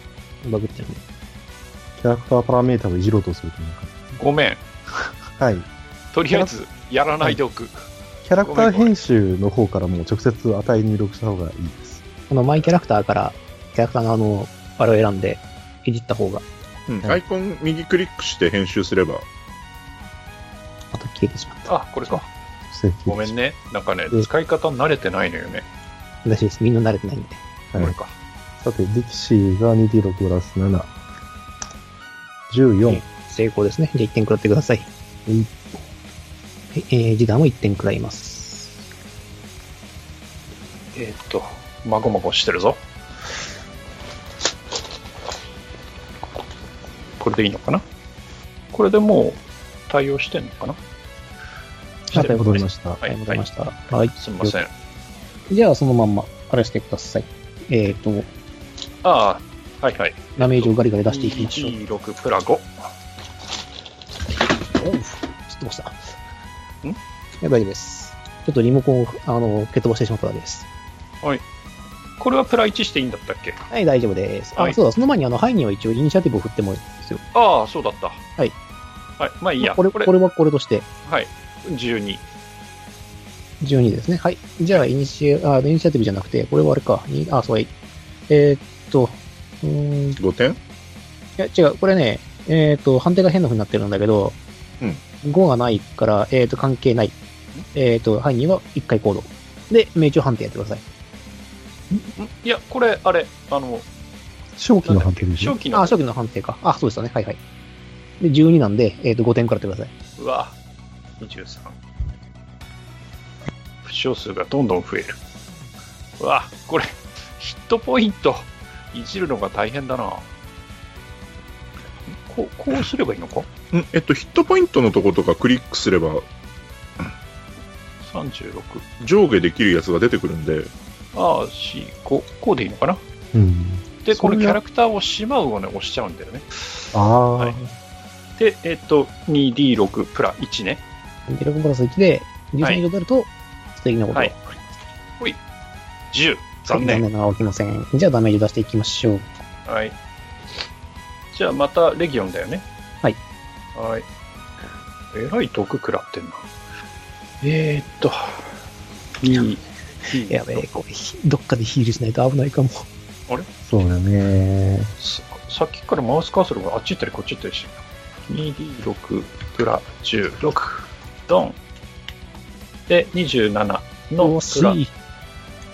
S2: バグってるね。
S1: キャラクターパラメータをいじろうとするとなんか。
S4: ごめん。
S1: はい。
S4: とりあえず、やらないでおく。
S1: キャラクター編集の方からもう直接値入力した方がいいです。
S2: このマイキャラクターから、キャラクターのあの、あれを選んで、いじった方が、
S3: うん。
S1: はい
S3: アイコン右クリックして編集すれば。
S2: また消えてしまった。
S4: あ、これか。
S1: 直接
S4: ごめんね。なんかね
S2: うん、
S4: 使い方慣れてないのよね。
S2: 大丈夫です。みんな慣れてないんで。
S1: は
S4: こ
S1: い
S4: れか。
S1: さて、ディキシーが 2D6 プラス7。14。
S2: うん成功ですね。じゃあ1点食らってください。はい。えー、時短も1点食らいます。
S4: えーっと、まごまごしてるぞ。これでいいのかなこれでもう対応してんのかな
S1: あ、ということりました。
S4: は
S2: あ
S4: い
S2: りがとうございました。はい。
S4: すみません。
S2: じゃあそのまんま、あれしてください。えっ、と、
S4: ああ、はいはい。
S2: ダメージをガリガリ出していきましょう。
S4: 6プラ5。
S2: おう、知ってました。
S4: ん
S2: いや大丈夫です。ちょっとリモコンを、あの、蹴飛ばしてしまったわけです。
S4: これはプラ1していいんだったっけ
S2: はい、大丈夫です。あ、
S4: はい
S2: そうだ、その前にあの、ハイには一応イニシアティブを振ってもいいですよ。
S4: ああ、そうだった。
S2: はい。
S4: はい、まあいいや。
S2: これ、これはこれとして、
S4: はい。12。
S2: 12ですね。はい。じゃあ、イニシア、あ、イニシアティブじゃなくて、これはあれか。にあ、そうはい。えーっと、うーん、い
S3: 5点
S2: や、違う。これね、えーっと、判定が変な風になってるんだけど、
S3: うん
S2: 5がないから、えーっと、関係ない。えーっと、犯人は1回行動。で、命中判定やってください。
S4: いや、これ、あれ、あの、
S1: 正気の判定でしょ
S4: 初期
S2: あ、
S4: の、
S2: 初期の判定か。あ、そうでしたね。はいはい。で、12なんで、えーっと、5点くらってください。
S4: うわ、23。負傷数がどんどん増える。うわ、これ、ヒットポイント、いじるのが大変だな。こう、こうすればいいのか
S3: うん。えっと、ヒットポイントのとことかクリックすれば
S4: ?36。
S3: 上下できるやつが出てくるんで、
S4: ああ、4、5、こうでいいのかな
S1: うん。
S4: で、この
S3: そ
S4: キ
S3: れが
S4: ャラクターをしまうをね、押しちゃうんだよね。
S1: ああ、
S4: はいで、えっと、2D6 プラ1ね。
S2: 16プラス1で、
S4: は
S2: 13
S4: い
S2: 以上出ると、素敵なこと。
S4: はい。ほい。10。残念。
S2: なが起きません。じゃあ、ダメージ出していきましょう。
S4: はい。じゃあまたレギオンだよね。
S2: はい。
S4: はい。えらい毒食らってんな。えー、っと、2、
S2: やべえ、これ、どっかでヒールしないと危ないかも。
S1: そうだね。
S4: ささっきからマウスカーソルがあっち行ったりこっち行ったりしてる。2D6 プラ16。ドン。で、27のプラ
S2: い。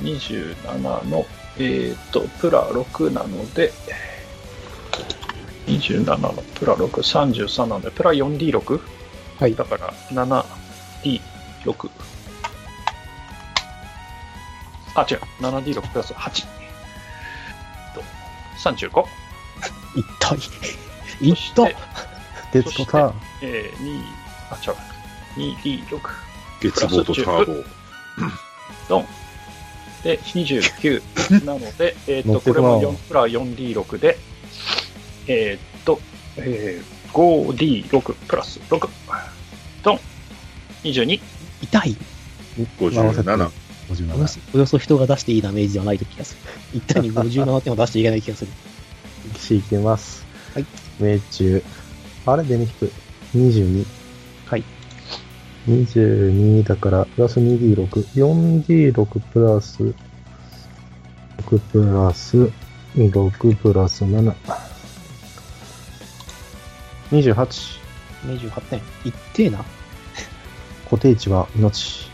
S4: 27の、えっと、プラ6なので、27のプラ6、33なので、プラ 4D6?
S2: はい
S4: だから、7D6。あ、違う。7D6 プラス8。と35。
S2: 一体。
S4: そ
S2: 一
S4: して
S2: 体。
S1: で、とか、
S4: えー、2、あ、違う。2D6。
S3: 月望とターボ。
S4: で、29なので、えっ
S1: 乗
S4: と、
S1: って
S4: こ
S1: く
S4: れ
S1: な
S4: も4プラ 4D6 で、えっと、えー、5D6 プラス6、ドン、22、
S2: 痛い。
S3: 57。
S2: およ
S1: 57。
S2: そおよそ人が出していいダメージではないと気がする。一体に57点を出していけない気がする。
S1: ディキシーいけます。
S2: はい。
S1: 命中。あれ、デメ引く。22。
S2: はい。
S1: 22だから、プラス 2D6。4D6 プラス、6プラス、6プラス7。28。
S2: 28点。一定な。
S1: 固定値は命。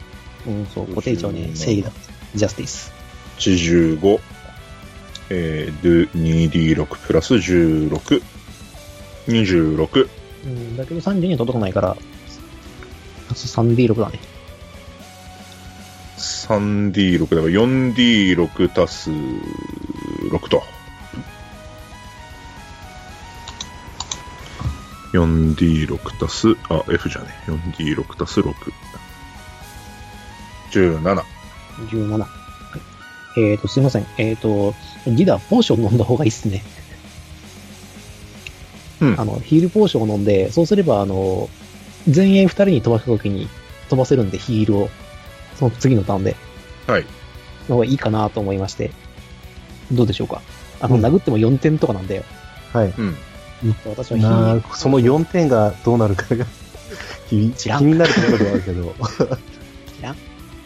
S2: うん、そう、固定値はね、正義だ。ジャスティス。
S3: 85、えー、2D6 プラス16、26、
S2: うん、だけど32には届かないから、3D6 だね。
S3: 3D6 だから 4D6 足す6と。4D6 足す、あ、F じゃね。4D6 足す6。17。
S2: 17。はいえーと、すいません。えーと、ギダ、ポーション飲んだ方がいいっすね。
S3: うん
S2: あの、ヒールポーションを飲んで、そうすれば、あの、前衛2人に飛ばした時に飛ばせるんで、ヒールを。その次のターンで。
S3: はい。
S2: の方がいいかなと思いまして。どうでしょうかあの、
S1: うん
S2: 殴っても4点とかなんで、
S1: はい。
S3: うん。
S2: 私はヒ
S1: な
S2: ー
S1: あその4点がどうなるかが気気になるところではあるけど。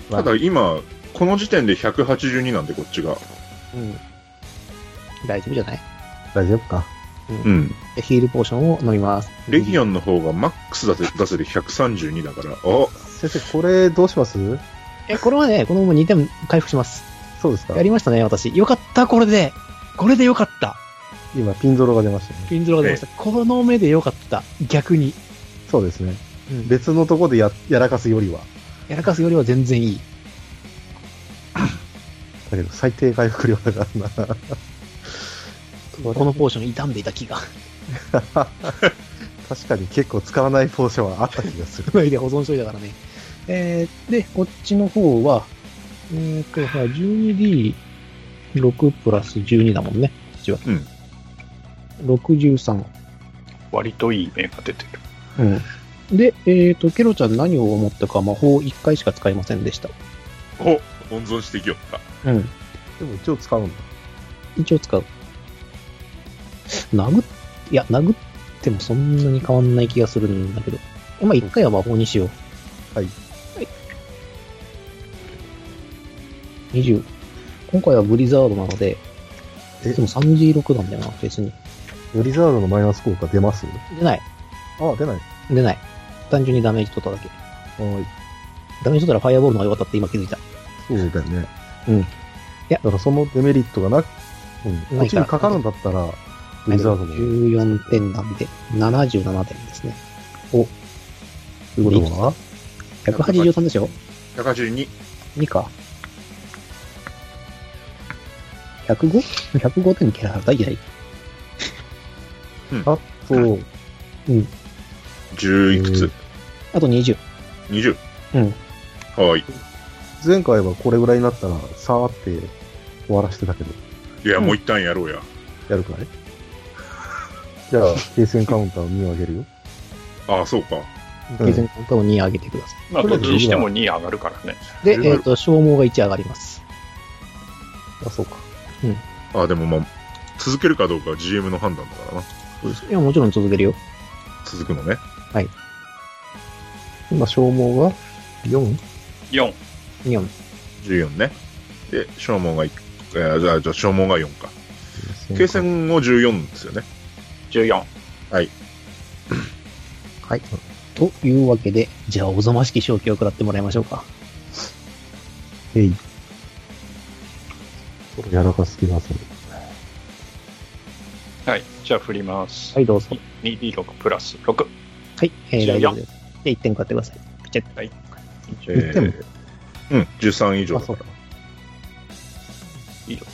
S3: ただ今、この時点で182なんで、こっちが。
S2: ル、うん。大丈夫じゃない
S1: 大丈夫か。
S3: うん。
S2: ヒールポーションを飲みます。
S3: レギオンの方がマックス出せ出せで132だから、あ
S1: 先生、これどうします
S2: え、これはね、このまま2点回復します。
S1: そうですか
S2: やりましたね、私。よかった、これで。これでよかった。
S1: 今、ピンゾロが出ましたね。
S2: ピンズロが出ました。この目でよかった。逆に。
S1: そうですね。
S2: うん
S1: 別のとこでややらかすよりは。
S2: やらかすよりは全然いい。
S1: だけど、最低回復量だからな。
S2: このポーション傷んでいた気が。
S1: 確かに結構使わないポーションはあった気がする。
S2: 前で保存しといたからね。えー、で、こっちの方は、えー、っと、ほら 12D6 プラス12だもんね。こっちは。
S3: うん。
S2: 63。
S4: 割といい面が出てる。
S2: うん。で、えー、っと、ケロちゃん何を思ったか魔法1回しか使いませんでした。
S3: お温存してきよった。
S2: うん。
S1: でも一応使うんだ。
S2: 一応使う。殴っ、いや、殴ってもそんなに変わんない気がするんだけど。まあ、一回は魔法にしよう。
S1: はい
S2: はい。20。今回はブリザードなので、
S1: え
S2: でも 3G6 なんだよな、別に。
S1: ブリザードのマイナス効果出ます
S2: 出ない。
S1: あ、出ない。
S2: 出ない。単純にダメージ取っただけ。
S1: はい。
S2: ダメージ取ったらファイアボールの方が良かったって今気づいた。
S1: そうだよね。
S2: うん
S1: いや、だからそのデメリットがな、うん。こ
S2: ない
S1: っち
S2: から
S1: にかかるんだったら、ブリザードも。
S2: 14点なんで、77点ですね。お。す
S1: こ
S2: ご
S1: れ
S2: い。
S1: は
S2: 183でしょ
S3: 182。
S2: 2か。105?105 点キャラだいやい。
S1: あと、
S3: 10いくつ、
S2: あと20。
S3: ?20。
S2: うん。
S3: はい。
S1: 前回はこれぐらいになったら、さーって終わらしてたけど、
S3: いや、もう一旦やろうや。
S1: やるかいじゃあ、停戦カウンターを見上げるよ。
S3: ああ、そうか。
S1: うん
S2: 経済カウンターを2上げてくださ
S4: まあ、
S1: とり
S4: ど
S1: あえず
S4: っちにしても2上がるからね。
S2: い。で、えっ、
S3: はい
S2: と、消耗が1上がります。
S1: あ、そうか。
S3: ああ、でもまあ、続けるかどうかは GM の判断だからな。
S2: いや、もちろん続けるよ。
S3: 続くのね。
S1: 今、消耗が 4?
S4: 4。
S2: 2ン
S3: 14ね。で、消耗が1、えーじゃあ、じゃあ消耗が4か。継戦を14ですよね。
S4: 14。
S2: はい。というわけで、じゃあ、おぞましき正気を食らってもらいましょうか。
S1: えい。それやらかす気がする。
S4: はい。じゃあ振ります。
S2: はい、どうぞ。
S4: 2D6 プラス6。
S2: はい、えー、
S4: じゃあ
S2: 大丈夫です。で、1点食らってください。
S3: え
S1: 言っても
S3: ーうん、13以上
S1: あ、
S3: だか
S1: そう
S3: ら
S1: か。。
S4: いいよと。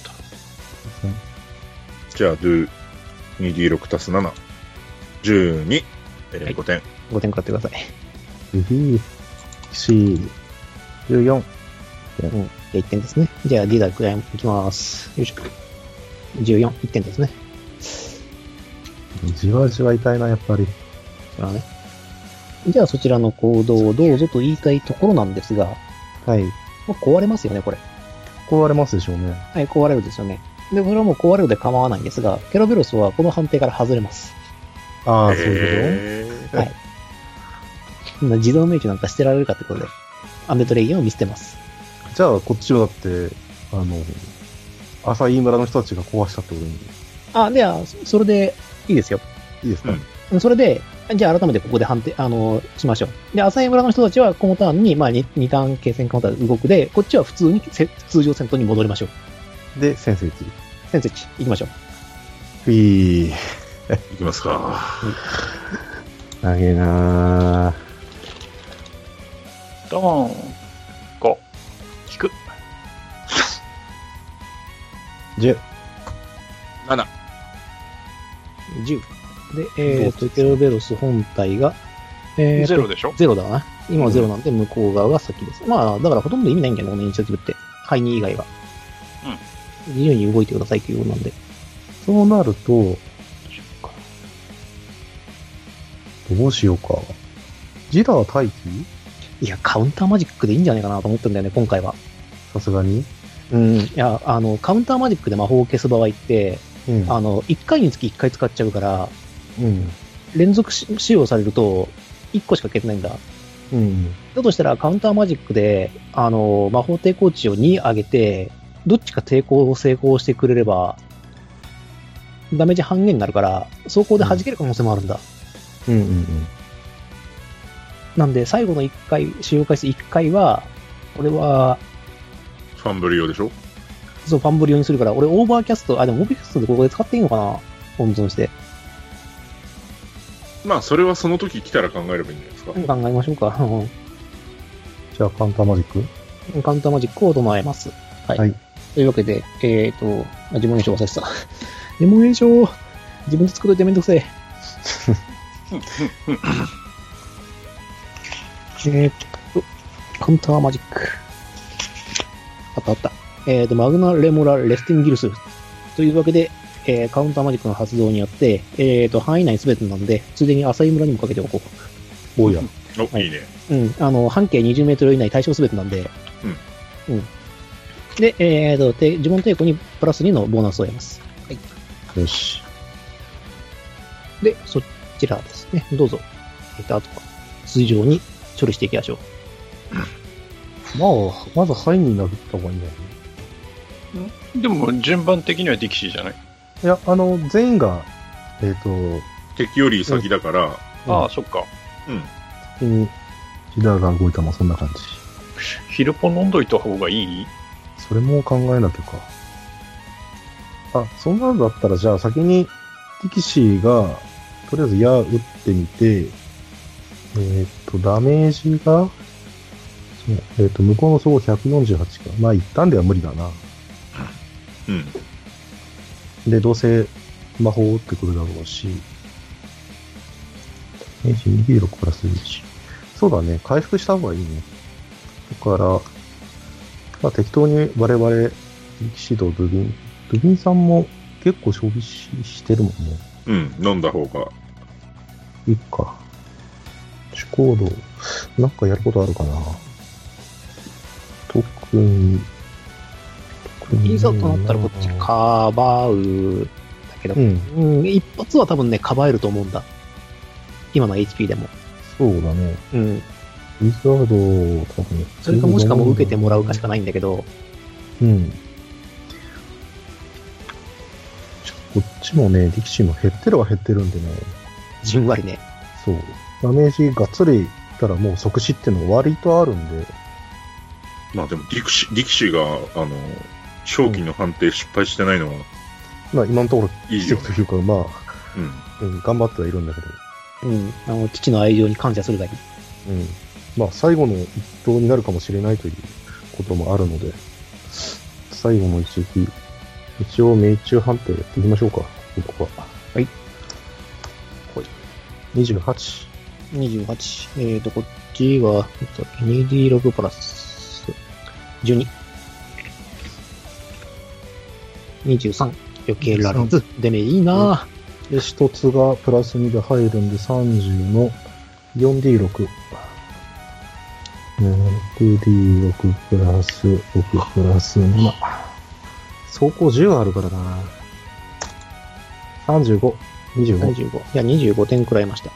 S3: じゃあ、do、2D6 足す7。12。え
S2: はい
S3: ー、5点。
S2: 5点食らってください。
S1: うひー。し14。
S2: で、1点ですね。じゃあ、リーダーくらいいきます。よいしょ。14、1点ですね。
S1: じわじわ痛いな、やっぱり。
S2: それはね。じゃあ、そちらの行動をどうぞと言いたいところなんですが、
S1: はい。
S2: もう壊れますよね、これ。
S1: 壊れますでしょうね。
S2: はい、壊れるですよね。で、これはもう壊れるで構わないんですが、ケロベロスはこの判定から外れます。
S1: ああ、そういうこ
S3: えー
S2: はい自動命中なんか捨てられるかってことで、アンデトレインを見捨てます。
S1: じゃあ、こっちをだって、あの、朝飯村の人たちが壊したってことに、
S2: あ、では、そそれでいいですよ。
S1: いいですか、
S3: うん
S2: それで、じゃあ改めてここで判定、あの、しましょう。で、朝日村の人たちはこのターンに、まあ2、二ターン継戦カウンターで動くで、こっちは普通にせ通常戦闘に戻りましょう。
S1: で、先生一。
S2: 先生ち、行きましょう。
S1: ふいー。
S3: いきますか。
S1: 長えなー
S4: ドーン5引く
S1: 10。
S3: 7。
S2: 10。で、えーと、ケロベロス本体が、えーと
S4: ゼロでしょ
S2: ゼロだな。今はゼロなんで、向こう側が先です。まあ、だからほとんど意味ないんだよね、このイニシアチブって。ハイニー以外は。自由に動いてくださいということなんで。
S1: そうなると、どうしようか。ジダー待機
S2: いや、カウンターマジックでいいんじゃないかなと思ったんだよね、今回は。
S1: さすがに。
S2: うん。いや、あの、カウンターマジックで魔法を消す場合って、
S1: うん
S2: あの、1回につき1回使っちゃうから、
S1: うん。
S2: 連続し使用されると、1個しか消せないんだ。
S1: うん。
S2: だとしたら、カウンターマジックで、あの、魔法抵抗値を2上げて、どっちか抵抗を成功してくれれば、ダメージ半減になるから、走行で弾ける可能性もあるんだ。
S1: うんうんうん。
S2: なんで、最後の1回、使用回数1回は、俺は、
S3: ファンブル用でしょ
S2: そう、ファンブル用にするから、俺オーバーキャスト、あ、でもオーバーキャストでここで使っていいのかな温存して。
S3: まあ、それはその時来たら考えればいいんじゃないですか。
S2: 考えましょうか。うん
S1: じゃあ、カウンターマジック
S2: カウンターマジックを唱えます。はい。
S1: はい
S2: というわけで、えっ、と、あ呪文炎症忘れてた。 呪文炎症、自分で作るってめんどくせえ。えっと、カウンターマジック。あったあった。えっ、と、マグナ・レモラ・レスティンギルス。というわけで、えーカウンターマジックの発動によって、えっ、と、範囲内全てなんで、ついでに浅井村にもかけておこう。
S1: おや。
S3: お、
S2: はい
S3: い、いね。
S2: うん、あの、半径20メートル以内対象すべてなんで、うん。で、えーと、て呪文抵抗にプラス2のボーナスを得ます。
S1: よし。
S2: で、そちらですね、どうぞ。えーと、あとは、通常に処理していきましょう。
S1: まあ、まずハイに殴った方がいいんじゃない
S4: でも順番的にはディキシーじゃない、
S1: いや、あの、全員が、えっ、と、
S3: 敵より先だから、
S4: ああそっか
S1: 先にジダーが動いたのはそんな感じ。
S4: ヒルポ飲んどいた方がいい
S1: それも考えなきゃか。あ、そんなんだったら、じゃあ先に、ティキシーが、とりあえず矢打ってみて、えーっと、ダメージが、そうえーっと、向こうの総合148か。まあ、一旦では無理だな。
S3: うん。
S1: で、どうせ、魔法を打ってくるだろうし、えー、2 6プラス1。そうだね、回復した方がいいね。だから、まあ、適当に我々、力士とドゥビン、ドゥビンさんも結構消費ししてるもんね。
S3: うん、飲んだ方が。
S1: いいか。主行動、なんかやることあるかな。特に、特
S2: いざとなったらこっち。かばう、だけど、
S1: うん、
S2: うん、一発は多分ね、かばえると思うんだ。今の HP でも。
S1: そうだね。
S2: うん。
S1: ウィザードを多分。
S2: それかもしかも受けてもらうかしかないんだけど、
S1: うん。ちょこっちもね、力士も減ってるは減ってるんでね、
S2: じんわりね。
S1: そう。ダメージがっつりいったらもう即死っていうのは割とあるんで、
S3: まあでも、力士、力士が、あの、賞金の判定失敗してないのは、
S1: まあ今のところ
S3: いい
S1: 奇
S3: よ
S1: 跡
S3: ね
S1: と。いうか、まあ、
S3: う
S1: う
S3: ん。
S1: ん、頑張ってはいるんだけど、
S2: うん。あの、父の愛情に感謝するだけ。
S1: うん。まあ最後の一投になるかもしれないということもあるので、最後の一撃、一応命中判定やってみましょうか、ここは。
S2: はい。
S1: はい。28。
S2: 28。えっ、と、こっちは、えっと 2D6 プラス12。23。避けられず。でね、いいなぁ。
S1: で、一つがプラス2で入るんで、30の 4D6。6D6 プラス6プラス7。走行10あるからな。35、25。
S2: 35。いや、25点くらいました。は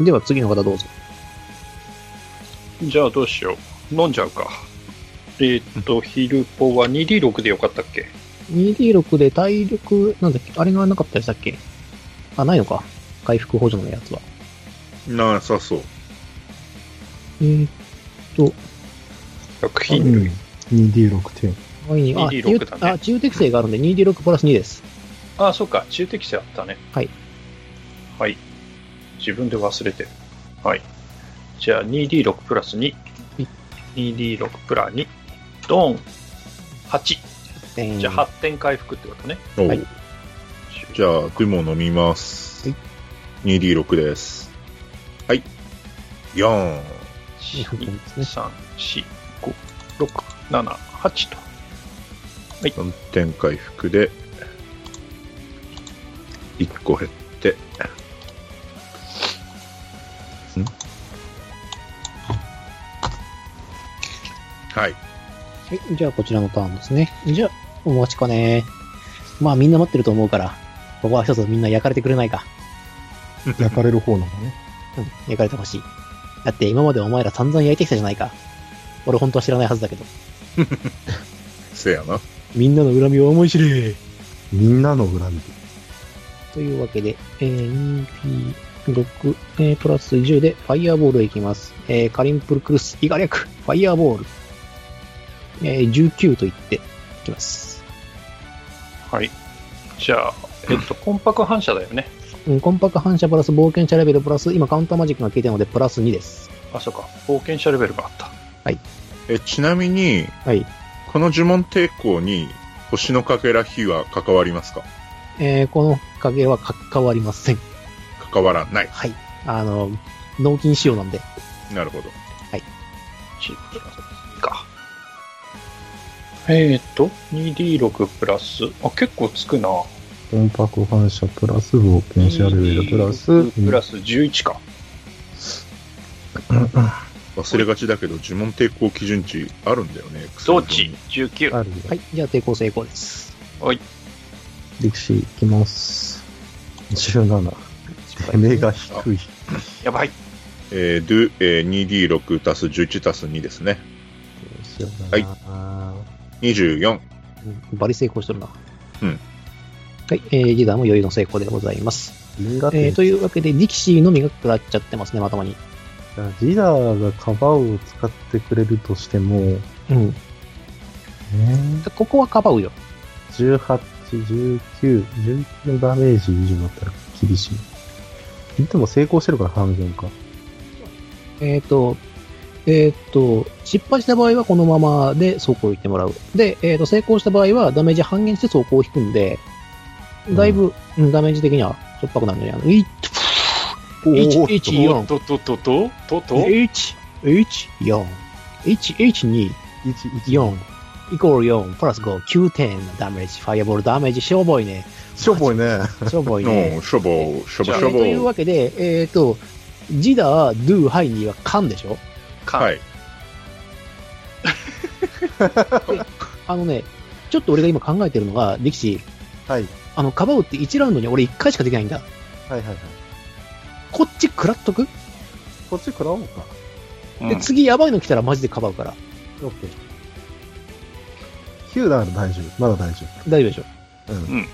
S2: い。では次の方どうぞ。
S4: じゃあどうしよう。飲んじゃうか。えーっと、ヒルポは 2D6 でよかったっけ
S2: 2D6 で体力、なんだっけあれがなかったでしたっけあ、ないのか。回復補助のやつは。
S3: なさそう。
S2: えー、
S4: 薬品類。
S1: 2D6 点。
S2: 前に、あ、
S4: 2D6 だね
S2: あ、治癒適性があるんで 2D6 プラス2です。
S4: ああ、そうか。中適性あったね。
S2: はい。
S4: はい。自分で忘れてる。はい。じゃあ 2D6 プラス2。2D6 プラ2。ドン。8。じゃあ8点回復ってことね。
S3: おう
S2: はい
S3: じゃあ、食い物飲みます。
S2: は
S3: 2D6 です。はい。4。
S4: 1 2 3 4 5 6 7 8と。
S3: 4点回復で、1個減って、んはい。
S2: はい、じゃあこちらのターンですね。じゃあ、お待ちかね。まあみんな待ってると思うから、ここは一つみんな焼かれてくれないか。
S1: 焼かれる方なのね。
S2: うん、焼かれてほしい。だって今までお前ら散々焼いてきたじゃないか。俺本当は知らないはずだけど。
S3: せやな。
S2: みんなの恨みを思い知れ
S1: みんなの恨み。
S2: というわけで、えー、2P6、えープラス10でファイヤーボールへ行きます。えーカリンプルクルス、イガ略ファイヤーボール。えー19と言っていきます。
S4: はい。じゃあ、えっと、魂魄反射だよね。
S2: うん、コンパク反射プラス冒険者レベルプラス、今カウンターマジックが効いてるのでプラス2です。
S4: あ、そうか。冒険者レベルがあった。
S3: え、ちなみに、
S2: はい。
S3: この呪文抵抗に、星のかけら火は関わりますか
S2: えーこの影は関わりません。
S3: 関わらない。
S2: はい。あの、納金仕様なんで。
S3: なるほど。
S4: 1か。えっと、2D6 プラス、あ、結構つくな。
S1: 本泊反射プラス冒険者レベルプラス。
S4: プラス11か。
S3: 忘れがちだけど、呪文抵抗基準値あるんだよね。
S4: どっち ?19。
S1: あるよ。
S2: はい。じゃあ抵抗成功です。
S1: 力士いきます。17。てめえが低い。
S4: やばい。
S3: えー、ドゥ、えー、2D6 足す11足す2ですね。はい
S1: い。
S3: 24。
S2: バリ成功しとるな。
S3: うん。
S2: はい。えー、ギダーも余裕の成功でございます。
S1: 銀河
S2: えー、
S1: 点。
S2: というわけで、ディキシーのみが食らっちゃってますね、まともに。
S1: ジダーがカバーを使ってくれるとしても、ね、
S2: うん。ここはかばうよ。
S1: 18、19、19ダメージ以上だったら厳しい。でも成功してるから半減か。
S2: えっ、と、えっ、と、失敗した場合はこのままで走行を行ってもらう。で、えっ、と、成功した場合はダメージ半減して走行を引くんで、だいぶ、うんダメージ的にはしょっぱくなるんじゃないのい114。
S4: とととととと。
S2: 114。114。イコール4、プラス5、9点のダメージ、ファイアボールダメージ、しょぼいね。
S1: しょぼいね。
S2: しょぼい
S3: の、
S2: ね。
S3: しょぼ、しょぼ
S2: え
S3: しょ
S2: ーという
S3: ぼ。
S2: わけで、えっ、と、ジダー、ドゥ、ハイニーはカンでしょ
S3: はいい。
S2: あのね、ちょっと俺が今考えてるのが、力士、
S1: はい。
S2: あの、かばうって1ラウンドに俺1回しかできないんだ。
S1: はいはいはい。
S2: こっち食らっとく、
S1: こっち食らおうか。
S4: うん
S2: で、次やばいの来たらマジでかばうから。
S1: オッケー。9なら大丈夫。まだ大丈
S2: 大丈夫でしょ
S1: 夫。うん。
S4: うん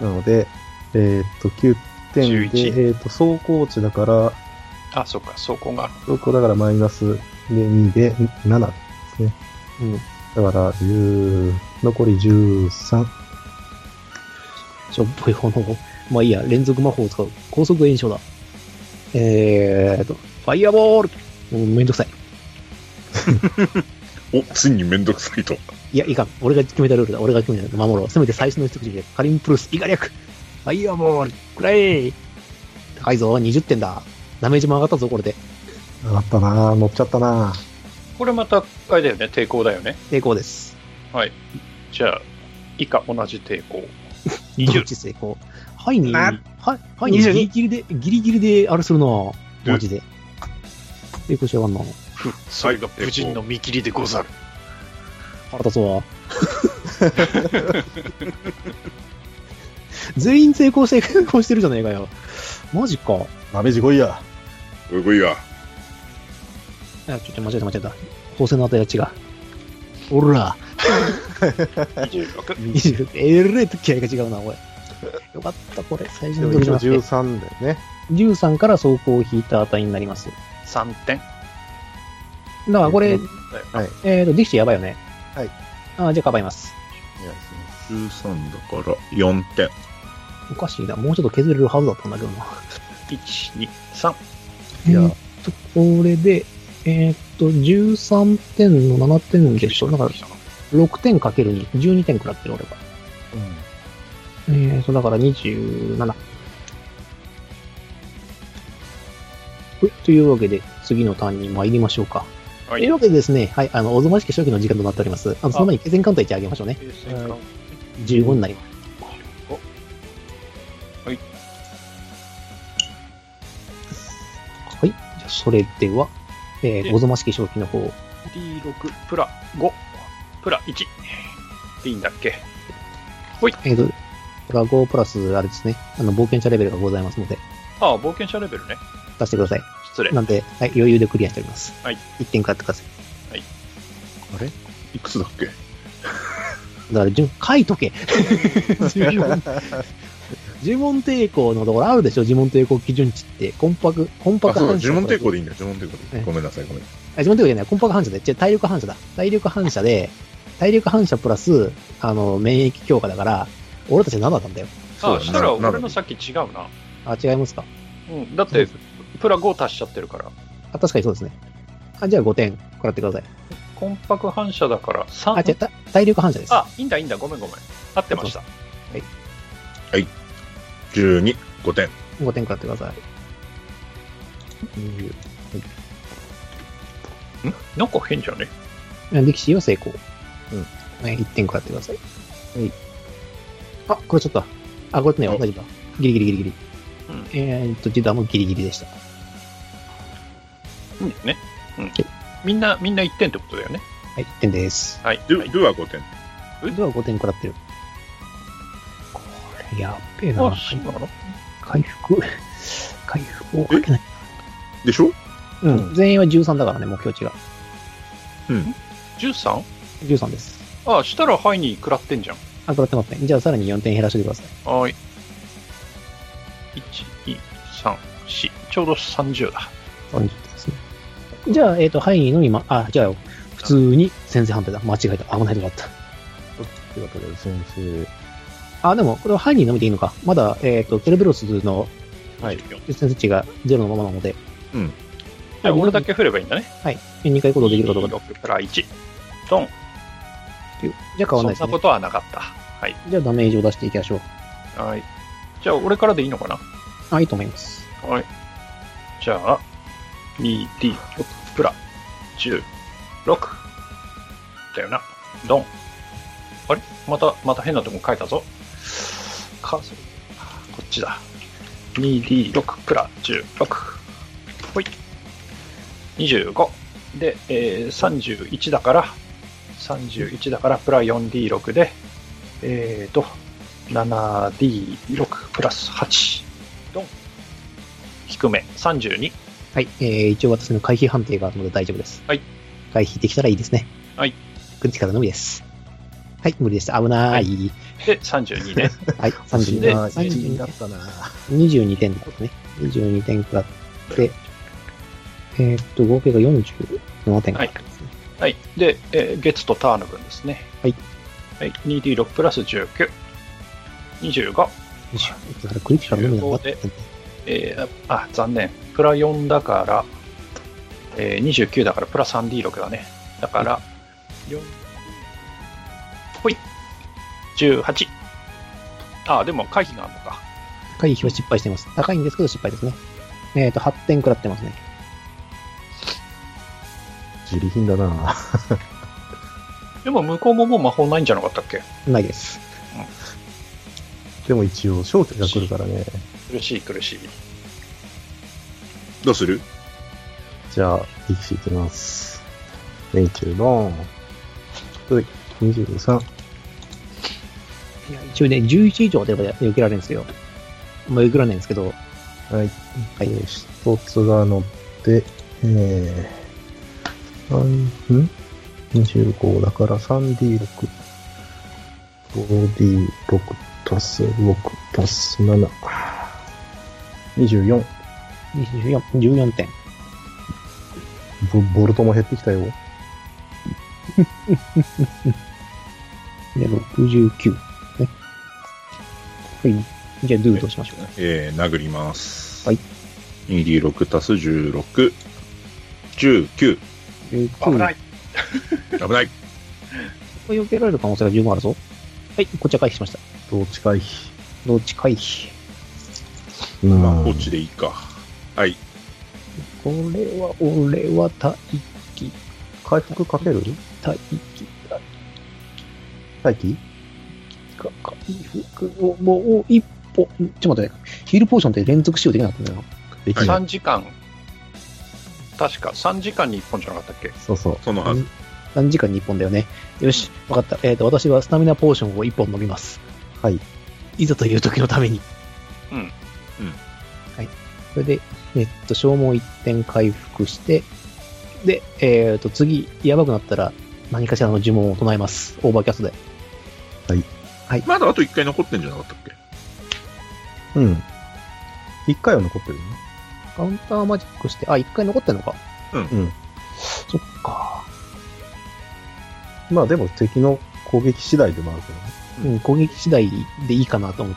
S1: なので、えーっと、9点で、
S4: 11
S1: えーっと、走行値だから、
S4: あ、そうか、そこがある。
S1: 走行だからマイナスで2で7ですね。
S2: うん。
S1: だから、10、残り13。
S2: しょっぽい炎。まあいいや、連続魔法を使う。高速炎症だ。えーと、ファイアボールもうめんどくさい。
S3: お、ついにめんどくさいと。
S2: いや、いかん。俺が決めたルールだ。俺が決めたルール守ろう。せめて最初の一口で、カリンプルス、イガリャク、ファイアボール、くらえ高いぞ、20点だ。ダメージも上がったぞ、これで。
S1: 上がったなぁ、乗っちゃったなぁ。
S4: これまた、あれだよね、抵抗だよね。
S2: 成功です。
S4: じゃあ、以下同じ抵抗。
S2: どっ
S4: 20。
S2: ち成功。ハイに、
S3: あ
S2: はい、ハイにギリギリで、ギリギリで、あれするなマジで。成功しやがんな
S4: ふそれが無人の見切りでござる。
S2: 腹立つわ。 全員成功して、成功してるじゃねえかよ。マジか。
S1: 鍋地来いや。
S3: うごいや。
S2: あ、ちょっと間違えた間違えた。法制の値が違う。おら、
S4: 26。
S2: 20えれと気合が違うな、おい。よかった、これ、最
S1: で
S2: 初の
S1: も
S2: ドル
S1: 一
S2: じゃ
S1: 応
S2: なくて。
S1: 13だよね。
S2: 13から走行を引いた値になります。
S4: 3点。
S2: だからこれ、
S1: うんはい。
S2: えっ、と、できてやばいよね。
S1: はい。
S2: あじゃあ、かばいます。
S1: お願いします
S3: 13だから4点。
S2: おかしいな。もうちょっと削れるはずだったんだけどな。
S4: 1、2、3。
S1: いや
S2: えーっと、これで、えーっと、13点の7点でしょ。だから、6点かける2、12点食らってる俺が。えーっと、だから27。ほいというわけで、次のターンに参りましょうか。と
S4: は
S2: いうわけでですね、はい、あの、おぞましき初期の時間となっております。あの、その前に、経前艦隊1上げましょうね。
S4: はい
S2: 15になります。
S4: はい。
S2: はい。じゃあ、それでは、えー、
S4: で
S2: おぞましき正気の方、
S4: D6 プラ5プラ1でいいんだっけ
S2: えーと、プラ5プラス、あれですね、あの、冒険者レベルがございますので、
S4: ああ、冒険者レベルね。
S2: 出してください。
S4: 失礼。
S2: なんで、はい、余裕でクリアしております。
S4: はい。
S2: 1点くらってください。
S3: いくつだっけ
S2: だから、順、書いと け呪 文呪文抵抗のところあるでしょ呪文抵抗基準値って、コンパク、コンパ
S3: あ、
S2: ク
S3: そうだ、
S2: 反射。
S3: 呪文抵抗でいいんだよ、呪文抵抗
S2: え
S3: で。ごめんなさい、ごめん。
S2: あ、自分のとこじゃない、コンパクト反射で、違う体力反射だ。体力反射で、体力反射プラス、あの、免疫強化だから、俺たち7だったんだよ。
S4: あ
S3: そう
S4: あ、
S3: だね
S4: したら
S3: な
S4: 俺のさっき違うな。
S2: あ、違いますか。
S4: うん、だって
S2: そ、
S4: プラ5足しちゃってるから。
S2: あ、確かにそうですね。あ、じゃあ5点、食らってください。
S4: コンパク反射だから
S2: あ、違う、
S4: 3。
S2: た体力反射です。
S4: あ、いいんだいいんだ。ごめんごめん。合ってました。
S3: 12、5点。
S2: 5点食らってください。うん
S4: なんか変じゃね
S2: 力士は成功。
S1: うん
S2: ね、1点食らってください。はい。あ、これちょっと、あ、これね、
S3: お
S2: 同じだ。ギリギリギリギリ。
S4: うん
S2: えーっと、ジダもギリギリでした。
S4: いいんだよね。うん。みんな、みんな1点ってことだよね。
S2: はい、1点です。
S4: はい。
S3: ル、
S4: はい
S3: ルは5点。
S2: では5点食らってる。これ、やっべえな
S4: あ、。そうなの
S2: 回復、回復をかけない。
S3: でしょ
S2: うん、全員は13だからね、目標値が。
S4: ?13?
S2: 13です。
S4: あ、したらハイに食らってんじゃん。
S2: あ、食らってますね。じゃあさらに4点減らしてください。
S4: はーい。1、2、3、4。ちょうど30だ。
S2: 40ですね。じゃあ、えっ、と、範囲の今、あ、じゃあ、普通に先制判定だ。間違えた。危ないとこだった。
S1: ということで、先生。
S2: あ、でも、これは範囲のみでいいのか。まだ、えっ、と、ケルベロスの
S4: はい。
S2: 先制値がゼロのままなので、
S4: じゃあ、俺だけ振ればいいんだね。
S2: はい。2回行動できるかどうか。
S4: 6プラ1。ドン。
S2: じゃあ変わ
S4: そ
S2: んな
S4: ん
S2: い
S4: な
S2: です
S4: こ
S2: ね。
S4: とはなかった。はい。
S2: じゃあダメージを出していきましょう。
S4: はい。じゃあ、俺からでいいのかな
S2: あ、いいと思います。
S4: はい。じゃあ、2D6 プラ16。だよな。ドン。あれまた、また変なとこ書いたぞ。カーソル。こっちだ。2D6 プラ16。ほい。25。で、えー、31だから、31だからプラ 4D6 で、えーと、7D6 プラス8。ドン。低め。32。
S2: はい。えー、一応私の回避判定があるので大丈夫です。
S4: はい。
S2: 回避できたらいいですね。
S4: はい。
S2: クリティカルのみです。はい、無理でした。危な。
S4: はいで、32ね。
S2: はい、
S1: 星
S2: 32
S4: で
S1: が1に
S2: 32
S1: なったな。
S2: 22点だったね。22点くらって、えーっと、合計が47点くらってますね。
S4: はい。で、えー月とターンの分ですね。
S2: はい。
S4: はい。2D6 プラス19。25。
S2: 20だからクリティカルのみなんだって。
S4: えーあ、残念。プラ4だから、えー29だからプラ 3D6 だね。だから、4。ほい。18。あ、でも回避があるのか。
S2: 回避は失敗してます。高いんですけど失敗ですね。えーっと、8点くらってますね。
S1: 自利品だな。
S4: でも向こうももう魔法ないんじゃなかったっけ
S2: ないです。
S1: でも一応、焦点が来るからね。
S4: 苦しい苦しい。
S3: どうする
S1: じゃあ、力士いきます。連中の、はい、23。
S2: いや、一応ね、11以上出ればや避けられるんですよ。まあ、避けられないんですけど、
S1: はい。
S2: は
S1: はいい。一つが乗って、えー、3、ん ?25 だから 3D6。5D6 足す6足す7。24。
S2: 24、14点。
S1: ボボルトも減ってきたよ。
S2: で、69。ね。はい。じゃあ、ドゥどうしましょう。
S3: えー、殴ります。
S2: はい。。
S3: 2D6 足す16、19。
S4: 危ないい。
S3: 危ない。
S2: これ避けられる可能性が十分あるぞ。はい、こっちは回避しました。
S1: どう近い。
S2: どっち回避。
S1: う
S3: まあ、こっ
S1: ん
S3: ちでいいか。はい。
S2: これは、俺は大気、
S1: 回復かける
S2: 大気、大
S1: 待機
S2: 気か、回復をもう一歩。ちょっと待ってね。ヒールポーションって連続使用できなかったんだよな。
S1: できない。
S4: 3時間、確か3時間に1本じゃなかったっけ
S1: そうそう。
S3: そのはず。
S2: 何時間に1本だよね。よし、わかった。えっ、と、私はスタミナポーションを1本飲みます。
S1: はい。
S2: いざという時のために。
S4: うんうん
S2: はい。それで、えっと、消耗1点回復して、で、えっと、次、やばくなったら、何かしらの呪文を唱えます。オーバーキャストで。
S3: まだあと1回残ってんじゃなかったっけ
S1: うん。一回は残ってるね。
S2: カウンターマジックして、あ、1回残ってんのか。
S1: うん。
S2: そっか。
S1: まあでも敵の攻撃次第でもあるけどね。
S2: うん、攻撃次第でいいかなと思っ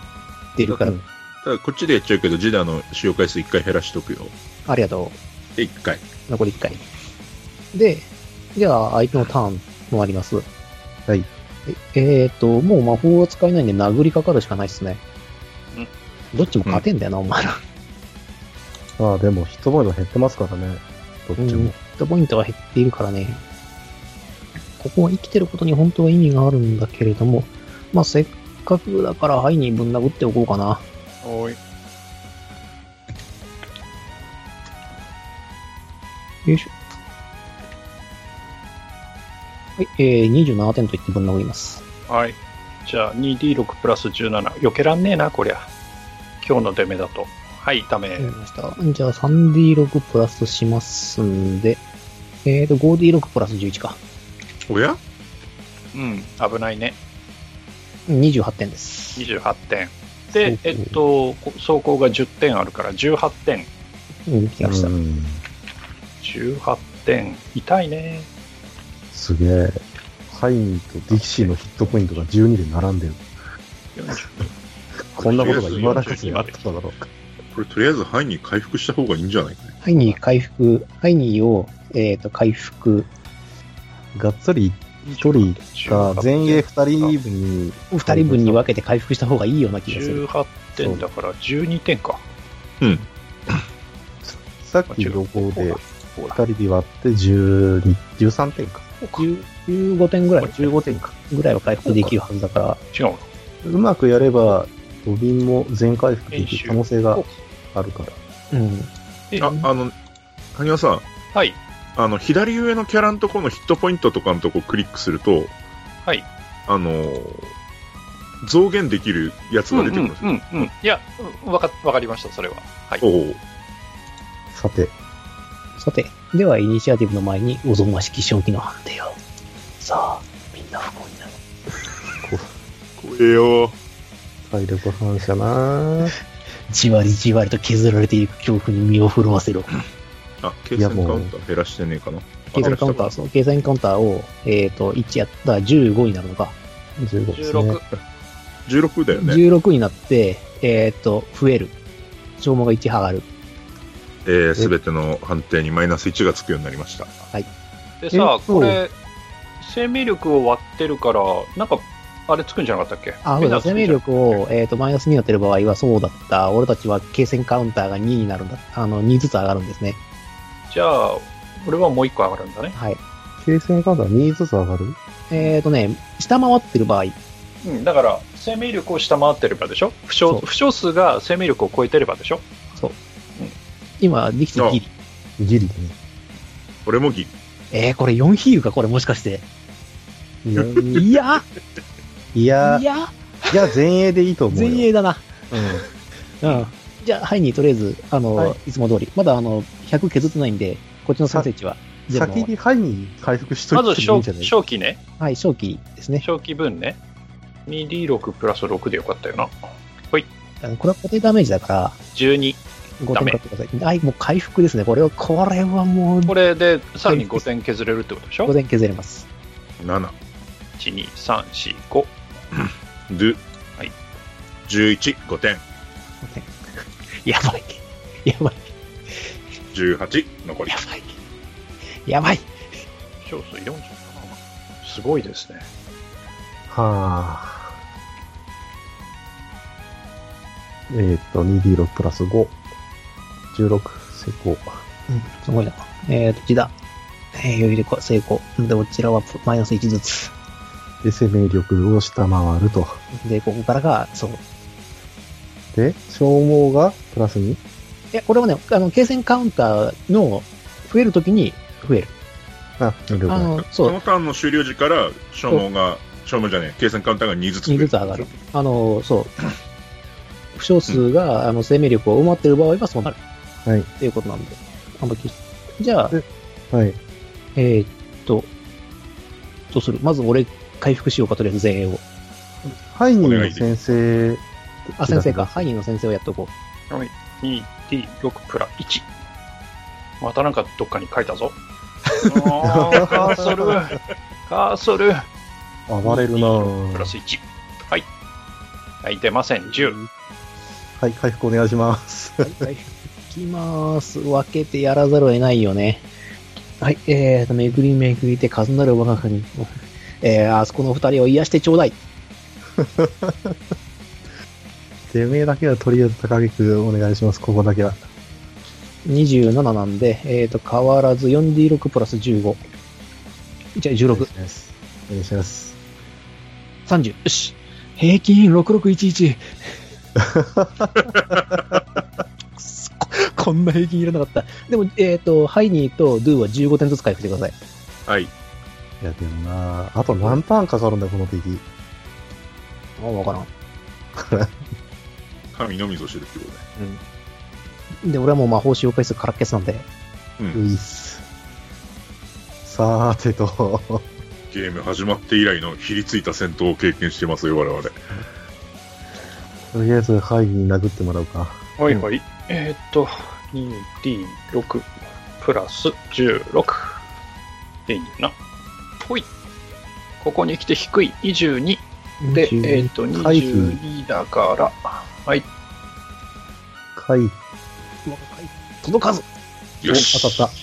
S2: てるから、
S1: うん。
S3: ただ、こっちでやっちゃうけど、ジダの使用回数1回減らしとくよ。
S2: ありがとう。
S3: で、1回。
S2: 残り1回。で、じゃあ相手のターンもあります。はいえーっ、と、もう魔法は使えないんで殴りかかるしかないですね。
S4: うん
S2: どっちも勝てんだよな、お前ら。
S1: まあでもヒットポイント減ってますからね。どっち
S2: うん
S1: も
S2: ヒ。ットポイントが減っているからね。ここは生きてることに本当は意味があるんだけれども、まあせっかくだからハイにぶん殴っておこうかな。
S4: おい。
S2: よいしょ。はい、えー、27点と言ってぶん殴ります。
S4: はい。じゃあ 2D6 プラス17。避けらんねえな、こりゃ。今日の出目だと。はい、ダメ。
S2: わかりました。じゃあ 3D6 プラスしますんで、えーと、5D6 プラス11か。
S3: おや
S4: うん、危ないね。
S2: 28点です。
S4: 28点。で、えっと、こ走行が10点あるから、18点。
S2: うん、来ました。
S1: うん
S4: 18点。痛いね。
S1: すげえ。ハインとディキシーのヒットポイントが12で並んでる。こんなことが今だけにあってただろうか。
S3: これ、とりあえず範囲に回復した方がいいんじゃないかね。
S2: ハイニー回復、ハイニーを、えーと、回復、
S1: がっつり一人が前衛二人分に、
S2: 二人分に分けて回復した方がいいような気がする。
S4: 18点だから12点か。
S3: うん。
S1: さっきの方
S4: ほ
S1: で
S4: らほら
S1: 二人で割って12、13点か。
S2: 10 15点ぐらい、15点か。ぐらいは回復できるはずだから、
S4: 違うの
S1: うまくやれば、ドビンも全回復できる可能性が
S4: 練習
S1: あるから。
S2: うん。
S4: え
S3: あ、あの、萩原さん、
S4: はい。
S3: あの、左上のキャラのところのヒットポイントとかのところクリックすると、
S4: はい。
S3: あのー増減できるやつが出てくるんです
S4: うんう
S3: よ。
S4: んうんうん。いや、うんわか、わかりました、それは。はい。
S3: おおう
S1: さて、
S2: さて、ではイニシアティブの前に、おぞましき正気の判定を。さあ、みんな不幸になる。
S3: 怖えよ
S1: 体力反射なぁ。
S2: じわりじわりと削られていく恐怖に身を震わせろ。
S3: あ、計算カウンター減らしてねえかな。
S2: 計算カウンター、その計算カウンターを、えっ、と、1やったら15になるのか。
S1: 15ですね。
S4: 16。
S3: 16だよね。
S2: 16になって、えっ、と、増える。消耗が1上がる。
S3: えすべての判定にマイナス1がつくようになりました。
S4: でさ、
S1: えそう
S4: これ、生命力を割ってるから、なんか、あれつくんじゃなかったっけ
S2: あ、そうだ、生命。力を、えっ、と、マイナス2になってる場合は、そうだった。俺たちは、計戦カウンターが2になるんだ。あの、2ずつ上がるんですね。
S4: じゃあ、俺はもう一個上がるんだね。
S2: はい。
S1: 経線カウンター2ずつ上がる
S2: えっ、とね、下回ってる場合、
S4: うん、だから、生命力を下回ってればでしょ負傷
S2: そう
S4: 負傷数が生命力を超えてればでしょ
S2: 今、できてギリ。
S1: ギリね。
S3: 俺もギリ。
S2: えー、これ4比喩か、これもしかして。
S1: いや
S2: いや
S1: いや
S2: いや
S1: いや、前衛でいいと思うよ。
S2: 前衛だな。
S1: う
S2: うん。じゃあ、ハイにとりあえず、あの、、
S1: はい
S2: つも通り。まだ、あの、100削ってないんで、こっちの先生値は、
S1: ん。
S2: ゼロの
S1: 先にハイに回復しと
S4: ま
S1: い
S4: ず
S1: てもいい
S4: 正
S1: んじゃない
S4: 正気ね。
S2: はい、正気ですね。
S4: 正気分ね。2D6 プラス6でよかったよな。
S2: あのこれは固定ダメージだから、
S4: 12。
S2: 5点買ってください。はい、もう回復ですね。これは、これはもう、
S4: これでさらに5点削れるってことでしょ
S2: 5点削れます。
S3: 7。
S4: ?1、2、3、4、5。
S3: で、
S4: はい、
S3: 11、5点。
S2: やばい。やばい。
S3: 18、残り
S2: や。ばい。やばい。
S4: 小数40かな。すごいですね。
S1: はぁ。えっ、と、2D6 プラス5。16、成功。
S2: うん、すごいな。えーと、ちだ。えー、余裕でこ成功。で、こちらはマイナス1ずつ。
S1: で、生命力を下回ると。
S2: で、ここからが、そう。い
S1: で、消耗がプラス 2?
S2: や、これはね、あの、継戦カウンターの、増えるときに増える。
S1: あ、了
S2: あ
S1: 解。
S2: の、そ、
S3: そうのターンの終了時から、消耗が、消耗じゃねえ、計算カウンターが2ずつ増え
S2: 2ずつ上がる。。あの、そう。負傷数が、あの、生命力を埋まってる場合はそうなる。
S1: はい
S2: っていうことなんで。あんまり気にしじゃあ、
S1: はい。
S2: えーっと、どうするまず俺、回復しようか、とりあえず前衛を。
S1: ハイニー
S3: お願
S1: の
S3: いし
S1: 先
S3: ま
S1: 生、
S2: あ、先生か。ハイニーの先生をやっとこ
S4: 2D6 プラ1。またなんかどっかに書いたぞ。あーカーソル。カーソル。
S1: 暴れるな
S4: プ
S1: ぁ
S4: ラ。ス1。はい。はい、出ません。10。
S1: はい、回復お願いします。
S2: う。はい、行きます。分けてやらざるを得ないよね。はい、えーと、めぐりめぐりて数なる我が国に。 えー、あそこの二人を癒してちょうだい。
S1: てめえだけはとりあえず高木くんお願いします、ここだけは。
S2: 27なんで、えーと、変わらず 4D6 プラス15。じゃ
S1: お願
S2: あ16、
S1: いします。お願いします。
S2: 30。よし。平均6611。くそこ こんな平均いらなかった。でも、えーと、ハイニーとドゥは15点ずつ回復してください。
S3: はい。
S1: いや、でもなぁ、あと何ターンかかるんだよ、この敵。
S2: あ、わからん。
S3: 神のみぞ知るってことね。
S2: で、俺はもう魔法使用回数からっけつなんで、
S3: う。
S1: うんいっす。さーてと、
S3: ゲーム始まって以来のひりついた戦闘を経験してますよ、我々。
S1: とりあえずハイニー殴ってもらうか。
S4: はいはい。えーっと、2D6 プラス16。でいいな。ほい。ここに来て低い22。で、
S1: 22
S4: えーっと、
S1: 回避
S4: 22だから、はい。
S1: 回避
S2: 届かず
S3: よし。
S1: 当たった。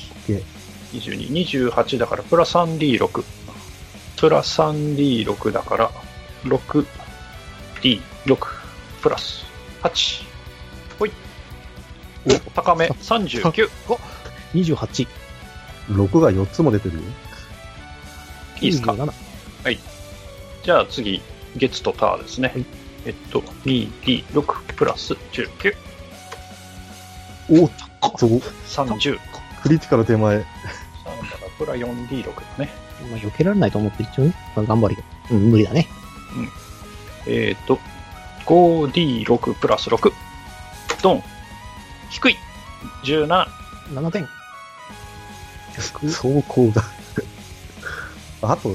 S4: 22、28だから、プラ 3D6。プラ 3D6 だから、6D6 プラス8。ほい。お高め、39。
S2: !28、
S1: 6が4つも出てるよ。
S4: いいですか
S2: 27。
S4: じゃあ次、月とターですね。えっと、2D6 プラス19、
S1: おっと、
S4: 30。
S1: クリティカル手前。
S4: 3だからプラ 4D6 だね。
S2: まあ、避けられないと思って一応ね、まあ、頑張るよ。うん、無理だね。
S4: えっと、5D6 プラス6。ドン。低い。17。
S2: 7点。
S1: 走行が。あと、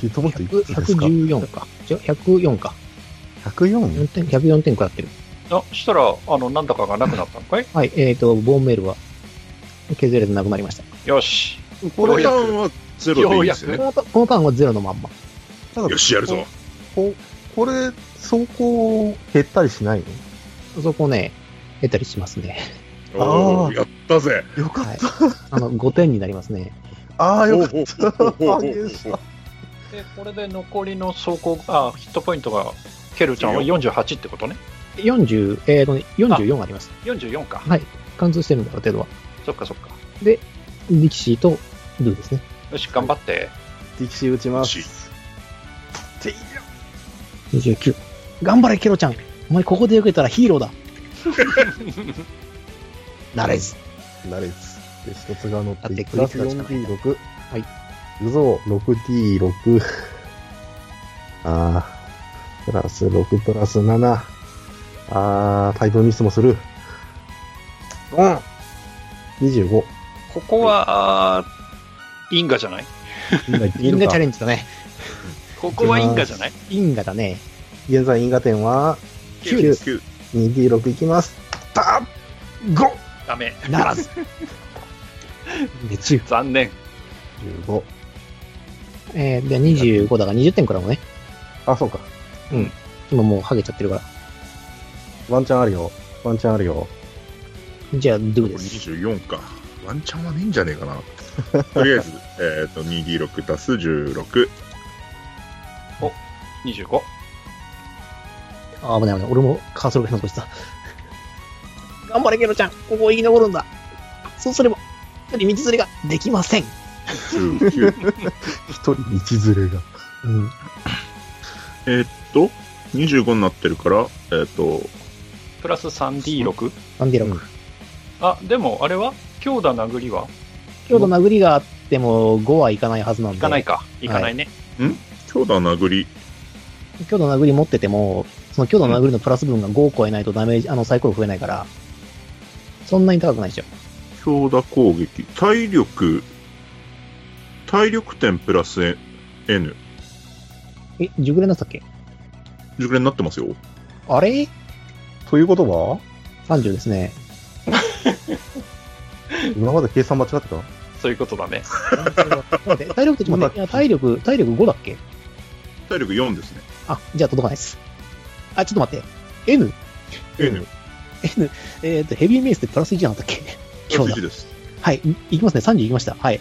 S1: ヒットボットいくつですか
S2: 114か。違う、104か。
S1: 104?
S2: 4点、104点くらってる。
S4: あ、したら、あの、なんだかがなくなったのかい
S2: はい、えーと、ボーンメールは削れてなくなりました。
S4: よし。
S3: このターンはゼロでいいですよね。
S2: このタこのターンはゼロのまんま。
S1: ただ
S3: よし、やるぞ。
S1: ここれ、走行減ったりしない
S2: そこね、得たりしますね。
S3: お
S1: あ
S3: ーやったぜ。
S1: のよか
S2: はい。あの、5点になりますね。
S1: ああ、よかった。
S3: お
S1: 反映した
S3: お
S4: で、これで残りの走行、あ、ヒットポイントが、ケルちゃんは48ってことね。
S2: 40、えーとね、44あります。
S4: 44か。
S2: はい。貫通してるんだ、ある程度は。
S4: そっかそっか。
S2: 力士とルーですね。
S4: よし、頑張って。
S1: 力士打ちます。
S2: 29。頑張れ、ケロちゃん。お前ここでよけたらヒーローだ。なれず。
S1: なれつ。で、一つが乗っていく、プ
S2: だ
S1: ラ
S2: っ
S1: ス
S2: てクリティカルし
S1: 4D6。
S2: はい。
S1: うぞ、6D6。ああ。プラス6プラス7。あー、タイプミスもする。うん。25。
S4: ここは、あー因果じゃない
S2: 因果チャレンジだね。
S4: ここは因果じゃない
S2: 因果だね。
S1: 現在因果点は
S3: 9です、9。
S1: 2D6 いきます。バッ !5!
S4: ダメ。
S2: ならず。で、中。
S4: 残念。
S1: 15。
S2: えー、で、25だから20点くらいもね。
S1: あ、そうか。
S2: 今もうハゲちゃってるから。
S1: ワンチャンあるよ。ワンチャンあるよ。
S2: じゃあ、ドゥです。
S3: 24か。ワンチャンはねえんじゃねえかな。 とりあえず、えっ、と、2D6 足す16。
S4: 25。
S2: あ、危ない危ない。俺もカーソルが残してた。頑張れ、ゲロちゃん。ここを生き残るんだ。そうすれば、一人道連れができません。
S3: 19。
S1: 一人道連れが。
S2: うん。
S3: えっと、25になってるから、えっ、と、
S4: プラス 3D6?
S2: なんでやろう。
S4: あ、でも、あれは強打殴りは
S2: 強度殴りがあっても5はいかないはずなんで。
S4: いかないか。いかないね。
S3: 強打殴り。
S2: 強度殴り持ってても、その強度殴りのプラス分が5を超えないとダメージ、あの、サイコロ増えないから、そんなに高くないでしょ。
S3: 強打攻撃。体力、体力点プラス N。
S2: え、熟練だったっけ
S3: 熟練になってますよ。
S2: あれ
S1: ということは
S2: ?30 ですね。
S1: 今まで計算間違ってた
S4: そういうことだね。
S2: 待って体力ってちょっと待って、いや体力、体力5だっけ
S3: 体力4ですね。
S2: あ、じゃあ届かないです。あ、ちょっと待って。N、
S3: N。
S2: N、えっ、と、ヘビーメイスでプラス1じゃなかったっけ 強打
S3: 1。です。
S2: はい、いいきますね。30いきました。はい。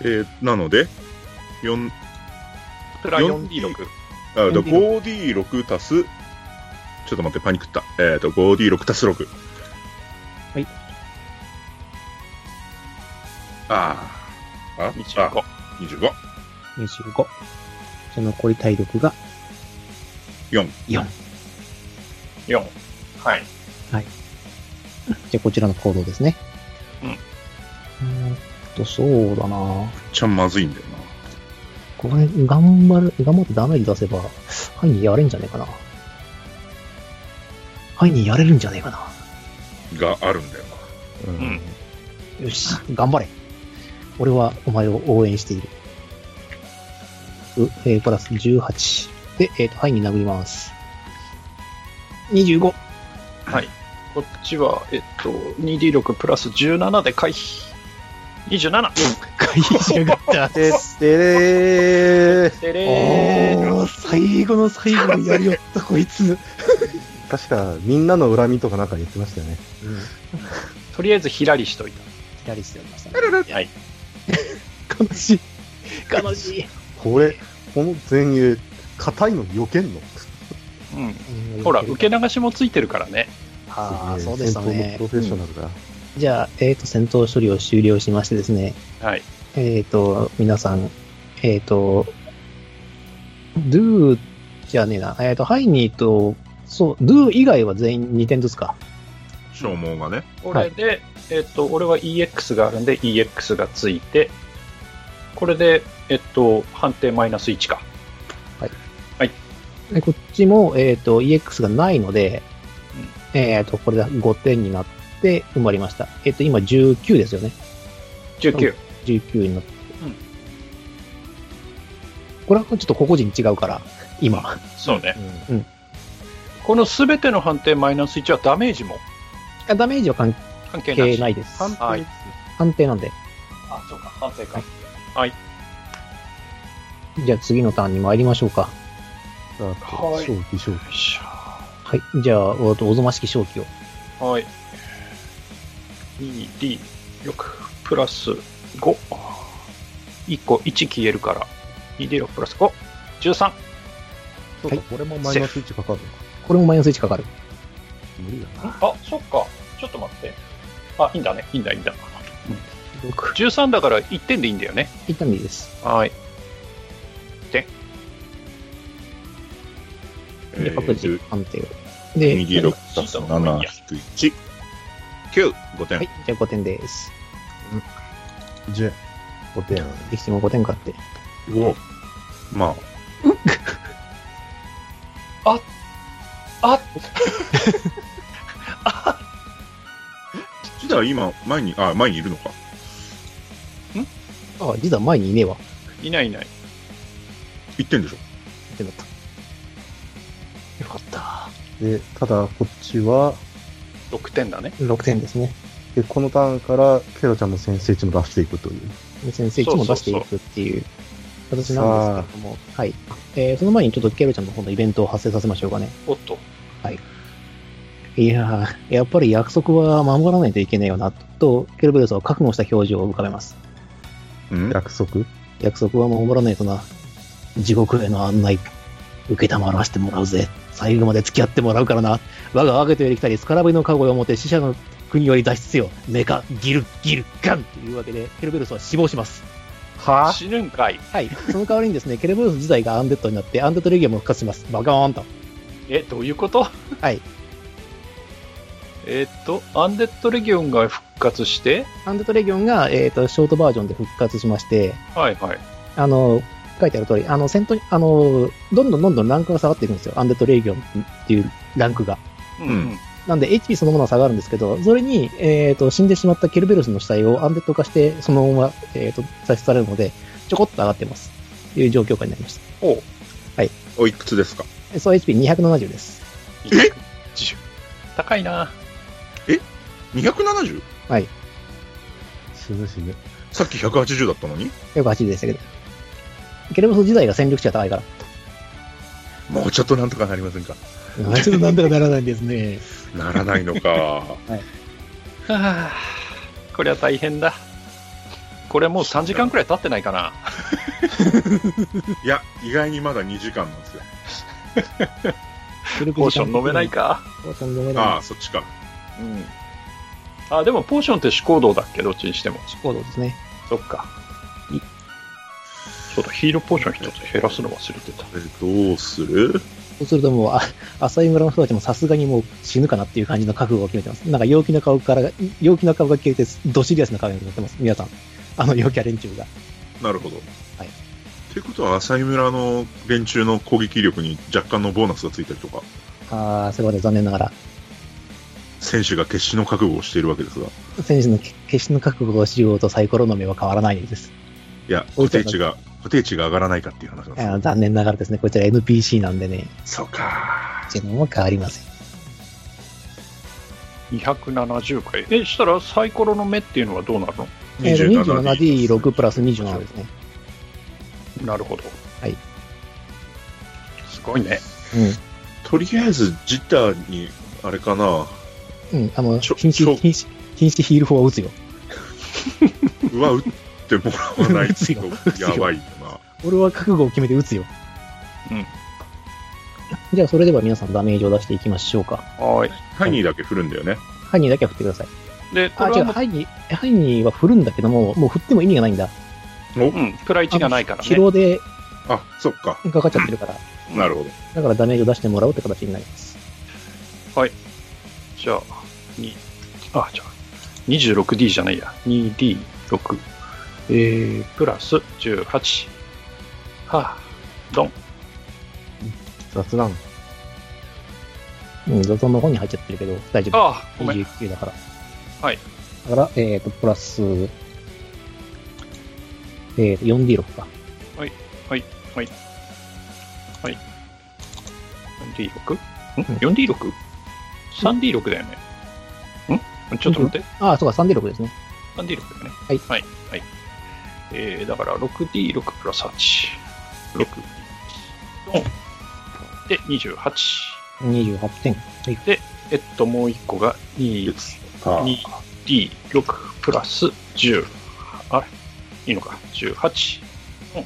S3: えーなので、4、
S4: プラ 4D6。
S3: あ、だ 5D6 足す、ちょっと待って、パニックった。えっ、と、5D6 足す6。
S2: はい。
S3: ああ。あ、
S4: 25。
S3: あ。25。
S2: 25。じゃあ残り体力が
S3: 4。
S2: 4。
S4: 4。はい。
S2: じゃあこちらの行動ですね。
S4: うん
S2: うーんと、そうだな
S3: ちゃまずいんだよ
S2: これ、頑張る、頑張ってダメージ出せば、ハイにやれんじゃねえかな。ハイにやれるんじゃねえかな。
S3: な。があるんだよな。
S1: う
S4: うん。
S2: よし、頑張れ。俺はお前を応援している。う、えープラス18。で、えっ、と、ハイに殴ります。25。
S4: こっちは、えっと、2D6 プラス17で回避。27!
S2: 回避しやがった。
S1: てってれー
S4: でれー
S2: おー、 最後の最後にやりよった、こいつ。
S1: 確か、みんなの恨みとかなんか言ってましたよね。
S4: とりあえずひらりしといた。
S2: 左しておりました、
S4: はい。
S2: 悲しい。悲しい。
S1: これ、この前衛、硬いの避けんの
S4: うん。ほら、受け流しもついてるからね。
S2: ああ、
S1: すげえ
S2: そうでした
S1: 戦闘
S2: ね
S1: の。プロフェッショナルだ。
S2: じゃあ、えっ、と、戦闘処理を終了しましてですね、
S4: はい。
S2: えっ、と、皆さん、えっ、と、ドゥじゃねえな、えっ、と、ハイニーと、そう、ドゥ以外は全員2点ずつか。
S3: 消耗がね。
S4: これで、えっと、俺は EX があるんで EX がついて、これで、えっと、判定マイナス1か。
S2: で、こっちも、えっ、と、EX がないので、えっ、と、これで5点になって埋まりました。えっ、と、今19ですよね。
S4: 19。
S2: 19になって。
S4: うん
S2: これはちょっと個々人違うから、 今。
S4: そうね。
S1: うん
S4: このすべての判定マイナス1はダメージも
S2: あダメージは関
S4: 関係な
S2: 係
S4: い。
S2: ないです。
S4: はい
S1: 判
S2: 判定なんで。
S4: あ、そうか、判定か。
S2: じゃあ次のターンに参りましょうか。
S1: 定だと
S4: はい
S1: 正気正気。
S4: よいし
S2: はい。じゃあ、おとおぞましき正気を。
S4: ょはい。2D、6、プラス5。1個1消えるから。2D6 プラス5。13。
S1: そう
S2: は
S1: か
S2: い、
S1: これもマイナス1かかるのか。
S2: これもマイナス1かかる。
S1: 無理だな。
S4: あ、そっか。ちょっと待って。あ、いいんだね。いいんだ、いいんだ。
S2: 6。
S4: 13だから1点でいいんだよね。
S2: 一旦でいいです。
S4: はい。
S2: で、
S3: え
S2: 各自
S3: ー
S2: 判定を。で、
S3: 2D6
S2: は
S3: 足す7引く1。9。5点。
S2: い。じゃあ5点です。
S1: 10。5点。
S2: 力士も5点かって。
S3: うおまあ、
S4: あ
S3: 実は今、前に、あ、前にいるのか。
S2: あ、実は前にいねえわ。
S4: いないいない。
S3: 言ってんでしょ。
S2: ってなった。よかった。
S1: で、ただこっちは、
S4: 6点だね。
S2: 6点ですね。
S1: で、このターンから、ケロちゃんの先制値も出していくという。
S2: で先生1も出していくっていう形なんですけれども、はい。えーその前にちょっとケロちゃんの方のイベントを発生させましょうかね。
S4: おっと。
S2: いやー、やっぱり約束は守らないといけないよな、と、ケルベルスは覚悟した表情を浮かべます。
S3: うん
S1: 約束
S2: 約束は守らないとな。地獄への案内、受けたまわしてもらうぜ。最後まで付き合ってもらうからな。我が我がとより来たり、スカラブリの覚悟を持って死者の国より脱出せよ。メカ、ギル、ギル、ガンというわけで、ケルベルスは死亡します。
S1: は
S4: 死ぬんかい。
S2: はい。その代わりにですね、ケルベルス自体がアンデッドになって、アンデッドレギアも復活します。バカーンと。
S4: え、どういうこと
S2: はい。
S4: えーっと、アンデッドレギオンが復活して、
S2: アンデッドレギオンが、えっ、と、ショートバージョンで復活しまして、
S4: はいはい。
S2: あの、書いてある通り、あの、戦闘に、あの、どんどんどんどんランクが下がっていくんですよ。アンデッドレギオンっていうランクが。
S4: うんん。
S2: なんで、HP そのものは下がるんですけど、それに、えっ、と、死んでしまったケルベロスの死体をアンデッド化して、そのまま、えっ、と、再出されるので、ちょこっと上がってます。という状況下になりまし
S4: おう
S3: おいくつですか
S2: た。そう、HP270 です。
S4: 10高いな。
S3: ?270?
S1: 死ぬ死ぬ。
S3: さっき180だったのに
S2: よく80でしたけど。ケルベロス自体が戦力値が高いから。
S3: もうちょっとなんとかなりませんか
S2: あ ちょっとなんとかならないんですね。
S3: ならないのか。
S4: はあ、 これは大変だ。これもう3時間くらい経ってないかな。
S3: いや、意外にまだ2時間なんですよ。
S4: ポーション飲めない
S2: か。
S4: か。
S2: ポーション飲め
S3: あ
S2: な
S3: あ、そっちか。
S4: うん。あ、でもポーションって思考動だっけどっちにしても。
S2: い。行動ですね。
S4: そっか。そうだ、ヒーローポーション一つ減らすの忘れてた。
S3: えどうする
S2: そうするともう、あ、浅井村の人たちもさすがにもう死ぬかなっていう感じの覚悟を決めてます。なんか陽気な顔から、陽気な顔が消えて、どシリアスな顔になってます。皆さん。あの陽キャ連中が。
S3: なるほど。
S2: はい
S3: ってことは、浅井村の連中の攻撃力に若干のボーナスがついたりとか、
S2: あー、そこで残念ながら、
S3: 選手が決死の覚悟をしているわけですが、い
S2: 選手の決決死の覚悟をしようとサイコロの目は変わらないです。
S3: や、
S2: お
S3: 固
S2: いちゃん
S3: 定値が、固定値が上がらないかっていう話なん
S2: あ
S3: です
S2: ー
S3: よ
S2: 残念ながらですね、こちら NPC なんでね、
S3: そうか。
S2: 自分は変わりません。
S4: 270回。え、したらサイコロの目っていうのはどうなるの
S2: えーと
S3: 27D
S2: 27D6 プラス27ですね。
S4: なるほど。
S2: はい。
S4: すごいね。
S3: とりあえず、ジターに、あれかな、
S2: うん。うん、あの、
S3: ちょ
S2: 禁
S3: ち
S2: 止、
S3: ょ
S2: 禁止、禁止ヒール4は打つよ。
S3: うわ、打ってもらわない と、やばいよな。
S2: 俺は覚悟を決めて打つよ。
S4: うん。
S2: じゃあ、それでは皆さんダメージを出していきましょうか。
S4: はー
S3: ハイニーだけ振るんだよね。
S2: ハイニーだけは振ってください。
S4: い。で、こ
S2: あ、違
S4: れ
S2: う、
S4: はも
S2: ハイニー、ハイニーは振るんだけども、もう振っても意味がないんだ。
S3: お
S4: う、うん、プラ1がないから
S2: 疲
S4: ね。
S2: 労で
S3: あ、そっか。
S2: かかっちゃってるから、
S3: なるほど。
S2: だからダメージを出してもらおうって形になります。
S4: じゃあ、にあ、じゃあ、26D じゃないや。2D6。えー、プラス18。はあ、ドン。
S1: 雑談。
S2: うん、ゾゾンの方に入っちゃってるけど、大丈夫。
S4: ああ、ごめん。
S2: 29だから。
S4: はい。
S2: だから、えっ、と、プラス、えっ、と、4D6 か。
S4: 4D6? ん ?4D6?3D6 だよね。んちょっと待って。
S2: ああ、そうか、3D6 ですね。
S4: 3D6 だよね。
S2: はい
S4: はい。はい、えー、だから 6D6 プラス8。6。4で、28。
S2: 28点。
S4: えっと、もう一個が2、2D6 プラス10。あれいいのか。18。うん、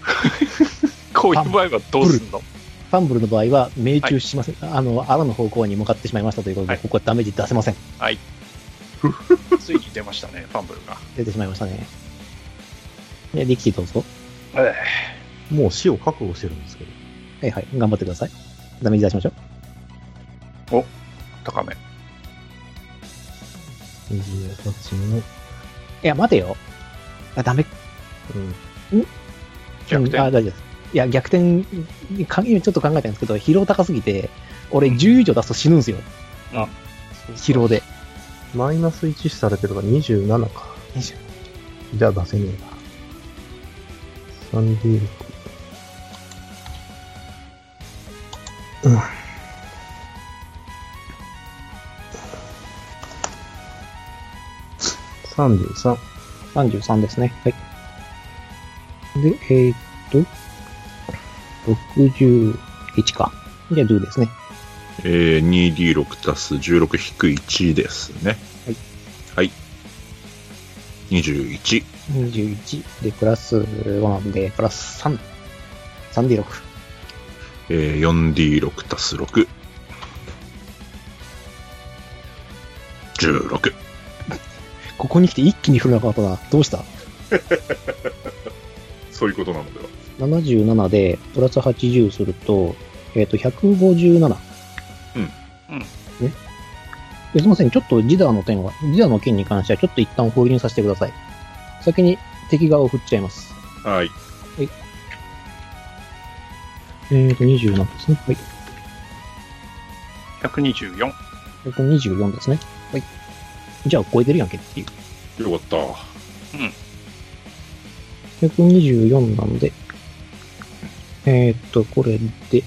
S4: こういう場合はどうすんの
S2: ファンブルの場合は命中しません、あの、あらの方向に向かってしまいましたということで、
S4: はい
S2: ここはダメージ出せません。
S4: ついに出ましたね、ファンブルが。
S2: 出てしまいましたね。で、力士どうぞ。
S4: え
S1: もう死を覚悟してるんですけど。
S2: はいはい、頑張ってください。ダメージ出しましょう。
S4: ー、高め。
S1: 28の、
S2: いや、待てよ。あ、ダメ。
S1: うん。
S4: 逆転
S2: うんあ大丈夫です。いや、逆転にか、今ちょっと考えたんですけど、疲労高すぎて、俺10以上出すと死ぬんですよ。疲労で。
S1: マイナス1されてるから27か。
S2: 20
S1: じゃあ出せねえな。3D 力。うん。33。
S2: 33ですね。はい。で、えーっと、61か。じゃあ10ですね。
S3: えー、2D6 足す16引く1ですね。
S2: はい。
S3: はい。21。
S2: 21で、プラス1で、プラス3。3D6。
S3: えー、4D6 足す6。16。
S2: ここに来て一気に振るなかったな。どうした
S3: そういうことなのでは。
S2: ?77 で、プラス80すると、えーっと、157。
S4: うん
S2: ね。ですいません、ちょっとジダーの点は、ジダーの件に関しては、ちょっと一旦保留にさせてください。先に敵側を振っちゃいます。
S3: はい。
S2: えーと、27ですね。はい。
S4: 124。
S2: 124ですね。はい。じゃあ、超えてるやんけっていう。
S3: よかっ
S2: 124なんで、えーっと、これで、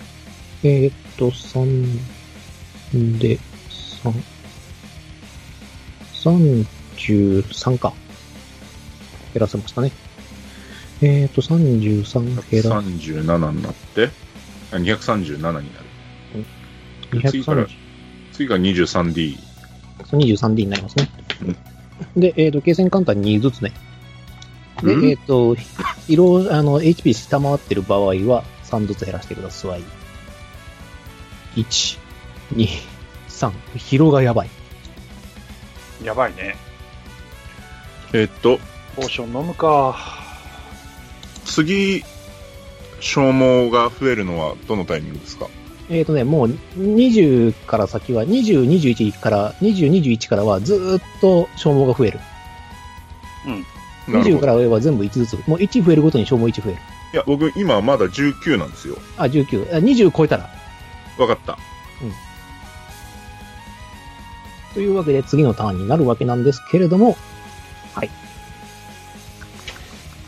S2: えーっと、3で、3、33か。減らせましたね。えーっと、
S3: た。
S2: 33減ら
S3: 137になって、あ237になる。次から
S2: 230
S3: 次が 23D。
S2: 23D になりますね。で、えー、と、計線簡単に2ずつね。で、
S3: うん
S2: えっ、と、色、あの、HP 下回ってる場合は3ずつ減らしてください。1、2、3。疲労がやばい。
S4: やばいね。
S3: えーっと、
S4: ポーション飲むか。
S3: 次、消耗が増えるのはどのタイミングですか
S2: えっ、とね、もう20から先は、20、21から、20、21からはずーっと消耗が増える。
S3: なる
S2: 20
S3: ほ
S2: か
S3: ど。
S2: ら
S3: い
S2: 上は全部1ずつ。もう1増えるごとに消耗1増える。
S3: や、僕今まだ19なんですよ。
S2: あ、19。あ20超えたら。
S3: わかった。
S2: というわけで次のターンになるわけなんですけれども、はい。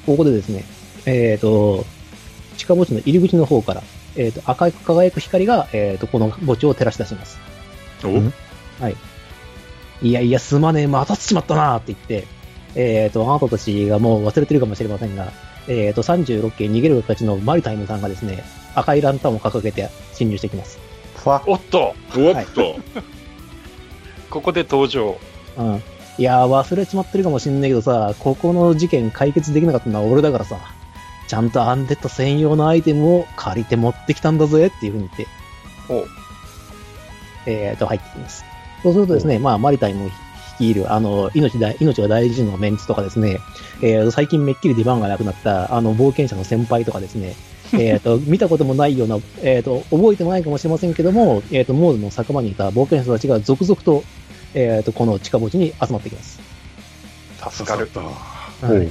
S2: ここでですね、えっ、と、地下墓地の入り口の方から、えっ、と、赤く輝く光が、えっ、と、この墓地を照らし出します。
S3: お
S1: ん
S2: いやいや、すまねえ、またしちまったなーって言って、えっ、と、あなたたちがもう忘れてるかもしれませんが、えっ、と、36系逃げる形のマリタイムさんがですね、赤いランタンを掲げて侵入してきます。
S1: ファ
S4: おっと、
S3: おっと、
S4: ここで登場。
S2: うん。いやー、忘れちまってるかもしんないけどさ、ここの事件解決できなかったのは俺だからさ、ちゃんとアンデッド専用のアイテムを借りて持ってきたんだぜっていうふうに言って、
S4: おう
S2: えーと、入ってきます。そうするとですね、まあ、マリタイムを率いる、あの、命だ、命が大事のメンツとかですね、えー、最近めっきり出番がなくなった、あの、冒険者の先輩とかですね、 えっと、見たこともないような、えっ、と、覚えてもないかもしれませんけども、えっ、と、モードの酒場にいた冒険者たちが続々と、えっ、と、この地下墓地に集まってきます。
S4: 助かる。
S2: はい。い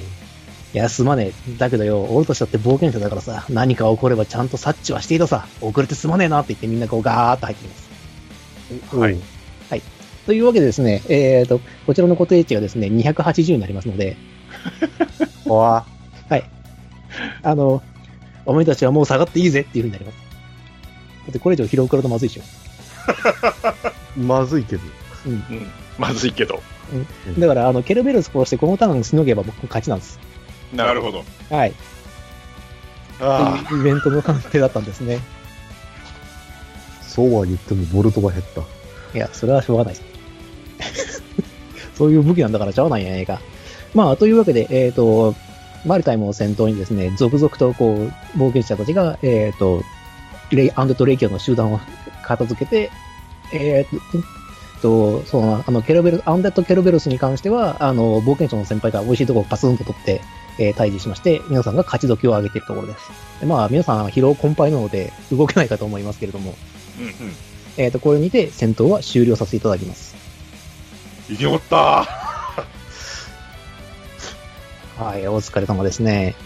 S2: や、すまねえ。だけどよ、俺としたって冒険者だからさ、何か起こればちゃんと察知はしていたさ、遅れてすまねえなって言ってみんなこうガーッと入ってきます。
S1: はい。
S2: というわけでですね、えっ、と、こちらの固定値がですね、280になりますので、
S1: わ
S2: あの、お前たちはもう下がっていいぜっていう風になります。だってこれ以上拾うからとまずいでしょ。
S1: まずいけど。
S4: うん。まずいけど。
S2: だから、あの、ケルベルス殺してこのターンしのげば僕勝ちなんです。
S3: なるほど。
S2: はい。
S1: ああ。
S2: というイベントの鑑定だったんですね。
S1: そうは言ってもボルトが減った。
S2: いや、それはしょうがない。 そういう武器なんだからちゃわないんやないか。まあ、というわけで、えっ、と、マルタイムを先頭にですね、続々とこう、冒険者たちが、えっ、と、レイ、アンデッド・レイキオの集団を片付けて、えっ、と、そうだなあの、ケルベル、アンデッド・ケルベルスに関しては、あの、冒険者の先輩から美味しいところをパスンと取って、えー退治しまして、皆さんが勝ち時を上げているところです。でまあ、皆さん疲労困憊なので、動けないかと思いますけれども、
S4: うん
S2: えっ、と、これにて戦闘は終了させていただきます。
S3: 生き残った
S2: はい、お疲れ様ですね。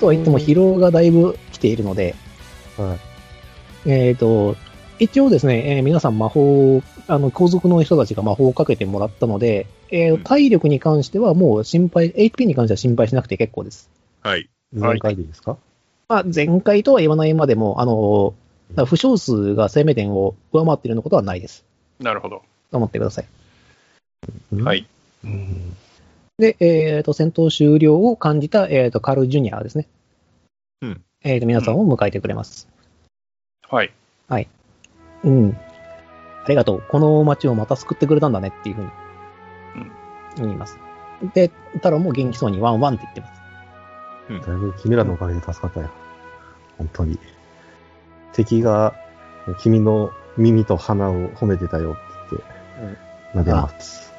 S2: とは言っても疲労がだいぶ来ているので、
S1: はい。
S2: えっ、と、一応ですね、えー皆さん魔法をあの、皇族の人たちが魔法をかけてもらったので、えー
S3: うん
S2: 体力に関してはもう心配、HP に関しては心配しなくて結構です。
S3: はい。
S1: 前回でいいですか、
S2: まあ、全開とは言わないまでも、あの、だから負傷数が生命点を上回っているようなことはないです。
S4: なるほど。
S2: と思ってください。
S4: はい。
S1: うん
S2: で、えっ、と、戦闘終了を感じた、えっ、と、カール・ジュニアですね。
S3: うん。
S2: えっ、と、皆さんを迎えてくれます。
S4: はい。
S2: うん。ありがとう。この街をまた救ってくれたんだねっていうふうに、言います。で、太郎も元気そうにワンワンって言ってます。
S1: だいぶ君らのおかげで助かったよ。本当に。敵が君の耳と鼻を褒めてたよって言って、なでます。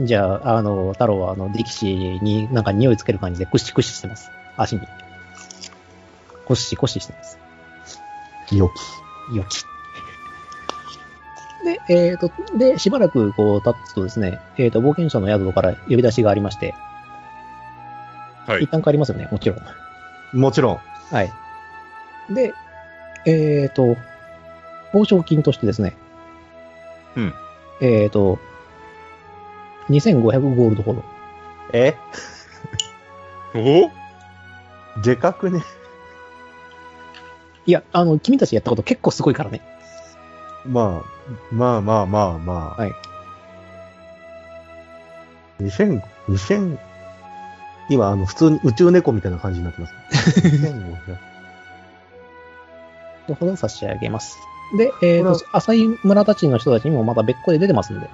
S2: じゃあ、あの、太郎は、あの、力士になんか匂いつける感じで、クシクシしてます。足に。コシコシしてます。
S1: 良き。
S2: よき。で、えっ、と、で、しばらくこう経つとですね、えっ、と、冒険者の宿から呼び出しがありまして、
S3: はい
S2: 一。旦帰りますよね、もちろん。
S1: もちろん。
S2: はい。で、えっ、と、報奨金としてですね、
S3: うん。
S2: えっ、と、2500ゴールドほど。
S1: え
S3: お
S1: でかくね。
S2: いや、あの、君たちやったこと結構すごいからね。
S1: まあ、まあまあまあまあ。
S2: はい。
S1: 2000、2000、今、あの、普通に宇宙猫みたいな感じになってます。2500
S2: ほど差し上げます。で、えっ、
S1: これは
S2: と、浅い村たちの人たちにもまた別個で出てますんで、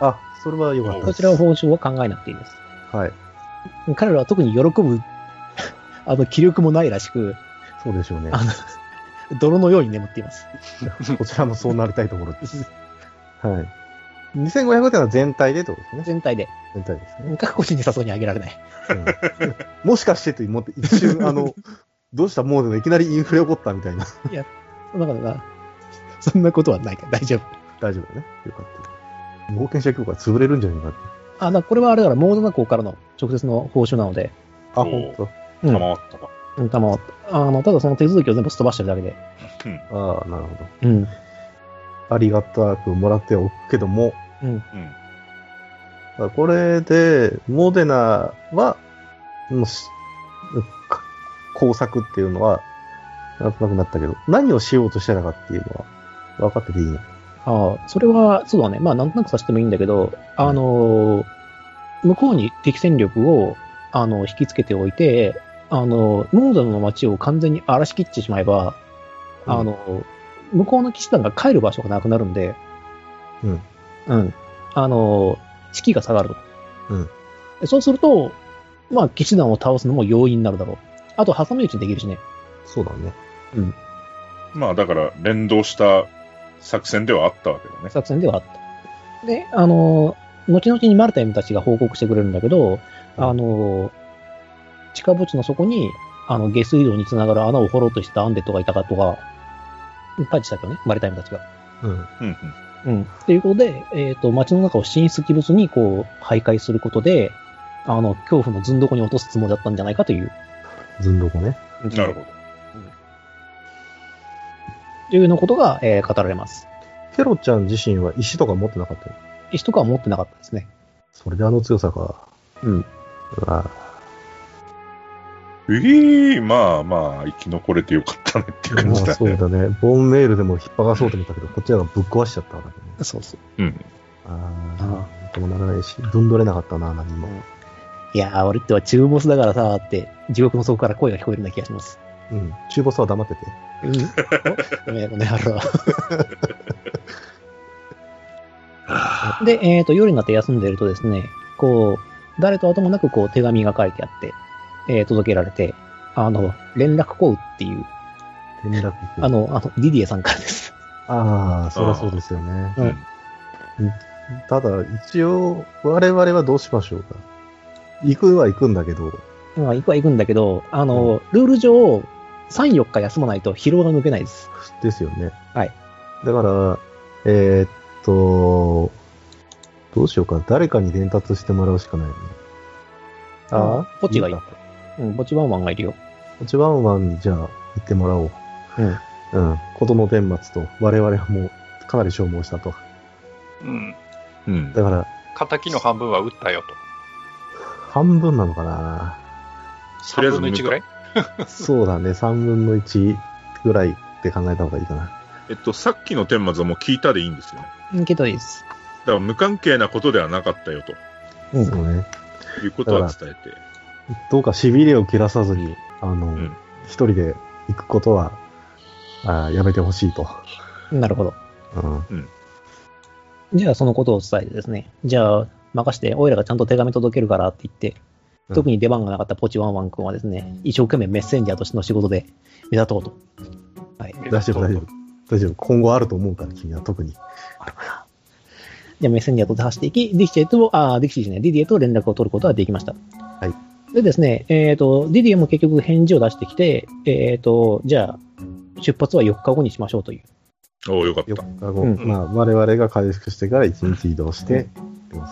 S1: あ、それは良かった
S2: こ
S1: で
S2: ち
S1: す。
S2: らは報酬は考えなくていいです。
S1: はい。
S2: 彼らは特に喜ぶ、 あの、気力もないらしく、
S1: そうでしょうね。
S2: あ泥のように眠っています。
S1: こちらもそうなりたいところです。はい。2500ってのは全体でってことですね。
S2: 全体で。
S1: 全体ですね。
S2: 各個人に誘うにあげられない。
S1: うんもしかしてと思って、一瞬、あ の、どうしたもういきなりインフレ起こったみたいな。
S2: そんなことな、そんなことはないから大丈夫。
S1: 大丈夫だね。よかった。冒険者協会潰れるんじゃないかって。
S2: あ、なこれはあれだから、モードナ校からの直接の報酬なので、
S1: あ、
S3: お
S1: ほん
S3: ー
S1: と。
S2: うん
S3: 賜ったか。
S2: うんたま、あの、ただその手続きを全部すっ飛ばしてるだけで。
S3: うん。
S1: ああ、なるほど。
S2: うん。
S1: ありがたくもらってはおくけども、
S2: うん。
S3: うん。
S1: これで、モデナは、もうしか工作っていうのは、なんとなくなったけど、何をしようとしてたかっていうのは、分かってていいの
S2: ああ、それは、そうだね。まあ、なんとなくさせてもいいんだけど、あのー向こうに敵戦力を、あの、引きつけておいて、あの、モードの街を完全に荒らしきってしまえば、
S1: うん
S2: あの、向こうの騎士団が帰る場所がなくなるんで、
S1: うん。
S2: うん。あの、士気が下がると。
S1: うん
S2: で。そうすると、まあ、騎士団を倒すのも容易になるだろう。あと、挟み撃ちできるしね。
S1: そうだね。
S3: まあ、だから、連動した作戦ではあったわけだね。
S2: 作戦ではあった。で、あの、後々にマルタイムたちが報告してくれるんだけど、あの、地下墓地の底に、あの、下水道につながる穴を掘ろうとしたアンデットがいたかとか、パチしたけどね、マルタイムたちが。
S1: うん。
S3: うんうん。
S2: うん。っていうことで、えっ、と、街の中を神出鬼没にこう、徘徊することで、あの、恐怖のずんどこに落とすつもりだったんじゃないかという、
S1: ずんどこね。
S3: なるほど。
S2: というようなことが、えー語られます。
S1: ケロちゃん自身は石とか持ってなかったの
S2: 石とかは持ってなかったですね。
S1: それであの強さか。
S2: うん。
S1: うわ
S3: うぎー、まあまあ、生き残れてよかったねっていう
S1: ま
S3: 感
S1: あ
S3: じだ
S1: そう
S3: ね。
S1: だね。ボンメールでも引っ張がそうと思ったけど、こっちらがぶっ壊しちゃったからね。
S2: そうそう。
S3: うん。
S1: ああ、
S2: あ
S1: なんともならないし、ぶんどれなかったな、何も。
S2: いやー、俺っては中ボスだからさーって、地獄の底から声が聞こえるような気がします。
S1: うん。中ボスは黙ってて。
S2: うん。ごめん、この野郎。で、えっ、と、夜になって休んでるとですね、こう、誰と後もなくこう手紙が書いてあって、えー届けられて、あの、連絡行為っていう、
S1: 連絡
S2: あの、あの、ディディエさんからです。
S1: ああ、そりゃそうですよね。
S2: うん
S1: ただ、一応、我々はどうしましょうか。行くは行くんだけど、
S2: まあ、行くは行くんだけど、あの、ルール上、3、4日休まないと疲労が抜けないです。
S1: ですよね。
S2: はい。
S1: だから、えーっと、どうしようか。誰かに伝達してもらうしかないよね。ああ、
S2: ポチがいい
S1: いいか
S2: うん、ぼちワンワンがいるよ。
S1: こっちワンワンにじゃあ行ってもらおう。うん。うん。ことの顛末と、我々はもうかなり消耗したと。
S4: うん。
S3: うん。
S1: だから、
S4: 敵の半分は撃ったよと。
S1: 半分なのかな
S3: とりあえず
S4: 3分の1ぐらい
S1: そうだね、3分の1ぐらいって考えた方がいいかな。
S3: えっと、さっきの顛末はもう聞いたでいいんですよね。
S2: いけどいいです。
S3: だから無関係なことではなかったよと
S2: うん
S1: そうね。
S3: いうことは伝えて。
S1: どうか痺れを切らさずに、あの、
S3: ん
S1: 一人で行くことは、あーやめてほしいと。
S2: なるほど。
S1: うん。
S2: じゃあそのことを伝えてですね、じゃあ任して、オイラがちゃんと手紙届けるからって言って、
S1: うん
S2: 特に出番がなかったポチワンワン君はですね、一生懸命メッセンジャーとしての仕事で目立とうと。はい。
S1: 大丈夫、大丈夫。大丈夫。今後あると思うから、君は特に。
S2: じゃあメッセンジャーと手走していき、ディキシェと、あーディキシェですね、ディディエと連絡を取ることができました。。
S1: はい
S2: でですね、えっ、と、ディディエも結局返事を出してきて、えっ、と、じゃあ、出発は4日後にしましょうという。
S3: おお、よかっ
S1: 4
S3: た。
S1: 日後、
S2: うん
S1: まあ、我々が回復してから1日移動して、で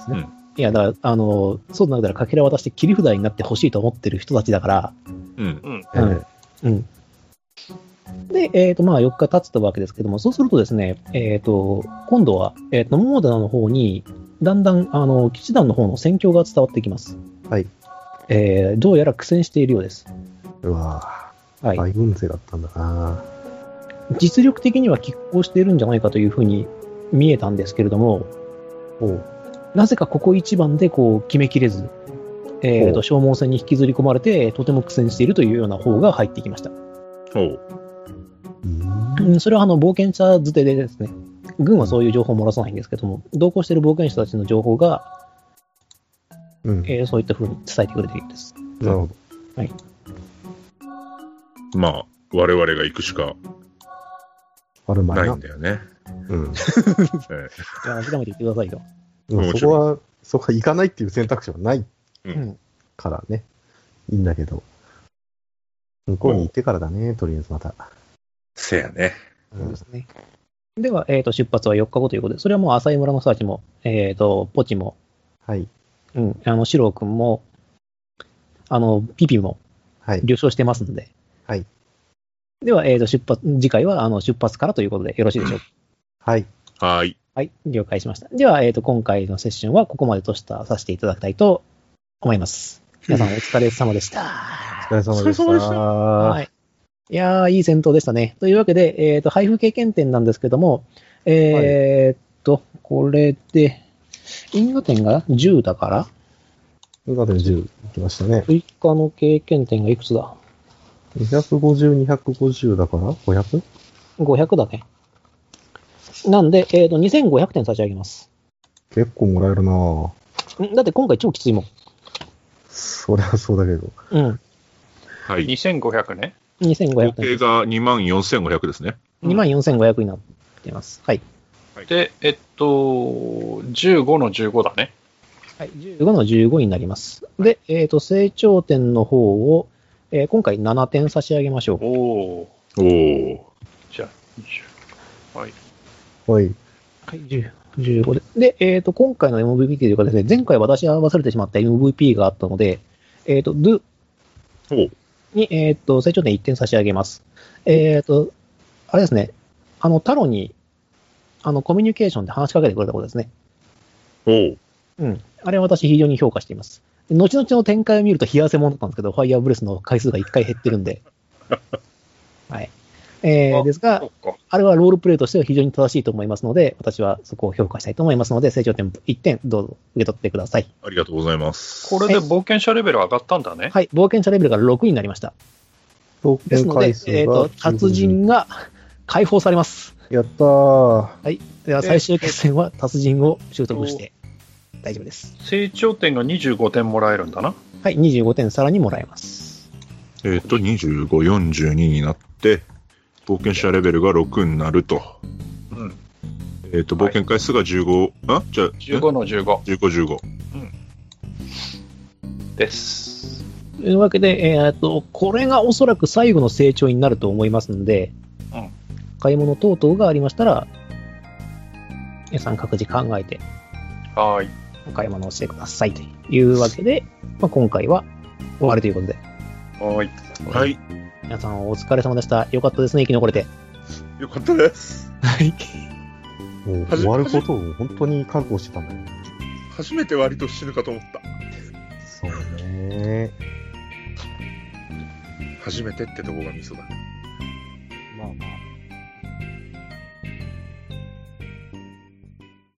S1: すね。
S2: いや、だから、あの、そうなったら、かけら渡して切り札になってほしいと思ってる人たちだから、
S3: うん。
S2: うん
S1: え
S2: うん。で、えっ、と、まあ、4日経つたわけですけども、そうするとですね、えっ、と、今度は、えっ、と、桃田の方に、だんだん、あの、騎士団の方の戦況が伝わってきます。
S1: はい。
S2: えー、どうやら苦戦しているようです。
S1: えうわ
S2: は
S1: ぁ、
S2: い。
S1: 大軍勢だったんだな
S2: 実力的には拮抗しているんじゃないかというふうに見えたんですけれども、なぜかここ一番でこう決めきれず、えー
S1: ほ
S2: と、
S1: う
S2: 消耗戦に引きずり込まれて、とても苦戦しているというような方が入ってきました。
S3: おう。
S1: うん
S2: うんそれはあの冒険者づてでですね、軍はそういう情報を漏らさないんですけども、同行している冒険者たちの情報が、
S1: うん。
S2: えーそういったふうに伝えてくれているんです。
S1: なるほど。
S3: まあ、我々が行くしか
S1: 悪魔
S3: ない。
S1: なん
S3: だよね。
S1: うん。
S3: え
S2: じゃあ諦めて言ってくださいよ。
S1: でもそこは、そこは行かないっていう選択肢はない
S2: うん
S1: からね。いいんだけど。向こうに行ってからだね、とりあえずまた。
S3: せやね。
S1: う
S2: そうんですね。では、えーと、出発は4日後ということで、それはもう浅井村の人たちも、えーと、ポチも、
S1: はい。
S2: うん、あの、シロー君も、あの、ピピも
S1: はい。
S2: 了承してますんで。
S1: はい。
S2: では、えーと、出発、次回は、あの、出発からということでよろしいでしょうか。
S1: はい。
S3: はーい。
S2: はい、了解しました。では、えっ、と、今回のセッションはここまでとしたさせていただきたいと思います。皆さんお疲れ様でした。
S1: お疲れ様でした。
S3: お疲れ様でした
S1: は。
S2: はいい。いやー、いい戦闘でしたね。というわけで、えっ、と、配布経験点なんですけども、えっと、これで、因果点が10だから、
S1: 今で10来ましたね。
S2: 追加の経験点がいくつだ
S1: 250、250だから 500?
S2: ?500 だね。なんで、えっ、と、2500点差し上げます。
S1: 結構もらえるなぁ。
S2: んだって今回超きついもん。
S1: そりゃそうだけど。
S2: うん。
S3: はい。
S4: 2500ね。
S2: 2500
S3: 合
S2: 点。
S3: 計が24,500ですね。
S2: 24,500になっています。はい。
S4: で、えっと、15の15だね。
S2: はい、15の15になります。で、えっ、と、成長点の方を、えー今回7点差し上げましょう。
S4: おお。
S3: おお。
S4: じゃあ、20はい。
S1: はい。
S2: はい、10 15で。で、えっ、と、今回の MVP というかですね、前回私は忘れてしまった MVP があったので、えっ、と、ドゥ
S3: おう。
S2: に、えっ、と、成長点1点差し上げます。えっ、と、あれですね、あの、タロに、あの、コミュニケーションで話しかけてくれたことですね。
S3: おう。
S2: うん。あれは私非常に評価しています。で後々の展開を見ると冷や汗もんだったんですけど、ファイアーブレスの回数が1回減ってるん で。はい。えー
S4: あ
S2: ですが
S4: そ、っか。
S2: あれはロールプレイとしては非常に正しいと思いますので、私はそこを評価したいと思いますので、成長点1点どうぞ受け取ってください。
S3: ありがとうございます。
S4: これで冒険者レベル上がったんだね。
S2: はい。冒険者レベルが6になりました。
S1: 投
S2: ですので、えっ、と、達人が解放されます。
S1: やったー。
S2: では、最終決戦は達人を習得して、大丈夫です。
S4: 成長点が25点もらえるんだな。
S2: はい。25点さらにもらえます。
S3: えっ、と、25、42になって、冒険者レベルが6になると。
S4: うん。
S3: えっ、と、冒険回数が15、あじゃあ、
S4: 15の15
S3: 15、15。
S4: です。
S2: というわけで、えー、とこれがおそらく最後の成長になると思いますので、
S4: うん
S2: 買い物等々がありましたら、皆さん各自考えて
S4: はーい。
S2: お買い物をしてくださいというわけで、まあ、今回は終わりということで、
S3: はい。
S2: は
S3: はい。
S2: 皆さんお疲れ様でした。よかったですね、生き残れて。
S3: よかったです。
S2: はい。
S1: もう終わることを本当に覚悟してたんだよ。
S3: 初めて割と死ぬかと思った。
S1: そうね。
S3: 初めてってとこがミソだ。
S2: まあまあ。